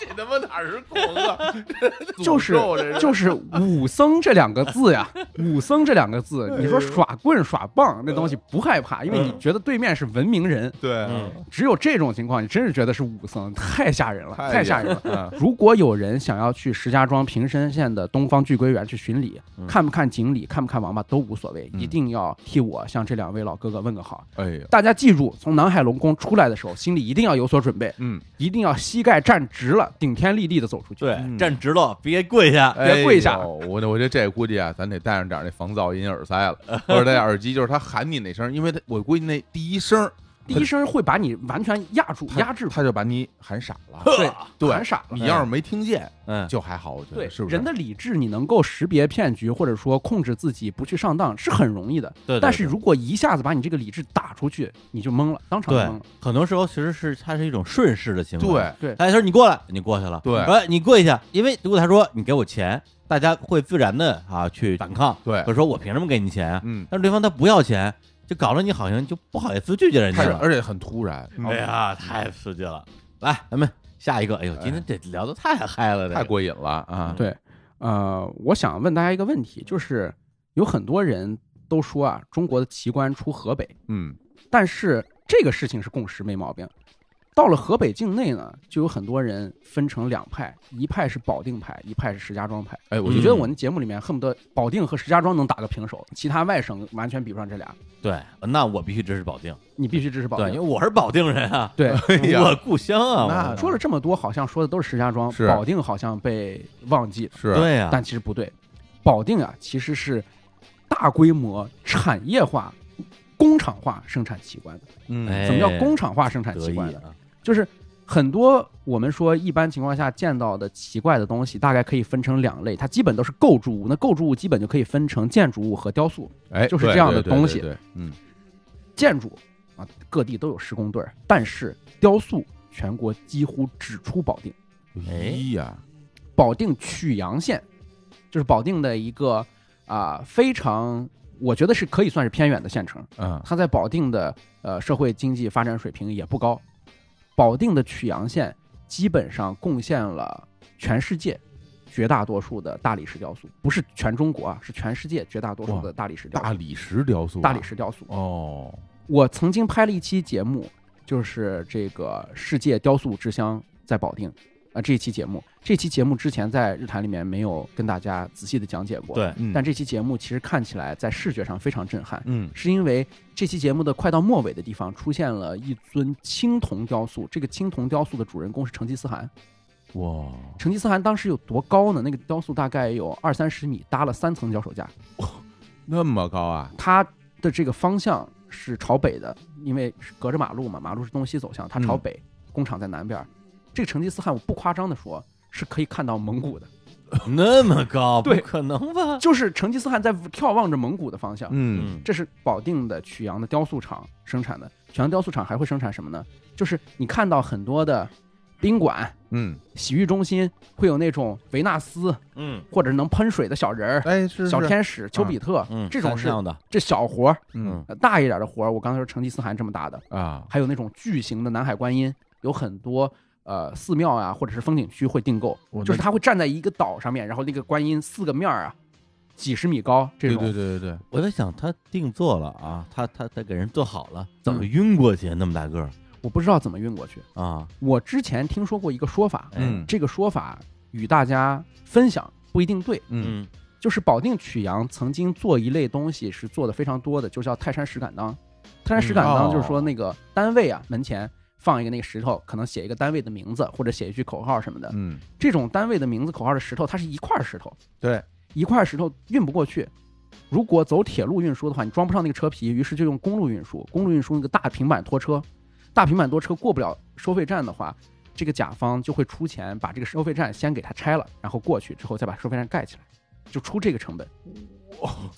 Speaker 2: 这他妈哪儿是恐吓，
Speaker 3: 就是就是武僧这两个字呀，武僧这两个字，你说耍棍耍棒那东西不害怕，因为
Speaker 2: 嗯
Speaker 3: 你觉得对面是文明人，
Speaker 2: 对，
Speaker 4: 嗯
Speaker 3: 只有这种情况，你真是觉得是武僧，太吓人了，太吓人了。
Speaker 2: 了，啊
Speaker 3: 如果有人想要去石家庄平身县的东方巨龟园去巡礼，
Speaker 4: 嗯
Speaker 3: 看不看锦鲤，看不看王八都无所谓，
Speaker 2: 嗯
Speaker 3: 一定要替我向这两位老哥哥问个好。
Speaker 2: 哎呦，
Speaker 3: 大家记住，从南海龙宫出来的时候，心里一定要有所准备，
Speaker 2: 嗯，
Speaker 3: 一定要膝盖站直了，顶天立地的走出去。
Speaker 4: 对，
Speaker 2: 嗯
Speaker 4: 站直了，别跪下，
Speaker 3: 别跪下
Speaker 2: 哎呦我我觉得这估计啊，咱得带上点儿那防噪音耳塞 了，或者戴耳机，就是他喊你哪声，因为他我估计那第一声儿
Speaker 3: 第一声会把你完全压住、
Speaker 2: 他
Speaker 3: 压制住，
Speaker 2: 他就把你喊傻了。
Speaker 3: 对，
Speaker 2: 对
Speaker 3: 喊傻了哎
Speaker 2: 你。要是没听见，
Speaker 4: 嗯，
Speaker 2: 就还好，我觉
Speaker 3: 对
Speaker 2: 得是不是？
Speaker 3: 人的理智，你能够识别骗局，或者说控制自己不去上当，是很容易的。
Speaker 4: 对对
Speaker 3: 但是
Speaker 4: 对
Speaker 3: 如果一下子把你这个理智打出去，你就懵了，当场就
Speaker 4: 对
Speaker 3: 懵了。，
Speaker 4: 很多时候其实是它是一种顺势的行为，哎
Speaker 2: 对，
Speaker 3: 对，
Speaker 4: 他说你过来，你过去了。
Speaker 2: 对
Speaker 4: 哎，你跪下，因为如果他说你给我钱，大家会自然的啊去反抗，
Speaker 2: 对
Speaker 4: 或者说我凭什么给你钱啊？
Speaker 2: 嗯，
Speaker 4: 但是对方他不要钱，就搞得你好像就不好意思拒绝人家
Speaker 3: 啊
Speaker 2: 太
Speaker 4: 了。
Speaker 2: 而且很突然，
Speaker 3: 嗯
Speaker 4: 哎
Speaker 2: 嗯
Speaker 4: 呀，太刺激了！来，咱们下一个。哎呦，今天这聊的太嗨了，这个嗯
Speaker 2: 太过瘾了啊！
Speaker 3: 对，呃，我想问大家一个问题，就是有很多人都说啊，中国的奇观出河北，
Speaker 2: 嗯，
Speaker 3: 但是这个事情是共识，没毛病。到了河北境内呢，就有很多人分成两派，一派是保定派，一派是石家庄派。
Speaker 2: 哎，我
Speaker 3: 我
Speaker 2: 就
Speaker 3: 觉
Speaker 4: 嗯
Speaker 3: 得我们节目里面恨不得保定和石家庄能打个平手，其他外省完全比不上这俩。
Speaker 4: 对，那我必须支持保定，
Speaker 3: 你必须支持保
Speaker 4: 对，因为
Speaker 3: 定。
Speaker 4: 我是保定人啊，
Speaker 3: 对，
Speaker 2: 哎呀
Speaker 4: 我故乡啊，
Speaker 2: 那
Speaker 3: 说了这么多，好像说的都是石家庄，
Speaker 2: 是
Speaker 3: 保定好像被忘记了。
Speaker 4: 我
Speaker 2: 是，啊
Speaker 4: 对呀，
Speaker 3: 但其实不对，保定啊其实是大规模产业化、工厂化生产器官的。
Speaker 2: 嗯，
Speaker 4: 哎
Speaker 3: 怎么叫工厂化生产
Speaker 4: 得
Speaker 3: 器
Speaker 4: 意
Speaker 3: 官呢？
Speaker 4: 啊，
Speaker 3: 就是很多我们说一般情况下见到的奇怪的东西，大概可以分成两类，它基本都是构筑物。那构筑物基本就可以分成建筑物和雕塑。
Speaker 2: 哎，
Speaker 3: 就是
Speaker 2: 对
Speaker 3: 这样的
Speaker 2: 对对
Speaker 3: 东
Speaker 2: 对
Speaker 3: 西
Speaker 2: 对对嗯，
Speaker 3: 建筑啊，各地都有施工队儿，但是雕塑全国几乎只出保定。
Speaker 4: 哎
Speaker 2: 哎呀，
Speaker 3: 保定曲阳县，就是保定的一个啊、非常我觉得是可以算是偏远的县城。
Speaker 2: 嗯
Speaker 3: 它在保定的呃社会经济发展水平也不高，保定的曲阳县基本上贡献了全世界绝大多数的大理石雕塑，不是全中国啊，是全世界绝大多数的大理石雕
Speaker 2: 大
Speaker 3: 塑。
Speaker 2: 理石雕塑啊，
Speaker 3: 大理石雕塑，
Speaker 2: 哦，
Speaker 3: 我曾经拍了一期节目，就是这个世界雕塑之乡在保定。啊、这一期节目，这期节目之前在日坛里面没有跟大家仔细的讲解过，
Speaker 4: 对
Speaker 2: 嗯
Speaker 3: 但这期节目其实看起来在视觉上非常震撼，
Speaker 2: 嗯
Speaker 3: 是因为这期节目的快到末尾的地方出现了一尊青铜雕塑，这个青铜雕塑的主人公是成吉思汗。
Speaker 2: 哇，
Speaker 3: 成吉思汗当时有多高呢？那个雕塑大概有二三十米，搭了三层脚手架。
Speaker 2: 那么高啊，
Speaker 3: 它的这个方向是朝北的，因为是隔着马路嘛，马路是东西走向，它朝北，工厂在南边。这个成吉思汗，我不夸张的说，是可以看到蒙古的，
Speaker 4: 那么高，不
Speaker 3: 对
Speaker 4: 可能吧？
Speaker 3: 就是成吉思汗在眺望着蒙古的方向。
Speaker 2: 嗯，
Speaker 3: 这是保定的曲阳的雕塑厂生产的。曲阳雕塑厂还会生产什么呢？就是你看到很多的宾馆、
Speaker 2: 嗯，
Speaker 3: 洗浴中心会有那种维纳斯
Speaker 4: 嗯
Speaker 3: 或者是能喷水的小人儿、
Speaker 2: 哎是
Speaker 3: 小
Speaker 2: 是
Speaker 3: 天使、丘比特，
Speaker 4: 嗯，
Speaker 3: 这种是
Speaker 4: 样的，
Speaker 3: 这小活儿、
Speaker 2: 嗯
Speaker 3: 呃大一点的活儿。我刚才说成吉思汗这么大的，
Speaker 2: 啊，
Speaker 3: 还有那种巨型的南海观音，有很多。呃，寺庙啊，或者是风景区会订购
Speaker 2: 我，
Speaker 3: 就是他会站在一个岛上面，然后那个观音四个面儿啊，几十米高，这
Speaker 2: 对
Speaker 3: 种
Speaker 2: 对
Speaker 3: 嗯
Speaker 2: 对对对，
Speaker 4: 我在想他定做了啊，他他他给人做好了，怎么晕过去那么大个儿
Speaker 3: 我不知道怎么运过去。
Speaker 4: 啊？
Speaker 3: 我之前听说过一个说法，
Speaker 4: 哎
Speaker 2: 嗯
Speaker 3: 这个说法与大家分享不一定对。
Speaker 2: 嗯
Speaker 4: 嗯
Speaker 3: 就是保定曲阳曾经做一类东西是做的非常多的，就叫泰山石敢当。泰山石敢
Speaker 2: 嗯哦
Speaker 3: 当就是说那个单位啊，门前放一个那个石头，可能写一个单位的名字或者写一句口号什么的。
Speaker 2: 嗯，
Speaker 3: 这种单位的名字、口号的石头，它是一块石头，
Speaker 2: 对，
Speaker 3: 一块石头运不过去。如果走铁路运输的话，你装不上那个车皮，于是就用公路运输。公路运输那个大平板拖车，大平板拖车过不了收费站的话，这个甲方就会出钱把这个收费站先给它拆了，然后过去之后再把收费站盖起来，就出这个成本。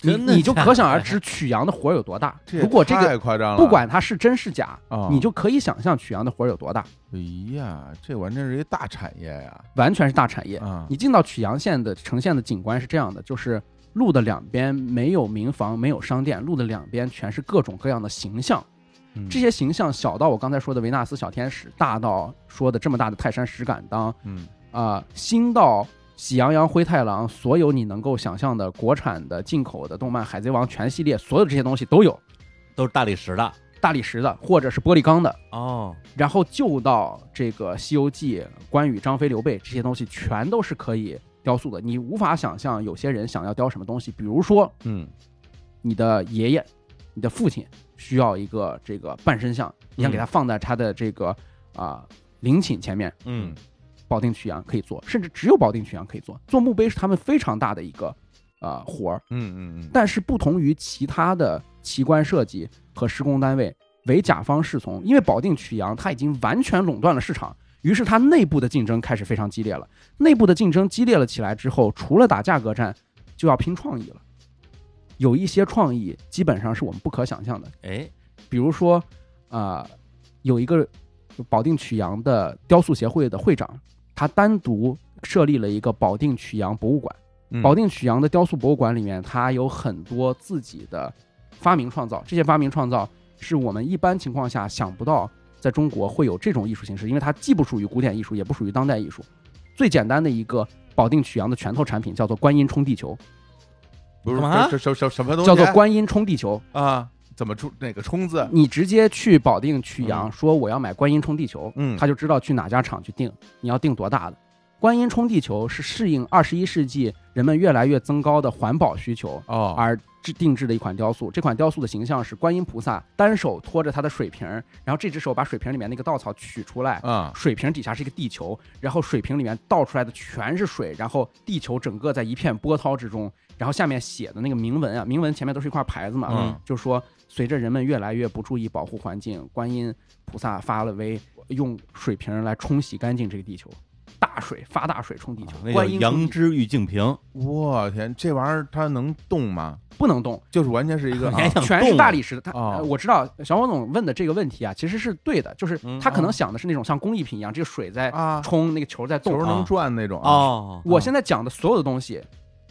Speaker 3: 你
Speaker 4: 真的
Speaker 3: 你就
Speaker 4: 假
Speaker 3: 可想而知曲阳的活儿有多大。
Speaker 2: 也
Speaker 3: 如果这
Speaker 2: 太
Speaker 3: 个
Speaker 2: 夸张了，
Speaker 3: 不管它是真是假，
Speaker 2: 啊，
Speaker 3: 你就可以想象曲阳的活儿有多大，
Speaker 2: 哎呀，这完全是一大产业呀，
Speaker 3: 完全是大产业。
Speaker 2: 啊，
Speaker 3: 哎你进到曲阳县的呈现的景观是这样的，就是路的两边没有民房，没有商店，路的两边全是各种各样的形象。
Speaker 2: 嗯
Speaker 3: 这些形象小到我刚才说的维纳斯小天使，大到说的这么大的泰山石敢当，
Speaker 2: 嗯
Speaker 3: 啊、新到喜羊羊、灰太狼，所有你能够想象的国产的、进口的动漫《海贼王》全系列，所有这些东西都有，
Speaker 4: 都是大理石的
Speaker 3: 大理石的或者是玻璃钢的，
Speaker 4: 哦，
Speaker 3: 然后就到这个《西游记》，关羽、张飞、刘备这些东西，全都是可以雕塑的。你无法想象有些人想要雕什么东西，比如说
Speaker 2: 嗯，
Speaker 3: 你的爷爷、你的父亲需要一个这个半身像，你
Speaker 2: 嗯
Speaker 3: 想给他放在他的这个啊、陵寝前面，
Speaker 4: 嗯
Speaker 3: 保定曲阳可以做，甚至只有保定曲阳可以做。做墓碑是他们非常大的一个呃活儿，
Speaker 2: 嗯嗯嗯，
Speaker 3: 但是不同于其他的奇观设计和施工单位，为甲方是从，因为保定曲阳它已经完全垄断了市场，于是它内部的竞争开始非常激烈了。内部的竞争激烈了起来之后，除了打价格战，就要拼创意了。有一些创意基本上是我们不可想象的，
Speaker 4: 哎
Speaker 3: 比如说，啊，有一个保定曲阳的雕塑协会的会长，他单独设立了一个保定曲阳博物馆。
Speaker 2: 嗯
Speaker 3: 保定曲阳的雕塑博物馆里面，它有很多自己的发明创造，这些发明创造是我们一般情况下想不到，在中国会有这种艺术形式，因为它既不属于古典艺术，也不属于当代艺术。最简单的一个保定曲阳的拳头产品叫做观音冲地球，
Speaker 2: 不是
Speaker 4: 干嘛
Speaker 2: 这这什什什么东西
Speaker 3: 叫做观音冲地球。
Speaker 2: 啊？怎么出哪个冲字？
Speaker 3: 你直接去保定曲阳说我要买观音冲地球，
Speaker 2: 嗯
Speaker 3: 他就知道去哪家厂去订，你要订多大的。观音冲地球是适应二十一世纪人们越来越增高的环保需求
Speaker 2: 哦，
Speaker 3: 而制定制的一款雕塑。这款雕塑的形象是观音菩萨单手托着他的水瓶儿，然后这只手把水瓶里面那个稻草取出来，
Speaker 4: 嗯
Speaker 2: 啊，
Speaker 3: 水瓶底下是一个地球，然后水瓶里面倒出来的全是水，然后地球整个在一片波涛之中，然后下面写的那个铭文啊，铭文前面都是一块牌子嘛，
Speaker 2: 嗯
Speaker 3: 就说随着人们越来越不注意保护环境，观音菩萨发了威，用水瓶来冲洗干净这个地球，大水发大水冲地球，
Speaker 4: 啊那叫
Speaker 3: 哦观音冲
Speaker 4: 羊
Speaker 3: 地球
Speaker 4: 脂玉净瓶，
Speaker 2: 我天，这玩意儿它能动吗？
Speaker 3: 不能动，
Speaker 2: 就是完全是 一个
Speaker 4: 你还
Speaker 2: 啊
Speaker 4: 想
Speaker 3: 全是
Speaker 4: 动
Speaker 3: 大
Speaker 4: 啊
Speaker 3: 理石的。他、
Speaker 2: 哦
Speaker 3: 呃我知道小王总问的这个问题啊，其实是对的，就是
Speaker 4: 嗯
Speaker 3: 他可
Speaker 2: 哦
Speaker 3: 能想的是那种像工艺品一样，这个水在
Speaker 2: 啊，
Speaker 3: 冲，那个球在动
Speaker 2: 球。能转那种啊，
Speaker 4: 哦，
Speaker 3: 我现在讲的所有的东西，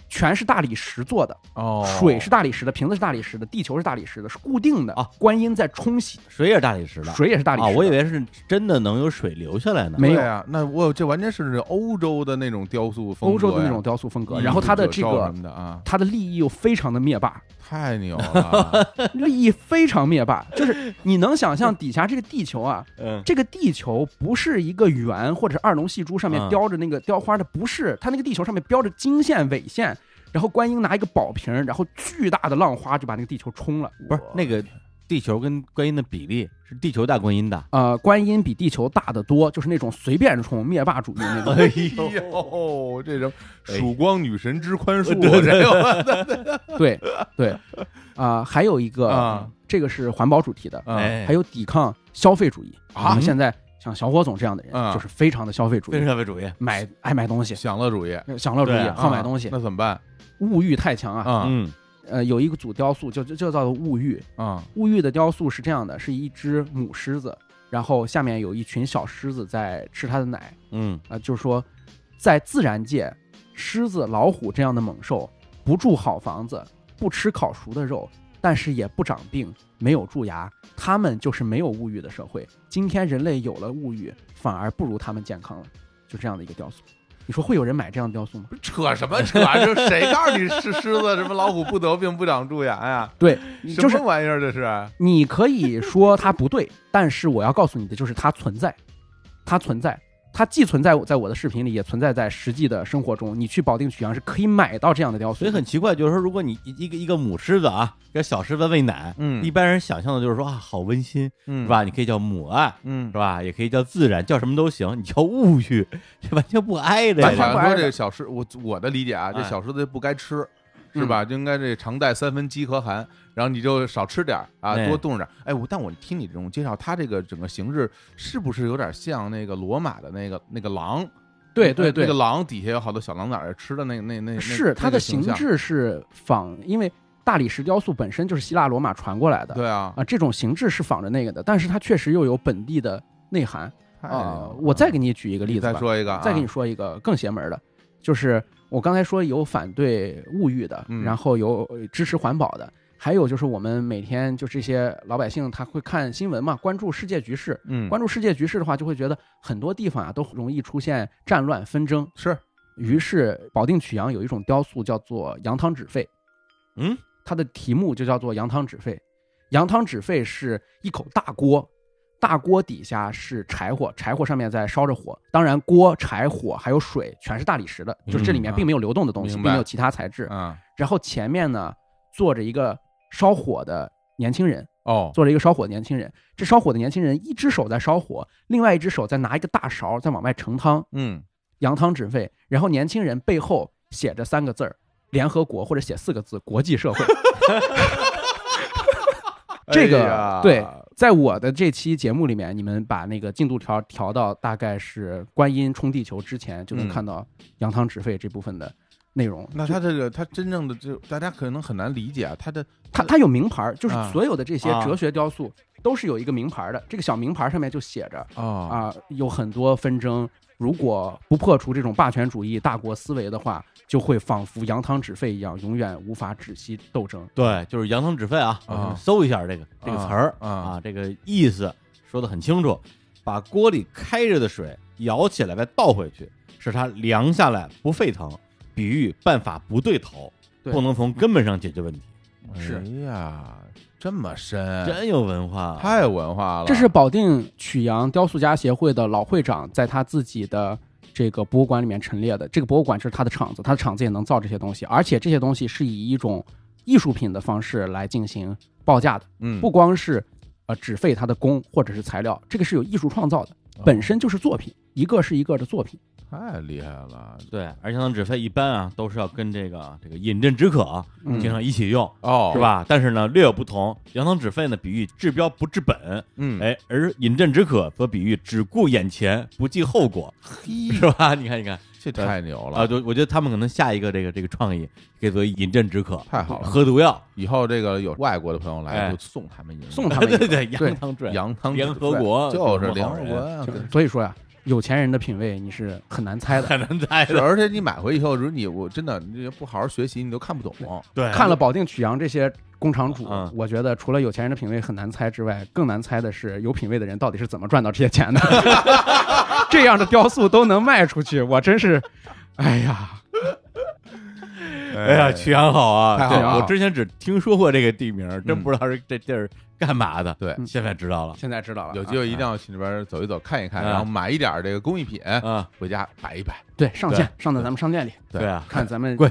Speaker 3: 全是大理石做的，
Speaker 2: 哦
Speaker 3: 水是大理石的，瓶子是大理石的，地球是大理石的，是固定的
Speaker 2: 哦
Speaker 4: 啊。
Speaker 3: 观音在冲洗，
Speaker 4: 水也是大理石的，
Speaker 3: 水也是大理石
Speaker 4: 啊，
Speaker 3: 的。
Speaker 4: 我以为是真的能有水流下来呢。
Speaker 3: 没有
Speaker 2: 对啊，那我这完全是欧洲的那种雕塑风格呀，
Speaker 3: 欧洲的那种雕塑风格，然后它的这
Speaker 2: 艺术者照
Speaker 3: 个
Speaker 2: 什么的啊，
Speaker 3: 它的利益又非常的灭霸，
Speaker 2: 太牛了，
Speaker 3: 利益非常灭霸，就是你能想象底下这个地球啊，
Speaker 4: 嗯，
Speaker 3: 这个地球不是一个圆或者是二龙戏珠上面
Speaker 4: 嗯
Speaker 3: 雕着那个雕花的，不是，它那个地球上面标着经线、纬线，然后观音拿一个宝瓶，然后巨大的浪花就把那个地球冲了。
Speaker 4: 不是那个地球跟观音的比例是地球大观音大。
Speaker 3: 呃，观音比地球大得多，就是那种随便冲灭霸主义那种。
Speaker 4: 哎
Speaker 2: 哎呦，这种
Speaker 4: 哎
Speaker 2: 曙光女神之宽恕，啊这个
Speaker 3: 对对，啊、还有一个、
Speaker 2: 啊
Speaker 3: 这个是环保主题的，
Speaker 2: 哎，
Speaker 3: 还有抵抗消费主义。
Speaker 2: 啊
Speaker 3: 我们现在像小火总这样的人，
Speaker 2: 嗯
Speaker 3: 就是非常的消费主
Speaker 4: 非
Speaker 3: 义，
Speaker 4: 常消费主义。啊
Speaker 3: 买爱买东西，
Speaker 2: 享乐啊主义，
Speaker 3: 享乐主义，
Speaker 4: 对啊
Speaker 3: 好买东西
Speaker 2: 啊，那怎么办
Speaker 3: 物欲太强啊。
Speaker 2: 啊
Speaker 4: 嗯
Speaker 3: 呃，有一个组雕塑，就就就叫做物欲。
Speaker 2: 啊
Speaker 3: 物欲的雕塑是这样的，是一只母狮子，然后下面有一群小狮子在吃它的奶。
Speaker 4: 嗯，
Speaker 3: 啊、就是说，在自然界，狮子、老虎这样的猛兽不住好房子，不吃烤熟的肉，但是也不长病，没有蛀牙，它们就是没有物欲的社会。今天人类有了物欲，反而不如它们健康了，就这样的一个雕塑。你说会有人买这样的雕塑吗？
Speaker 2: 扯什么扯？ 这谁告诉你是狮子？什么老虎不得病不长蛀牙呀？
Speaker 3: 对，
Speaker 2: 什
Speaker 3: 就是
Speaker 2: 么玩意儿这是？
Speaker 3: 你可以说它不对， 但是我要告诉你的就是它存在，它存在，它既存在我在我的视频里，也存在在实际的生活中。你去保定曲阳是可以买到这样的雕塑
Speaker 4: 所
Speaker 3: 的，
Speaker 4: 以很奇怪，就是说，如果你一一个一个母狮子啊，给小狮子喂奶，
Speaker 2: 嗯
Speaker 4: 一般人想象的就是说啊，好温馨，
Speaker 2: 嗯
Speaker 4: 是？吧？你可以叫母爱，
Speaker 2: 嗯
Speaker 4: 是，吧？也可以叫自然，叫什么都行。你叫物欲， 这完全不挨着
Speaker 2: 咱
Speaker 3: 全
Speaker 2: 好
Speaker 3: 不
Speaker 4: 呀。
Speaker 2: 像
Speaker 3: 挨
Speaker 2: 说
Speaker 3: 着
Speaker 2: 这个小狮，我我的理解啊，这
Speaker 4: 哎
Speaker 2: 小狮子不该吃，
Speaker 3: 嗯
Speaker 2: 是吧？就应该这常带三分饥和寒，然后你就少吃点儿啊，
Speaker 4: 哎
Speaker 2: 多动着点儿。哎，我但我听你这种介绍，它这个整个形制是不是有点像那个罗马的那个那个狼？
Speaker 3: 对对对
Speaker 2: 嗯哎那个，狼底下有好多小狼崽儿吃的那那那那
Speaker 3: 是它
Speaker 2: 那
Speaker 3: 的
Speaker 2: 个
Speaker 3: 形
Speaker 2: 形象。
Speaker 3: 制是仿，因为大理石雕塑本身就是希腊罗马传过来的，
Speaker 2: 对啊，
Speaker 3: 啊，这种形制是仿着那个的，但是它确实又有本地的内涵
Speaker 2: 太牛
Speaker 3: 啊
Speaker 2: 了。
Speaker 3: 我再给你举一个
Speaker 2: 你
Speaker 3: 例子
Speaker 2: 再
Speaker 3: 吧，
Speaker 2: 说一个啊，
Speaker 3: 再给你说一个更邪门的，就是我刚才说有反对物欲的，
Speaker 2: 嗯
Speaker 3: 然后有呃支持环保的，还有就是我们每天就这些老百姓他会看新闻嘛，关注世界局势，
Speaker 2: 嗯，
Speaker 3: 关注世界局势的话，就会觉得很多地方啊都容易出现战乱纷争。
Speaker 2: 是
Speaker 3: 于是保定曲阳有一种雕塑叫做羊汤指肺，
Speaker 4: 嗯，
Speaker 3: 它的题目就叫做羊汤指肺。羊汤指肺是一口大锅，大锅底下是柴火，柴火上面在烧着火。当然，锅、柴火还有水全是大理石的，
Speaker 4: 嗯
Speaker 3: 就是这里面并没有流动的东西，
Speaker 2: 明白
Speaker 3: 并没有其他材质。
Speaker 2: 啊，
Speaker 3: 然后前面呢坐着一个烧火的年轻人，
Speaker 2: 哦，
Speaker 3: 坐着一个烧火的年轻人。这烧火的年轻人一只手在烧火，另外一只手在拿一个大勺在往外盛汤。
Speaker 2: 嗯，
Speaker 3: 扬汤止沸，然后年轻人背后写着三个字儿“联合国”或者写四个字“国际 社会”。这
Speaker 2: 哎
Speaker 3: 个
Speaker 2: 呀
Speaker 3: 对，在我的这期节目里面，你们把那个进度条调到大概是观音冲地球之前，就能
Speaker 2: 嗯
Speaker 3: 看到扬汤止沸这部分的内容。
Speaker 2: 那他这个他真正的就大家可能很难理解啊，他的
Speaker 3: 它它有名牌儿，就是
Speaker 2: 啊
Speaker 3: 所有的这些
Speaker 4: 啊
Speaker 3: 哲学雕塑都是有一个名牌儿的，这个小名牌儿上面就写着
Speaker 2: 啊
Speaker 3: 啊，有很多纷争。如果不破除这种霸权主义大国思维的话，就会仿佛扬汤止沸一样，永远无法止息斗争。
Speaker 4: 对，就是扬汤止沸啊，
Speaker 2: 啊
Speaker 4: 我搜一下这个这个词儿
Speaker 2: 啊
Speaker 4: 啊，这个意思说的很清楚，把锅里开着的水舀起来再倒回去，使它凉下来不沸腾，比喻办法不对头，
Speaker 3: 对
Speaker 4: 不能从根本上解决问题，哎
Speaker 3: 是
Speaker 2: 哎呀，这么深，啊
Speaker 4: 真有文化，啊
Speaker 2: 太有文化了。
Speaker 3: 这是保定曲阳雕塑家协会的老会长在他自己的这个博物馆里面陈列的。这个博物馆是他的厂子，他的厂子也能造这些东西，而且这些东西是以一种艺术品的方式来进行报价的，
Speaker 2: 嗯
Speaker 3: 不光是呃只费它的工或者是材料，这个是有艺术创造的，本身就是作品，一个是一个的作品。
Speaker 2: 太厉害了
Speaker 4: 对，而且呢，止沸一般啊都是要跟这个这个饮鸩止渴啊
Speaker 3: 嗯
Speaker 4: 经常一起用，
Speaker 2: 哦，
Speaker 4: 是？吧？但是呢，略有不同。扬汤止沸呢，比喻治标不治本，
Speaker 2: 嗯，
Speaker 4: 哎，而饮鸩止渴则比喻只顾眼前，不计后果，
Speaker 3: 嗯
Speaker 2: 嘿，
Speaker 4: 是吧？你看，你看
Speaker 2: 这
Speaker 3: 呃
Speaker 2: 太牛
Speaker 4: 啊，
Speaker 2: 了，
Speaker 4: 就我觉得他们可能下一个这个这个创意，可以作为饮鸩止渴，
Speaker 2: 太好了
Speaker 4: 喝毒药，
Speaker 2: 以后这个有外国的朋友来，
Speaker 4: 哎
Speaker 2: 就送他们一个
Speaker 3: 送他们一
Speaker 4: 对
Speaker 3: 个
Speaker 4: 对对，
Speaker 3: 对
Speaker 4: 扬汤止沸，
Speaker 2: 羊汤
Speaker 4: 联合国
Speaker 2: 就是
Speaker 4: 多
Speaker 2: 联
Speaker 4: 好
Speaker 2: 合
Speaker 4: 人
Speaker 2: 国啊，
Speaker 3: 嗯所以说呀、有钱人的品味你是很难 猜的。
Speaker 4: 很难猜
Speaker 2: 是
Speaker 4: 的。
Speaker 2: 而且你买回以后，如果你我真的你不好好学习，你都看不懂。
Speaker 4: 对，
Speaker 3: 看了保定、曲阳这些工厂主
Speaker 4: 嗯，
Speaker 3: 我觉得除了有钱人的品味很难猜之外，更难猜的是有品味的人到底是怎么赚到这些钱的。 这样的雕塑都能卖出去，我真是，哎呀，
Speaker 4: 哎呀，曲阳好啊！
Speaker 2: 太好
Speaker 4: 对
Speaker 3: 了
Speaker 4: 我之前只听说过这个地名，真不知道是这地儿干嘛的。
Speaker 2: 对
Speaker 4: 现在知道了
Speaker 3: 现在知道了啊，
Speaker 2: 有机会一定要去那边走一走，看一看，
Speaker 4: 啊
Speaker 2: 然后买一点儿这个工艺品
Speaker 4: 啊！
Speaker 2: 回家摆一摆。
Speaker 3: 对上线上到咱们商店里
Speaker 2: 对
Speaker 4: 对啊，
Speaker 3: 看咱们
Speaker 4: 关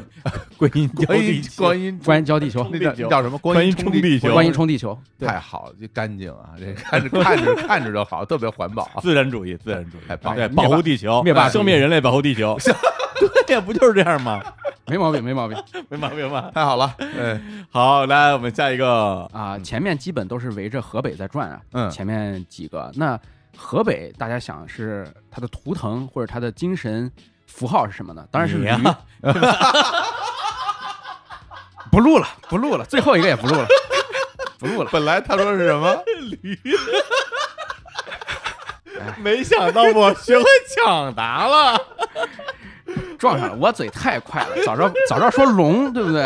Speaker 4: 观音
Speaker 2: 观音观
Speaker 4: 音
Speaker 2: 音
Speaker 3: 观音浇地球，
Speaker 2: 那
Speaker 4: 地
Speaker 2: 叫
Speaker 4: 球
Speaker 2: 那叫什么？
Speaker 4: 观
Speaker 2: 音
Speaker 4: 音冲地球
Speaker 3: 观音冲地球，对
Speaker 2: 太好了，这 干净啊，这看着看着看着就好，特别环保。 哎
Speaker 4: 自然主义，自然主义，
Speaker 2: 太
Speaker 3: 哎
Speaker 2: 棒
Speaker 4: 对，
Speaker 2: 了
Speaker 4: 保护地球，
Speaker 3: 灭霸
Speaker 4: 消灭人类，保护地 球。对呀，不就是这样 吗？
Speaker 3: 没毛病没毛病
Speaker 4: 没毛病吧？
Speaker 2: 太好了，
Speaker 3: 哎
Speaker 2: 嗯
Speaker 4: 好，来，我们下一个，
Speaker 3: 啊。前面基本都是围着河北在转啊，
Speaker 2: 嗯，
Speaker 3: 前面几个。那河北大家想是它的图腾或者它的精神符号是什么呢？当然是
Speaker 4: 你
Speaker 3: 驴。
Speaker 4: 呀
Speaker 3: 不录了，不录了，最后一个也不录 了，不录了。
Speaker 2: 本来哎他说是什 么？
Speaker 4: 没想到我学会抢答了。
Speaker 3: 撞上了，我嘴太快了，早知道早知道说龙，对不对？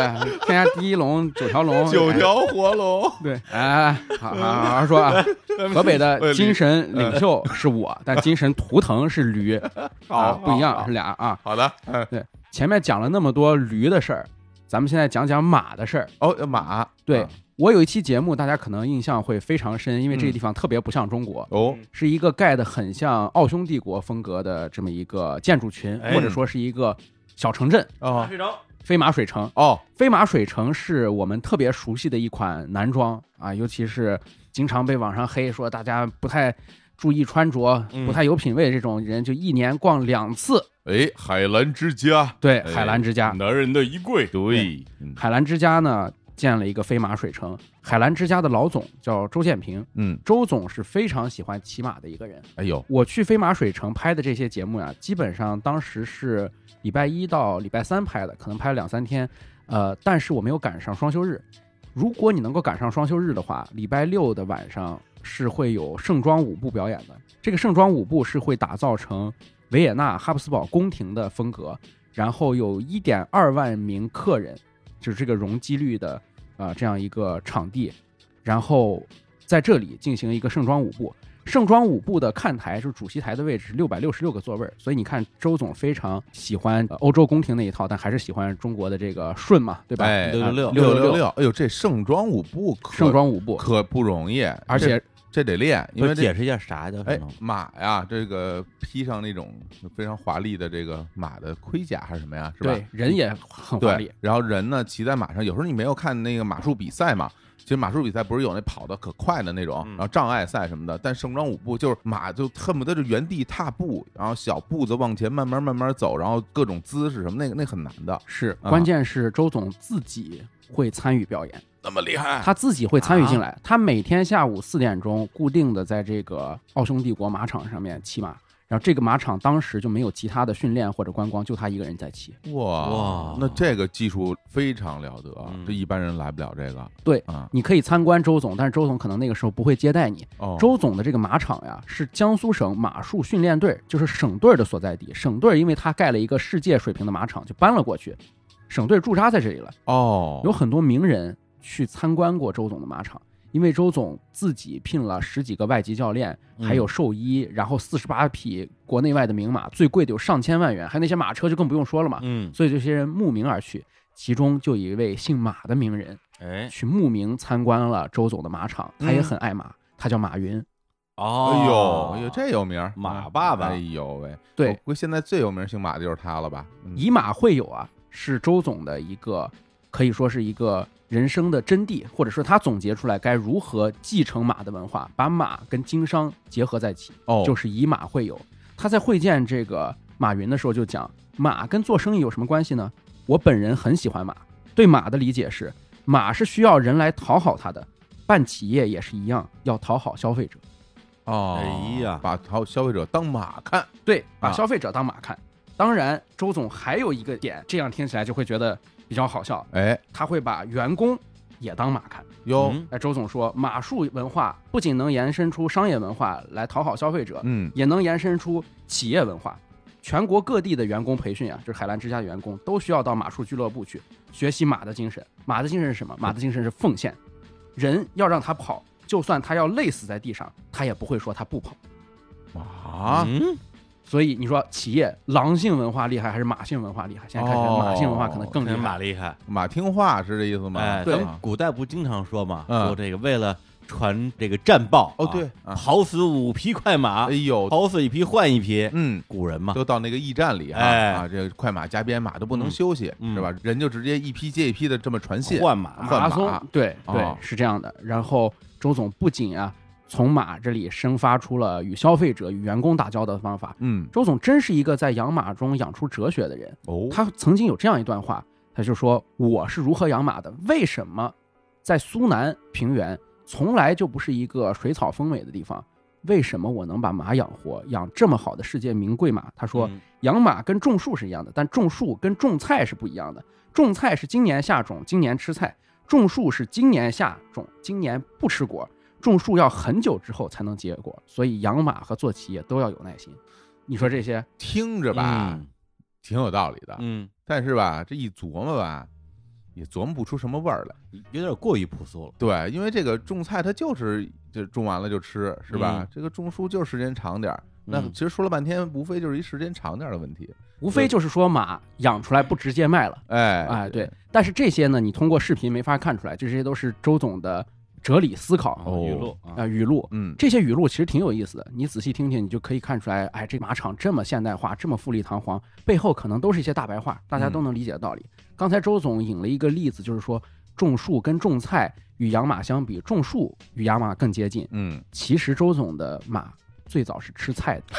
Speaker 3: 天下第一龙，九条 龙，哎
Speaker 2: 九条活龙，
Speaker 3: 对，哎，好好好好说 啊。河北的精神领袖是我，但精神图腾是驴，啊，
Speaker 2: 好
Speaker 3: 不一样
Speaker 2: 好
Speaker 3: 是俩啊。
Speaker 2: 好的，嗯，
Speaker 3: 对，前面讲了那么多驴的事儿，咱们现在讲讲马的事儿。
Speaker 2: 哦，马，
Speaker 3: 对
Speaker 2: 啊
Speaker 3: 我有一期节目，大家可能印象会非常深，因为这个地方特别不像中国，
Speaker 2: 哦，
Speaker 3: 是一个盖的很像奥匈帝国风格的这么一个建筑群，
Speaker 4: 哎
Speaker 3: 或者说是一个小城镇
Speaker 2: 哦，
Speaker 3: ——飞马水城。
Speaker 2: 哦，
Speaker 3: 飞马水城是我们特别熟悉的一款男装啊，尤其是经常被网上黑说大家不太注意穿着、
Speaker 4: 嗯
Speaker 3: 不太有品味这种人，就一年逛两次。
Speaker 2: 哎，海澜之家，
Speaker 3: 对，
Speaker 2: 哎
Speaker 3: 海澜之家，
Speaker 4: 男人的衣柜，
Speaker 2: 对，嗯
Speaker 3: 海澜之家呢建了一个飞马水城。海澜之家的老总叫周建平，
Speaker 2: 嗯，
Speaker 3: 周总是非常喜欢骑马的一个人。
Speaker 2: 哎呦，
Speaker 3: 我去飞马水城拍的这些节目呀、基本上当时是礼拜一到礼拜三拍的，可能拍了两三天，呃，但是我没有赶上双休日。如果你能够赶上双休日的话，礼拜六的晚上是会有盛装舞步表演的。这个盛装舞步是会打造成维也纳哈布斯堡宫廷的风格，然后有一点二万名客人，就是这个容积率的啊、呃这样一个场地，然后在呃这里进行一个盛装舞步。盛装舞步的看台是主席台的位置，六百六十六个座位儿，所以你看周总非常喜欢呃欧洲宫廷那一套，但还是喜欢中国的这个顺嘛，对吧？
Speaker 2: 哎
Speaker 3: 啊
Speaker 4: 666
Speaker 2: 六
Speaker 3: 六
Speaker 2: 六，哎呦，这盛装舞步可
Speaker 3: 盛装舞步，
Speaker 2: 可不容易，
Speaker 3: 而且
Speaker 2: 这这得练，因为这。
Speaker 4: 释一下啥叫
Speaker 2: 哎，马呀，这个披上那种非常华丽的这个马的盔甲还是什么呀？是吧？
Speaker 3: 对人也很华丽
Speaker 2: 对，，然后人呢骑在马上，有时候你没有看那个马术比赛嘛。其实马术比赛不是有那跑得可快的那种，
Speaker 4: 嗯
Speaker 2: 然后障碍赛什么的，但盛装舞步就是马就恨不得就原地踏步，然后小步子往前慢慢慢慢走，然后各种姿势什么，那个那很难的，
Speaker 3: 是
Speaker 2: 啊
Speaker 3: 关键是周总自己会参与表演，
Speaker 2: 那么厉害。
Speaker 3: 他自己会参与进
Speaker 2: 啊
Speaker 3: 来，他每天下午四点钟固定的在这个奥匈帝国马场上面骑马。然后这个马场当时就没有其他的训练或者观光，就他一个人在骑。
Speaker 2: 哇
Speaker 4: 哇
Speaker 2: 那这个技术非常了得，
Speaker 4: 嗯
Speaker 2: 这一般人来不了这个。
Speaker 3: 对
Speaker 2: 啊，
Speaker 3: 你可以参观周总，但是周总可能那个时候不会接待你。
Speaker 2: 哦，
Speaker 3: 周总的这个马场呀，是江苏省马术训练队，就是省队的所在地。省队因为他盖了一个世界水平的马场，就搬了过去，省队驻扎在这里了。
Speaker 2: 哦，
Speaker 3: 有很多名人去参观过周总的马场，因为周总自己聘了十几个外籍教练，还有兽医，然后四十八匹国内外的名马，最贵的有上千万元，还有那些马车就更不用说了嘛。
Speaker 4: 嗯，
Speaker 3: 所以这些人慕名而去，其中就有一位姓马的名人
Speaker 4: 哎，
Speaker 3: 去慕名参观了周总的马场，他也很爱马，他叫马云。
Speaker 2: 哎
Speaker 4: 哦
Speaker 2: 呦，
Speaker 3: 啊
Speaker 2: 哎呦，这有名儿
Speaker 4: 马爸爸
Speaker 2: 哎呦喂，
Speaker 3: 对
Speaker 2: 我估计现在最有名姓马的就是他了吧？嗯
Speaker 3: 以马会友啊，是周总的一个可以说是一个人生的真谛，或者说他总结出来该如何继承马的文化，把马跟经商结合在一起，
Speaker 2: 哦，
Speaker 3: 就是以马会友。他在会见这个马云的时候就讲，马跟做生意有什么关系呢？我本人很喜欢马，对马的理解是，马是需要人来讨好他的，办企业也是一样，要讨好消费者。
Speaker 2: 哦，
Speaker 4: 哎呀
Speaker 2: 把淘消费者当马看，
Speaker 3: 对，把
Speaker 2: 啊
Speaker 3: 消费者当马看。当然，周总还有一个点，这样听起来就会觉得比较好笑。
Speaker 2: 哎，
Speaker 3: 他会把员工也当马看。
Speaker 2: 哟，
Speaker 4: 嗯
Speaker 3: 哎，周总说，马术文化不仅能延伸出商业文化来讨好消费者，
Speaker 2: 嗯
Speaker 3: 也能延伸出企业文化。全国各地的员工培训啊，就是海澜之家的员工都需要到马术俱乐部去学习马的精神。马的精神是什么？马的精神是奉献。人要让他跑，就算他要累死在地上，他也不会说他不跑。
Speaker 2: 啊，
Speaker 4: 嗯，
Speaker 3: 所以你说企业狼性文化厉害还是马性文化厉害？现在看起来
Speaker 2: 哦
Speaker 3: 马性文化可能更厉
Speaker 4: 嗯真
Speaker 3: 害。
Speaker 4: 马厉害。
Speaker 2: 马听话是这意思吗？啊
Speaker 4: 哎，
Speaker 3: 对
Speaker 4: 咱们古代不经常说嘛，
Speaker 2: 嗯
Speaker 4: 说这个为了传这个战报啊，
Speaker 2: 哦对啊
Speaker 4: 跑死五匹快马
Speaker 2: 哎，呦，
Speaker 4: 跑死一匹换一匹，
Speaker 2: 嗯，
Speaker 4: 古人嘛，
Speaker 2: 都到那个驿站里啊，
Speaker 4: 哎
Speaker 2: 啊，这快马加鞭马都不能
Speaker 4: 嗯
Speaker 2: 休息，
Speaker 4: 嗯
Speaker 2: 是吧？人就直接一批接一批的这么传信，
Speaker 4: 换马
Speaker 2: 换马
Speaker 3: 马拉松，对对、
Speaker 2: 哦
Speaker 3: 是这样的。然后周总不仅啊从马这里生发出了与消费者、与员工打交道的方法，
Speaker 2: 嗯，
Speaker 3: 周总真是一个在养马中养出哲学的人。
Speaker 2: 哦
Speaker 3: 他曾经有这样一段话，他就说：“我是如何养马的？为什么在苏南平原从来就不是一个水草丰美的地方？为什么我能把马养活，养这么好的世界名贵马？”他说：“
Speaker 4: 嗯
Speaker 3: 养马跟种树是一样的，但种树跟种菜是不一样的。种菜是今年下种，今年吃菜；种树是今年下种，今年不吃果。种树要很久之后才能结果，所以养马和做企业都要有耐心。你说这些，
Speaker 2: 听着吧，挺有道理的，
Speaker 4: 嗯，
Speaker 2: 但是吧，这一琢磨吧，也琢磨不出什么味儿来。
Speaker 4: 嗯，有点过于朴素了，
Speaker 2: 对，因为这个种菜它就是就种完了就吃，是吧？
Speaker 4: 嗯
Speaker 2: 这个种树就是时间长点儿。那
Speaker 4: 嗯
Speaker 2: 其实说了半天，无非就是一时间长点儿的问题。
Speaker 3: 无非就是说马养出来不直接卖了，
Speaker 2: 哎
Speaker 3: 哎，对。但是这些呢，你通过视频没法看出来，这些都是周总的哲理思考
Speaker 2: 哦
Speaker 4: 语录啊
Speaker 3: 啊、，语录。
Speaker 2: 嗯，
Speaker 3: 这些语录其实挺有意思的，你仔细听听，你就可以看出来，哎，这马场这么现代化，这么富丽堂皇，背后可能都是一些大白话，大家都能理解的道理。刚才周总引了一个例子，就是说种树跟种菜与养马相比，种树与养马更接近。
Speaker 2: 嗯，
Speaker 3: 其实周总的马最早是吃菜的，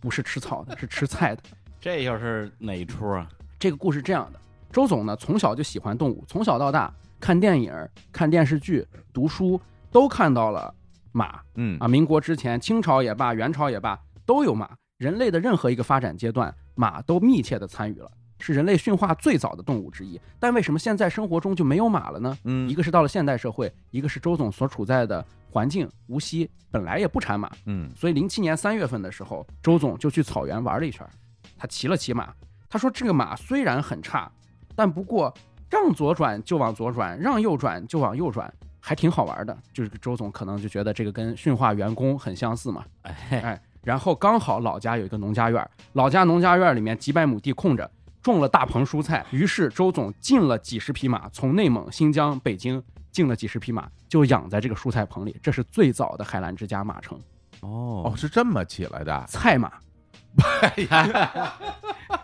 Speaker 3: 不是吃草的，是吃菜的。
Speaker 4: 这又是哪一出啊？
Speaker 3: 这个故事这样的：周总呢，从小就喜欢动物，从小到大看电影、看电视剧、读书，都看到了马
Speaker 2: 嗯
Speaker 3: 啊。民国之前，清朝也罢，元朝也罢，都有马。人类的任何一个发展阶段，马都密切的参与了，是人类驯化最早的动物之一。但为什么现在生活中就没有马了呢？
Speaker 2: 嗯，
Speaker 3: 一个是到了现代社会，一个是周总所处在的环境，无锡本来也不产马，
Speaker 2: 嗯
Speaker 3: 所以零七年三月份的时候，周总就去草原玩了一圈儿，他骑了骑马，他说这个马虽然很差，但不过让左转就往左转，让右转就往右转，还挺好玩的。就是周总可能就觉得这个跟驯化员工很相似嘛，
Speaker 4: 哎，
Speaker 3: 哎，然后刚好老家有一个农家院儿，老家农家院儿里面几百亩地空着，种了大棚蔬菜，于是周总进了几十匹马，从内蒙、新疆、北京进了几十匹马，就养在这个蔬菜棚里，这是最早的海澜之家马城
Speaker 4: 哦。
Speaker 2: 哦，，哎是这么起来的。
Speaker 3: 菜马。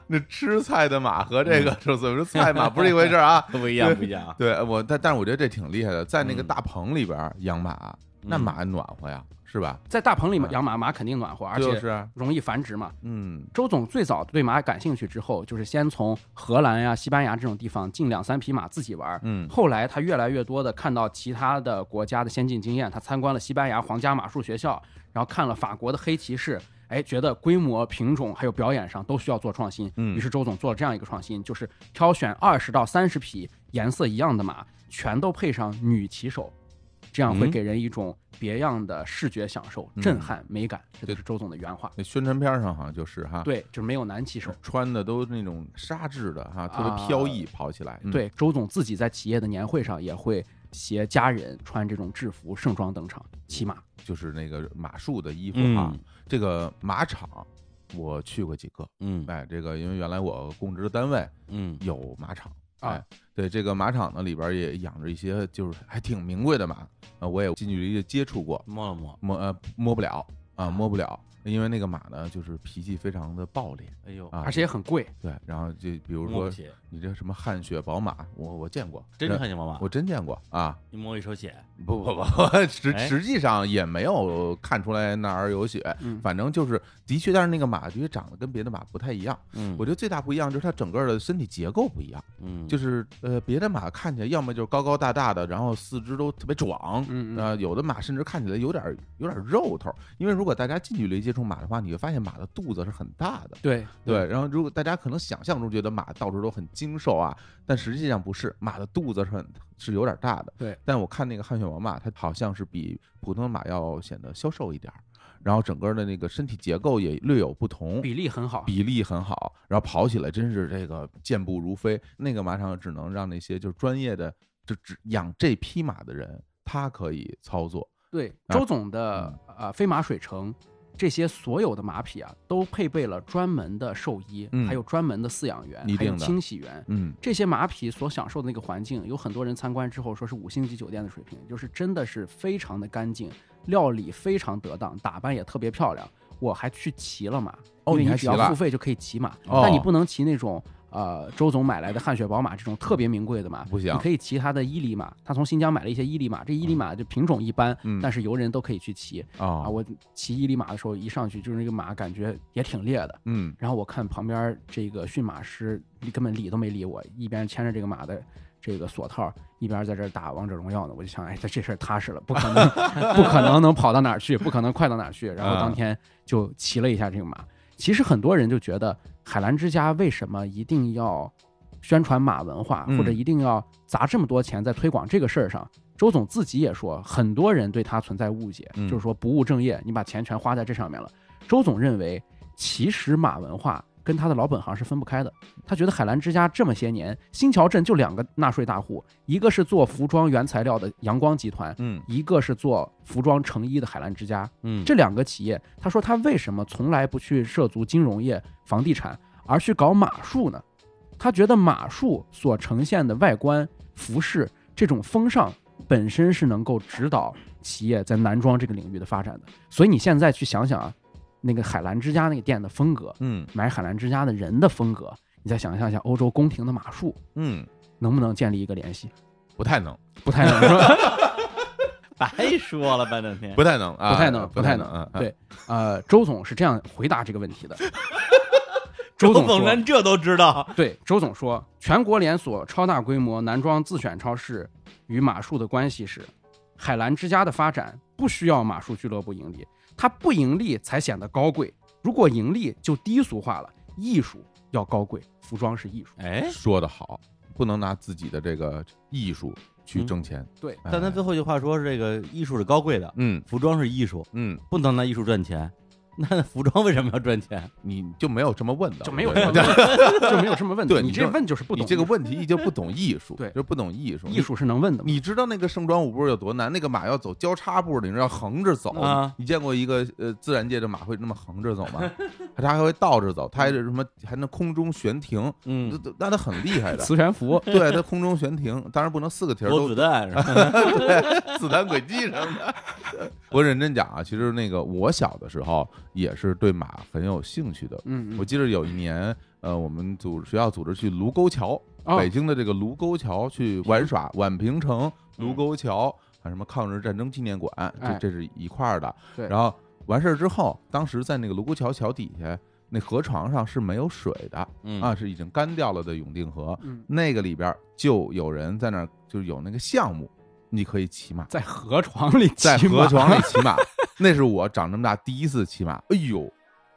Speaker 2: 那吃菜的马和这个就是怎么说菜马不是一回事儿啊
Speaker 4: 嗯 不 一样，不一 样啊，
Speaker 2: 对我，但但是我觉得这挺厉害的，在那个
Speaker 4: 嗯
Speaker 2: 大棚里边儿养马，那
Speaker 4: 嗯
Speaker 2: 马暖和呀，是吧？
Speaker 3: 在大棚里
Speaker 2: 嗯
Speaker 3: 面养马，马肯定暖和，而
Speaker 2: 就
Speaker 3: 且
Speaker 2: 是，
Speaker 3: 容易繁殖嘛。
Speaker 2: 嗯
Speaker 3: 周总最早对马感兴趣之后，就是先从荷兰呀、西班牙这种地方进两三匹马自己玩儿。
Speaker 2: 嗯
Speaker 3: 后来他越来越多的看到其他的国家的先进经验，他参观了西班牙皇家马术学校，然后看了法国的黑骑士，哎，觉得规模、品种还有表演上都需要做创新。
Speaker 2: 嗯
Speaker 3: 于是周总做了这样一个创新，就是挑选二十到三十匹颜色一样的马，全都配上女骑手，这样会
Speaker 4: 嗯
Speaker 3: 给人一种别样的视觉享受、
Speaker 2: 嗯
Speaker 3: 震撼、美感。这
Speaker 2: 对
Speaker 3: 都是周总的原话。
Speaker 2: 那宣传片儿上好像就是哈，
Speaker 3: 对，就是没有男骑手。
Speaker 2: 穿的都是那种纱质的哈，特别
Speaker 3: 啊
Speaker 2: 飘逸，跑起来。嗯，
Speaker 3: 对，周总自己在企业的年会上也会携家人穿这种制服盛装登场，骑马。
Speaker 2: 就是那个马术的衣服哈
Speaker 4: 嗯。
Speaker 2: 这个马场我去过几个，
Speaker 4: 嗯
Speaker 2: 哎，这个因为原来我供职的单位
Speaker 4: 嗯，
Speaker 2: 有马场。
Speaker 3: 啊
Speaker 2: 哎，对这个马场呢，里边也养着一些就是还挺名贵的马啊，呃我也近距离的接触过，
Speaker 4: 摸了摸，
Speaker 2: 摸呃摸不了啊，摸不了，因为那个马呢就是脾气非常的暴烈
Speaker 4: 哎呦，
Speaker 2: 啊，
Speaker 3: 而且也很贵。
Speaker 2: 对，然后就比如
Speaker 4: 摸不
Speaker 2: 说
Speaker 4: 起，
Speaker 2: 你这什么汗血宝马，我我见过，
Speaker 4: 真
Speaker 2: 然
Speaker 4: 看见妈妈，
Speaker 2: 我真见过啊，
Speaker 4: 一摸一手血，
Speaker 2: 不不不，实
Speaker 4: 哎
Speaker 2: 实际上也没有看出来哪儿有血，
Speaker 3: 嗯
Speaker 2: 反正就是的确，但是那个马的确长得跟别的马不太一样。
Speaker 4: 嗯
Speaker 2: 我觉得最大不一样就是它整个的身体结构不一样，
Speaker 4: 嗯，
Speaker 2: 就是呃，别的马看起来要么就是高高大大的，然后四肢都特别壮，呃
Speaker 3: 嗯嗯
Speaker 2: 呃，有的马甚至看起来有点有点肉头，因为如果大家近距离接触马的话，你会发现马的肚子是很大的。
Speaker 3: 对
Speaker 2: 对，然后如果大家可能想象中觉得马到处都很精瘦啊，但实际上不是，马的肚子是很是有点大的。
Speaker 3: 对，
Speaker 2: 但我看那个汗血王马，它好像是比普通的马要显得消瘦一点儿，然后整个的那个身体结构也略有不同，
Speaker 3: 比例很好，
Speaker 2: 比例很好，然后跑起来真是这个健步如飞。那个马场只能让那些就是专业的，就只养这匹马的人，他可以操作。
Speaker 3: 对，
Speaker 2: 啊嗯
Speaker 3: 周总的呃飞马水城这些所有的马匹啊，都配备了专门的兽医，
Speaker 2: 嗯
Speaker 3: 还有专门的饲养员
Speaker 2: 一，
Speaker 3: 还有
Speaker 2: 定的
Speaker 3: 清洗员。
Speaker 2: 嗯，
Speaker 3: 这些马匹所享受的那个环境，有很多人参观之后说是五星级酒店的水平，就是真的是非常的干净，料理非常得当，打扮也特别漂亮。我还去骑了马，
Speaker 2: 哦
Speaker 3: 因为
Speaker 2: 你还
Speaker 3: 只
Speaker 2: 骑
Speaker 3: 要
Speaker 2: 了
Speaker 3: 付费就可以骑马，
Speaker 2: 哦
Speaker 3: 但你不能骑那种呃周总买来的汗血宝马这种特别名贵的马，
Speaker 2: 不行
Speaker 3: 你可以骑他的伊犁马，他从新疆买了一些伊犁马，这伊犁马就品种一般，
Speaker 2: 嗯
Speaker 3: 但是游人都可以去骑。啊，
Speaker 2: 啊，
Speaker 3: 我骑伊犁马的时候，一上去就是那个马，感觉也挺烈的。
Speaker 2: 嗯，
Speaker 3: 然后我看旁边这个驯马师根本理都没理我，一边牵着这个马的这个锁套，一边在这儿打王者荣耀呢。我就想，哎，这这事儿踏实了，不可能，不可能能跑到哪儿去，不可能快到哪儿去。然后
Speaker 2: 嗯
Speaker 3: 当天就骑了一下这个马。其实很多人就觉得海澜之家为什么一定要宣传马文化，
Speaker 2: 嗯
Speaker 3: 或者一定要砸这么多钱在推广这个事儿上？周总自己也说，很多人对他存在误解，
Speaker 2: 嗯
Speaker 3: 就是说不务正业，你把钱全花在这上面了。周总认为，其实马文化跟他的老本行是分不开的。他觉得海澜之家这么些年，新桥镇就两个纳税大户，一个是做服装原材料的阳光集团，
Speaker 2: 嗯，
Speaker 3: 一个是做服装成衣的海澜之家。
Speaker 4: 嗯，
Speaker 3: 这两个企业，他说他为什么从来不去涉足金融业、房地产，而去搞马术呢？他觉得马术所呈现的外观、服饰这种风尚，本身是能够指导企业在男装这个领域的发展的。所以你现在去想想啊，那个海澜之家那个店的风格，
Speaker 2: 嗯，
Speaker 3: 买海澜之家的人的风格，你再想象一下欧洲宫廷的马术，
Speaker 2: 嗯，
Speaker 3: 能不能建立一个联系？
Speaker 2: 不太能，
Speaker 3: 不太能，是吧？
Speaker 4: 白说了半整天，
Speaker 2: 不太能啊，
Speaker 3: 哎不太能，
Speaker 2: 不
Speaker 3: 太
Speaker 2: 能，嗯，
Speaker 3: 对， 呃，周总是这样回答这个问题的。 周
Speaker 4: 总
Speaker 3: 总说
Speaker 4: 连这都知道，：“
Speaker 3: 对，周总说，全国连锁超大规模男装自选超市与马术的关系是，海澜之家的发展不需要马术俱乐部盈利，它不盈利才显得高贵，如果盈利就低俗化了。艺术要高贵，服装是艺术。
Speaker 4: 哎，
Speaker 2: 说的好，不能拿自己的这个艺术去挣钱。
Speaker 3: 嗯对
Speaker 2: 哎
Speaker 4: 但他最后一句话说，这个艺术是高贵的，
Speaker 2: 嗯
Speaker 4: 服装是艺术，
Speaker 2: 嗯，
Speaker 4: 不能拿艺术赚钱。 那服装为什么要赚钱？
Speaker 2: 你就没有这么问的，
Speaker 3: 就没有
Speaker 2: 我觉
Speaker 3: 这么
Speaker 2: 得
Speaker 3: 问， 就没有这么问
Speaker 2: 对
Speaker 3: 的。你
Speaker 2: 你
Speaker 3: 这
Speaker 2: 这
Speaker 3: 问就是不
Speaker 2: 你
Speaker 3: 懂艺术。
Speaker 2: 这个问题你就不懂艺术，
Speaker 3: 对
Speaker 2: 就不懂艺术，
Speaker 3: 艺术是能问的吗？
Speaker 2: 你知道那个盛装舞步有多难？那个马要走交叉步，你知道横着走。
Speaker 4: 啊
Speaker 2: 你见过一个呃自然界的马会那么横着走 吗？它还会倒着走，它
Speaker 3: 嗯
Speaker 2: 还是什么还能空中悬停，
Speaker 4: 嗯
Speaker 2: 那，那那它很厉 害的。
Speaker 3: 磁悬浮，
Speaker 2: 对，它空中悬停，当然不能四个蹄儿
Speaker 4: 投
Speaker 2: 都
Speaker 4: 子弹 是吧？
Speaker 2: 子弹轨迹什么的。 我认真讲啊，其实那个我小的时候也是对马很有兴趣的。
Speaker 3: 嗯，
Speaker 2: 我
Speaker 3: 嗯
Speaker 2: 记得有一年，呃，我们组学校组织去卢沟桥，
Speaker 3: 哦嗯
Speaker 2: 北京的这个卢沟桥去玩耍，宛平城、卢沟桥啊，什么抗日战争纪念馆，
Speaker 3: 哎
Speaker 2: 这这是一块儿的。
Speaker 3: 对
Speaker 2: 然后完事儿之后，当时在那个卢沟桥桥底下，那河床上是没有水的，
Speaker 4: 嗯
Speaker 2: 啊，是已经干掉了的永定河。
Speaker 3: 嗯，
Speaker 2: 那个里边儿就有人在那儿，就是有那个项目，你可以骑马。
Speaker 3: 在河床里骑
Speaker 2: 在河
Speaker 3: 马
Speaker 2: 床里骑马，那是我长这么大第一次骑马。哎呦，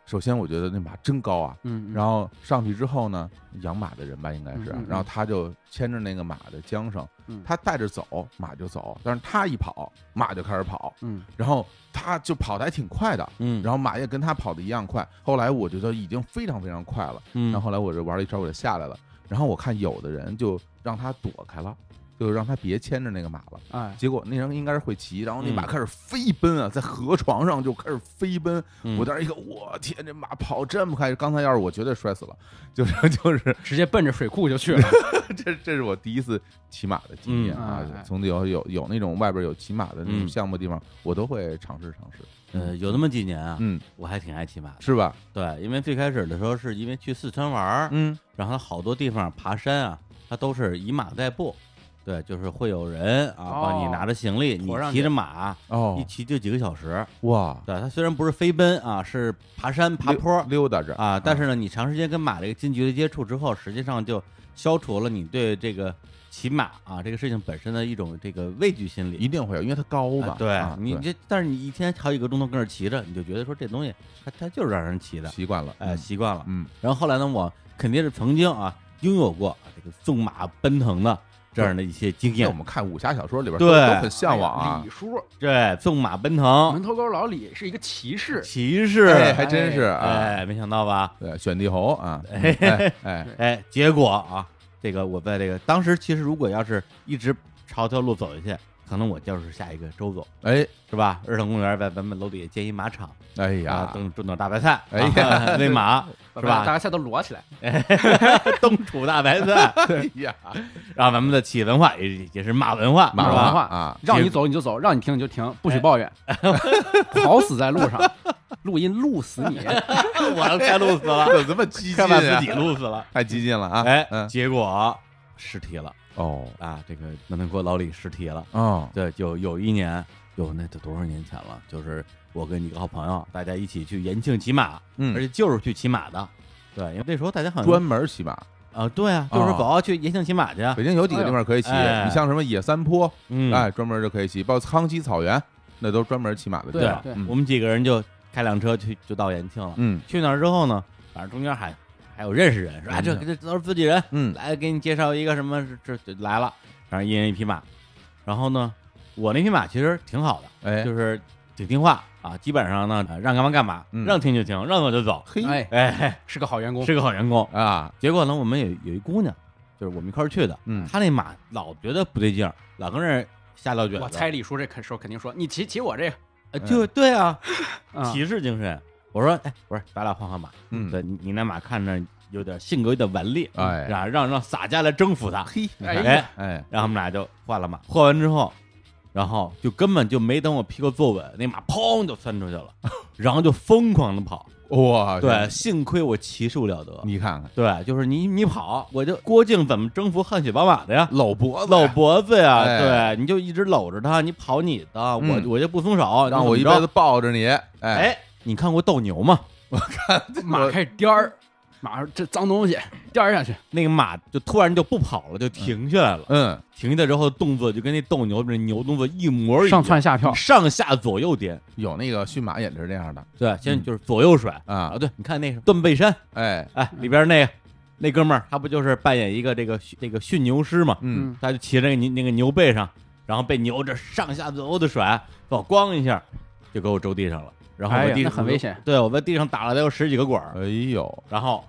Speaker 2: 首先我觉得那马真高啊。
Speaker 3: 嗯，
Speaker 2: 然
Speaker 3: 后
Speaker 2: 后上去之后呢，养马的人吧应该是啊
Speaker 3: 嗯嗯嗯，
Speaker 2: 然后他就牵着那个马的缰绳
Speaker 3: 嗯，
Speaker 2: 他带着走，马就走，但是他一跑，马就开始跑，
Speaker 3: 嗯，
Speaker 2: 然后他就跑的还挺快的，
Speaker 4: 嗯，
Speaker 2: 然后马也跟他跑的一样快。后来我觉得已经非常非常快了，
Speaker 4: 嗯
Speaker 2: 然后后来我就玩了一圈，我就下来了，然后我看有的人就让他躲开了，就让他别牵着那个马了。
Speaker 3: 哎，
Speaker 2: 结果那人应该是会骑，然后那马
Speaker 4: 嗯
Speaker 2: 开始飞奔啊，在河床上就开始飞奔。
Speaker 4: 嗯
Speaker 2: 我当时一看，我天，这马跑这么快！刚才要是我绝对摔死了， 就是就是，
Speaker 3: 直接奔着水库就去了。
Speaker 2: 这这是我第一次骑马的经验啊
Speaker 3: 嗯哎哎！
Speaker 2: 从此有有有那种外边有骑马的那种
Speaker 4: 嗯
Speaker 2: 项目地方，我都会尝试尝试，
Speaker 4: 呃，有那么几年啊，
Speaker 2: 嗯，
Speaker 4: 我还挺爱骑马的。
Speaker 2: 是吧？
Speaker 4: 对，因为最开始的时候是因为去四川玩儿，
Speaker 2: 嗯
Speaker 4: 然后好多地方爬山啊，它都是以马代步。对，就是会有人啊，
Speaker 3: 哦
Speaker 4: 帮你拿着行李，你
Speaker 3: 驮上去
Speaker 4: 骑着马，
Speaker 2: 哦
Speaker 4: 一骑就几个小时。
Speaker 2: 哇，
Speaker 4: 对，它虽然不是飞奔啊，是爬山爬坡
Speaker 2: 溜溜达着
Speaker 4: 啊啊，但是呢，你长时间跟马这个近距离接触之后，实际上就消除了你对这个骑马啊这个事情本身的一种这个畏惧心理。
Speaker 2: 一定会有，因为它高嘛
Speaker 4: 啊。对、
Speaker 2: 啊
Speaker 4: 你这，但是你一天好几个钟头跟那儿骑着，你就觉得说这东西它它就是让人骑的，
Speaker 2: 习惯了，
Speaker 4: 哎，习惯了。
Speaker 2: 嗯，
Speaker 4: 然后后来呢，我肯定是曾经啊拥有过这个纵马奔腾的这样的一些经
Speaker 2: 因为
Speaker 4: 验
Speaker 2: 我。们看武侠小说里边
Speaker 4: 对
Speaker 2: 都都很 向往
Speaker 6: 哎呀
Speaker 2: 啊
Speaker 6: 李，叔
Speaker 4: 对，纵马奔腾，
Speaker 6: 门头沟老李是一个骑士，
Speaker 4: 骑士，
Speaker 2: 嗯哎，还真是啊，
Speaker 4: 哎，没想到吧？
Speaker 2: 对，选帝侯 啊，哎哎，
Speaker 4: 哎，结果啊，这个我在这个当时其实如果要是一直朝这条路走下去，可能我就是下一个周总，
Speaker 2: 哎
Speaker 4: 是吧？儿童公园在咱们楼底下建一马场，
Speaker 2: 哎
Speaker 4: 啊
Speaker 2: 呀，，
Speaker 4: 种种点大白菜，
Speaker 2: 哎呀
Speaker 4: 啊 喂马
Speaker 3: 把把
Speaker 4: 是
Speaker 3: 大
Speaker 4: 吧？
Speaker 3: 白菜都摞起来，
Speaker 4: 冬储大白菜，
Speaker 2: 哎呀，
Speaker 4: 然后咱们的企业文化也也是马文化，
Speaker 2: 马
Speaker 4: 是
Speaker 2: 文
Speaker 4: 吧
Speaker 2: 化啊，
Speaker 3: 让你走你就走，让你停你就停，不许抱怨， 跑死在路上，录音录死你。
Speaker 4: 我要快录死 了，
Speaker 2: 怎么这么激进
Speaker 4: 快把自己
Speaker 2: 啊？
Speaker 4: 录死了。
Speaker 2: 太激进了 啊！
Speaker 4: 哎，
Speaker 2: 嗯，
Speaker 4: 结果失题了
Speaker 2: 哦
Speaker 4: 啊！这个门头沟老李失题了。
Speaker 2: 哦，
Speaker 4: 对，就有一年，有那都多少年前了，就是我跟几个好朋友，大家一起去延庆骑马，
Speaker 2: 嗯
Speaker 4: 而且就是去骑马的。对，因为那时候大家好像
Speaker 2: 专门骑马，
Speaker 4: 啊、对啊，就是
Speaker 2: 啊
Speaker 4: 走啊去延庆骑马去啊。
Speaker 2: 北京有几个地方可以骑，
Speaker 4: 哎
Speaker 2: 你像什么野三坡，
Speaker 4: 嗯，
Speaker 2: 哎，专门就可以骑，包括康熙草原，那都是专门骑马的地
Speaker 4: 对啊
Speaker 2: 方。
Speaker 3: 对
Speaker 2: 嗯
Speaker 4: 我们几个人就开辆车去，就到延庆了。
Speaker 2: 嗯
Speaker 4: 去那儿之后呢，反正中间还还有认识人，说啊，这这都是自己人，
Speaker 2: 嗯，
Speaker 4: 来给你介绍一个什么，这这这来了，然后一人一匹马。然后呢，我那匹马其实挺好的，
Speaker 2: 哎，
Speaker 4: 就是挺听话啊，基本上呢呃让干嘛干嘛，
Speaker 2: 嗯
Speaker 4: 让停就停，让走就走，
Speaker 2: 嘿
Speaker 3: 哎，
Speaker 4: 哎，
Speaker 3: 是个好员工，
Speaker 4: 是个好员工。
Speaker 2: 啊，
Speaker 4: 结果呢，我们有有一姑娘，就是我们一块儿去的，
Speaker 2: 嗯
Speaker 4: 她那马老觉得不对劲儿，老跟那儿瞎聊卷
Speaker 3: 我
Speaker 4: 子
Speaker 3: 猜李叔这肯时候肯定说你骑骑我这个，
Speaker 4: 呃就对啊，
Speaker 3: 嗯
Speaker 4: 骑士精神。我说，哎，我说咱俩换换马，
Speaker 2: 嗯
Speaker 4: 对，你你那马看着有点性格有点顽劣，
Speaker 2: 哎
Speaker 4: 让让让洒家来征服他，
Speaker 2: 嘿，你看
Speaker 3: 哎
Speaker 4: 哎，
Speaker 2: 哎，
Speaker 4: 然后我们俩就换了马，换完之后，然后就根本就没等我屁股坐稳，那马砰就窜出 去了，然后就疯狂的跑。
Speaker 2: 哇，
Speaker 4: 对，，幸亏我骑术了得。
Speaker 2: 你看看，
Speaker 4: 对，就是你你跑，我就郭靖怎么征服汗血宝马的呀？
Speaker 2: 搂脖子，
Speaker 4: 搂，脖子呀，
Speaker 2: 哎
Speaker 4: 对，你就一直搂着他，你跑你的，我
Speaker 2: 嗯
Speaker 4: 我就不松手，
Speaker 2: 让我
Speaker 4: 你
Speaker 2: 一
Speaker 4: 怎么
Speaker 2: 辈
Speaker 4: 着
Speaker 2: 子。抱着你，哎，
Speaker 4: 哎，你看过斗牛吗？
Speaker 3: 马开始颠儿，马上这脏东西颠儿下去，
Speaker 4: 那个马就突然就不跑了，就停下来了。
Speaker 2: 嗯，
Speaker 4: 停下来之后，动作就跟那斗牛那牛动作一模一样，
Speaker 3: 上蹿下跳，
Speaker 4: 上下左右颠。
Speaker 2: 有那个驯马也是这样的
Speaker 4: 对，先
Speaker 2: 嗯
Speaker 4: 就是左右甩
Speaker 2: 啊，
Speaker 4: 对，你看那个断背山，
Speaker 2: 哎，
Speaker 4: 哎，里边那个那哥们儿，他不就是扮演一个这个驯这个驯牛师嘛？
Speaker 2: 嗯，
Speaker 4: 他就骑着那个牛那个牛背上，然后被牛这上下左右的甩，把我咣一下就给我周地上了。然后
Speaker 3: 哎
Speaker 4: 我
Speaker 3: 呀
Speaker 4: 地
Speaker 3: 那
Speaker 4: 上
Speaker 3: 很危险，
Speaker 4: 对我在地上打了得有十几个滚儿，
Speaker 2: 哎呦，
Speaker 4: 然后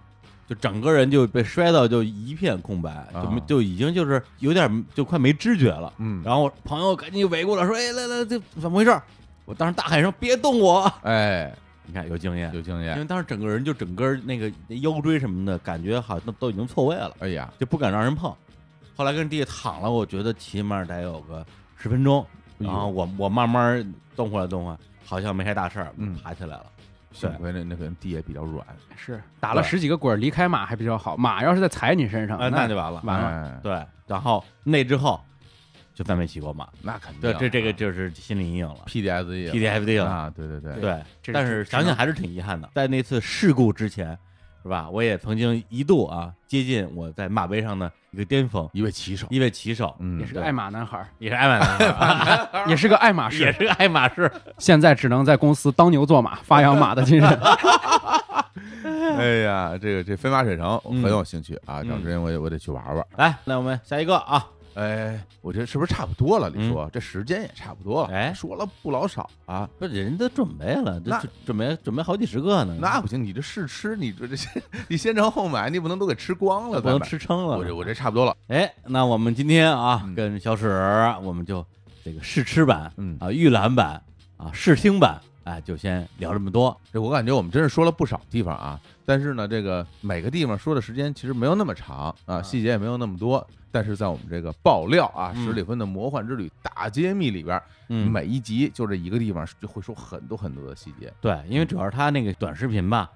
Speaker 4: 就整个人就被摔到就一片空白，
Speaker 2: 啊
Speaker 4: 就没就已经就是有点就快没知觉了。
Speaker 2: 嗯，
Speaker 4: 然后我朋友赶紧围过来说：“哎，来来，这怎么回事儿？”我当时大喊一声：“别动我
Speaker 2: 哎，！”
Speaker 4: 你看有经验，
Speaker 2: 有经
Speaker 4: 因
Speaker 2: 验，
Speaker 4: 为当时整个人就整个那个腰椎什么的感觉好像都已经错位了，
Speaker 2: 哎呀，
Speaker 4: 就不敢让人碰。后来跟地下躺了，我觉得起码得有个十分钟，
Speaker 2: 哎呦
Speaker 4: 然后我我慢慢动会儿动会儿，好像没啥大事儿
Speaker 2: 嗯，
Speaker 4: 爬起来了。
Speaker 2: 幸亏那那可能地也比较软，
Speaker 3: 是打了十几个滚儿离开马还比较好，马要是再踩你身上，
Speaker 4: 哎，那就完了。
Speaker 3: 完了。
Speaker 2: 了，
Speaker 4: 对，然后那之后就再没骑过马，
Speaker 2: 那肯定
Speaker 4: 对，
Speaker 2: 啊，
Speaker 4: 这这个就是心理阴影了
Speaker 2: PDSE 了
Speaker 4: ，PTSD 了。
Speaker 2: 啊，对对对，
Speaker 4: 对，
Speaker 3: 这
Speaker 4: 但
Speaker 3: 这
Speaker 4: 是
Speaker 3: 这
Speaker 4: 想想还是挺遗憾的，在那次事故之前，是吧？我也曾经一度啊接近我在马背上的一个巅峰，
Speaker 2: 一位骑手，
Speaker 4: 一位骑手，
Speaker 2: 嗯
Speaker 3: 也，是个爱马男孩儿，
Speaker 4: 也是爱马仕
Speaker 3: 也是个爱马
Speaker 4: 也
Speaker 3: 仕，
Speaker 4: 是个爱马仕，
Speaker 3: 现在只能在公司当牛做马，发扬马的精神。
Speaker 2: 哎呀，这个这飞马水城我
Speaker 4: 嗯
Speaker 2: 很有兴趣啊，
Speaker 4: 嗯
Speaker 2: 找时间我也我得去玩玩。
Speaker 4: 来，那我们下一个啊，
Speaker 2: 哎，我这是不是差不多了？李叔，这时间也差不多了，
Speaker 4: 哎
Speaker 2: 说了不老少啊。
Speaker 4: 不是人家都准备了，这
Speaker 2: 那
Speaker 4: 这准备准备好几十个呢，
Speaker 2: 那不行，你这试吃，你这这些你先尝后买，你不能都给吃光了，
Speaker 4: 不
Speaker 2: 咱
Speaker 4: 能
Speaker 2: 们。
Speaker 4: 吃撑
Speaker 2: 我这
Speaker 4: 了。
Speaker 2: 我这差不多了，
Speaker 4: 哎，那我们今天啊
Speaker 2: 嗯，
Speaker 4: 跟小史我们就这个试吃版，
Speaker 2: 嗯
Speaker 4: 啊，预览版啊，试听版，哎，就先聊这么多。
Speaker 2: 这我感觉我们真是说了不少地方啊。但是呢，这个每个地方说的时间其实没有那么长啊，细节也没有那么多。但是在我们这个爆料啊，
Speaker 4: 嗯
Speaker 2: 十里芬的魔幻之旅大揭秘里边，
Speaker 4: 嗯，
Speaker 2: 每一集就这一个地方就会说很多很多的细节。
Speaker 4: 对，因为主要是他那个短视频吧，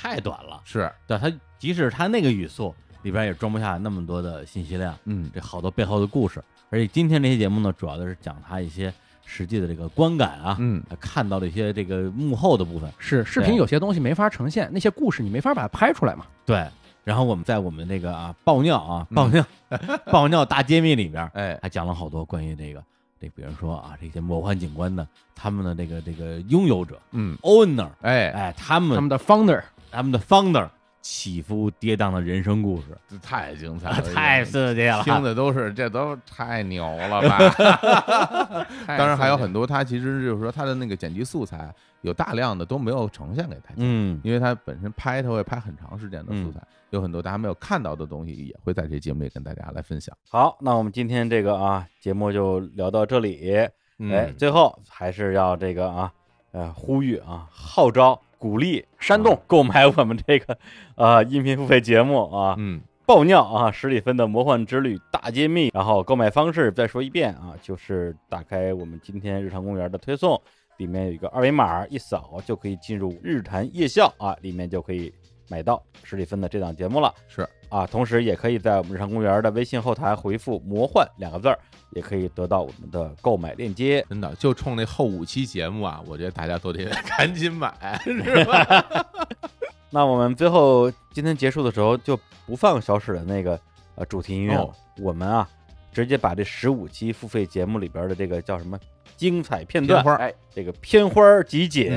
Speaker 4: 太短了。
Speaker 2: 是，
Speaker 4: 对，他即使他那个语速里边也装不下那么多的信息量，
Speaker 2: 嗯，
Speaker 4: 这好多背后的故事。而且今天这期节目呢，主要的是讲他一些实际的这个观感啊，
Speaker 2: 嗯，
Speaker 4: 看到的一些这个幕后的部分。
Speaker 3: 是视频有些东西没法呈现，那些故事你没法把它拍出来嘛。
Speaker 4: 对，然后我们在我们这个啊爆尿啊爆尿、 爆尿大揭秘里边，
Speaker 2: 哎，
Speaker 4: 还讲了好多关于这个这，比如说啊这些魔幻景观的他们的这个这个拥有者
Speaker 2: 嗯，
Speaker 4: owner，
Speaker 2: 哎，
Speaker 4: 哎，他
Speaker 3: 他们
Speaker 4: 们
Speaker 3: 的 founder
Speaker 4: 他们的 founder 起伏跌宕的人生故事，哎
Speaker 2: 这太精彩
Speaker 4: 啊
Speaker 2: 了，
Speaker 4: 太刺激了，
Speaker 2: 听 的都是这都太牛了吧？ 当然还有很多，他其实就是说他的那个剪辑素材有大量的都没有呈现给大家，
Speaker 4: 嗯，
Speaker 2: 因为他本身拍他会拍很长时间的素材，有很多大家没有看到的东西也会在这节目里跟大家来分享。
Speaker 1: 好，那我们今天这个啊节目就聊到这里。
Speaker 2: 嗯
Speaker 1: 哎，最后还是要这个啊，呃，呼吁啊，号召鼓励
Speaker 7: 煽动
Speaker 4: 嗯
Speaker 1: 啊购买我们这个呃音频付费节目啊，
Speaker 2: 嗯，
Speaker 1: 爆尿啊，十里芬的魔幻之旅大揭秘。然后购买方式再说一遍啊，就是打开我们今天日常公园的推送，里面有一个二维码，一扫就可以进入日坛夜校啊，里面就可以买到十里芬的这档节目了。
Speaker 2: 是
Speaker 1: 啊，同时也可以在我们日常公园的微信后台回复“魔幻”两个字儿，也可以得到我们的购买链接。
Speaker 2: 真的，就冲那后五期节目啊，我觉得大家都得 赶紧买，是吧？
Speaker 1: 那我们最后今天结束的时候就不放小史的那个呃主题音乐了，
Speaker 2: 哦
Speaker 1: 我们啊直接把这十五期付费节目里边的这个叫什么精彩片
Speaker 2: 片
Speaker 1: 段，
Speaker 2: 花儿嗯
Speaker 7: 哎
Speaker 1: 这个片花儿集锦，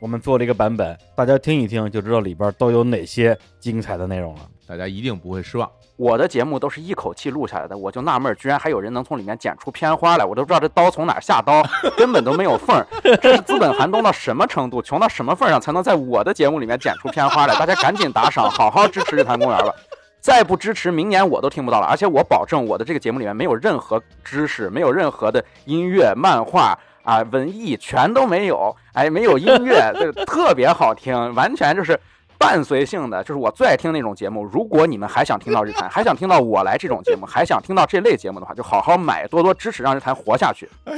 Speaker 1: 我们做了一个版本，大家听一听就知道里边都有哪些精彩的内容 了。
Speaker 2: 大家一定不会失望。
Speaker 7: 我的节目都是一口气录下来的，我就纳闷儿，居然还有人能从里面剪出片花来，我都不知道这刀从哪儿下刀， 根本都没有缝儿。这是资本寒冬到什么程度，穷到什么份儿上，才能在我的节目里面剪出片花来？大家赶紧打赏，好好支持日坛公园吧！再不支持，明年我都听不到了。而且我保证，我的这个节目里面没有任何知识，没有任何的音乐、漫画啊、文艺，全都没有。哎，没有音乐，这个特别好听，完全就是伴随性的，就是我最爱听那种节目。如果你们还想听到日坛， 还想听到我来这种节目，还想听到这类节目的话，就好好买，多多支持，让日坛活下去。
Speaker 2: 哎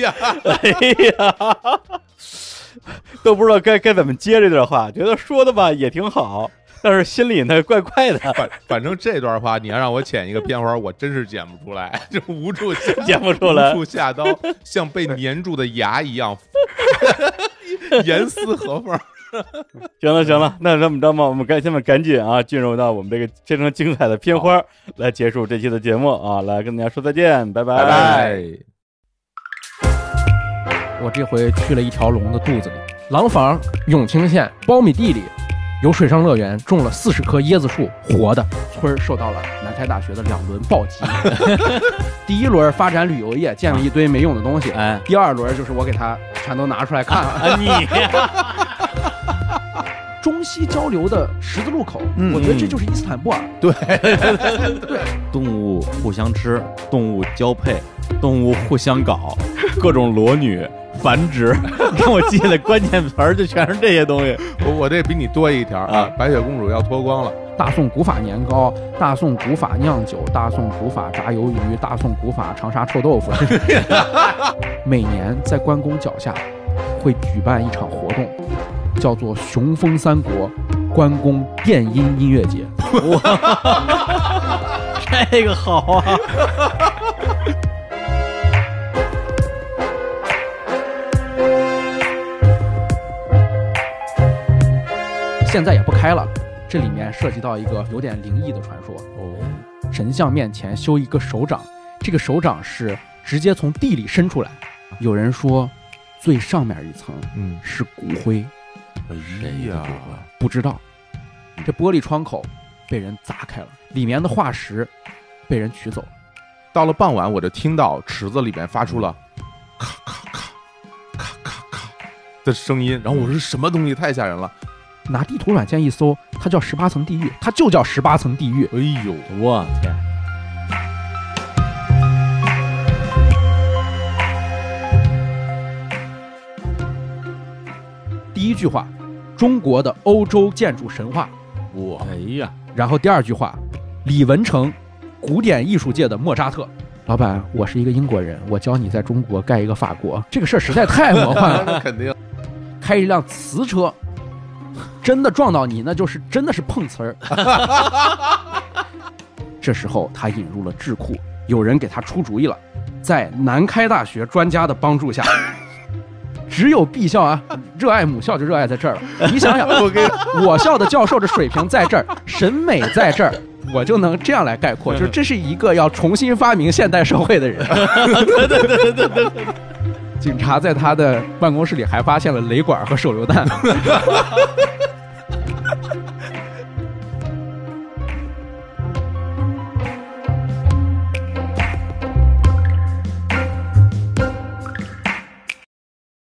Speaker 2: 呀，
Speaker 1: 哎呀，都不知道该该怎么接这段话，觉得说的吧也挺好，但是心里呢怪怪的，
Speaker 2: 反反正这段话你要让我剪一个片花儿，我真是剪不出来，就无处下
Speaker 1: 剪不出来
Speaker 2: 无处下刀，像被粘住的牙一样， 严丝合缝。嗯
Speaker 1: 行了行了，那这么着吧，我们该下面赶紧啊，进入到我们这个非常精彩的片花儿，来结束这期的节目啊，来跟大家说再见，拜拜
Speaker 2: 拜
Speaker 4: 哎
Speaker 2: 拜。
Speaker 3: 我这回去了一条龙的肚子里，廊坊、永清县苞米地里有水上乐园，种了四十棵椰子树，活的。村儿受到了南开大学的两轮暴击， 第一轮发展旅游业，建了一堆没用的东西；
Speaker 4: 哎
Speaker 3: 第二轮就是我给他全都拿出来看了。
Speaker 4: 啊你。
Speaker 3: 中西交流的十字路口，
Speaker 2: 嗯
Speaker 3: 我觉得这就是伊斯坦布尔。
Speaker 4: 动物互相吃，动物交配，动物互相搞，各种裸女繁殖， 让我记下来关键词儿就全是这些东西。
Speaker 2: 我我这比你多一条啊！白雪公主要脱光了，
Speaker 3: 大宋古法年糕、大宋古法酿酒、大宋古法炸鱿鱼、大宋古法长沙臭豆腐。 每年在关公脚下会举办一场活动，叫做“雄风三国关公电音音乐节
Speaker 4: 这个好啊。
Speaker 3: 现在也不开了。这里面涉及到一个有点灵异的传说：
Speaker 4: 哦
Speaker 3: 神像面前修一个手掌，这个手掌是直接从地里伸出来。有人说，最上面一层
Speaker 2: 嗯，
Speaker 3: 是骨灰。
Speaker 2: 哎呀，
Speaker 3: 不知道。这玻璃窗口被人砸开了，里面的化石被人取走了。
Speaker 2: 到了傍晚，我就听到池子里面发出了咔咔咔咔咔咔的声音，然后我说什么东西太吓人了，
Speaker 3: 拿地图软件一搜，它叫十八层地狱，它就叫十八层地狱。
Speaker 2: 哎呦，
Speaker 4: 我天！
Speaker 3: 第一句话，中国的欧洲建筑神话。
Speaker 2: 我
Speaker 4: 哎呀，
Speaker 3: 然后第二句话，李文成，古典艺术界的莫扎特。老板，我是一个英国人，我教你在中国盖一个法国。这个事儿实在太魔幻了。
Speaker 2: 那肯定
Speaker 3: 开一辆瓷车，真的撞到你，那就是真的是碰瓷儿。这时候他引入了智库，有人给他出主意了，在南开大学专家的帮助下，只有 B 校啊，热爱母校就热爱在这儿了。你想想，
Speaker 2: 我跟
Speaker 3: 我校的教授的水平在这儿，审美在这儿，我就能这样来概括，就是这是一个要重新发明现代社会的人。警察在他的办公室里还发现了雷管和手榴弹，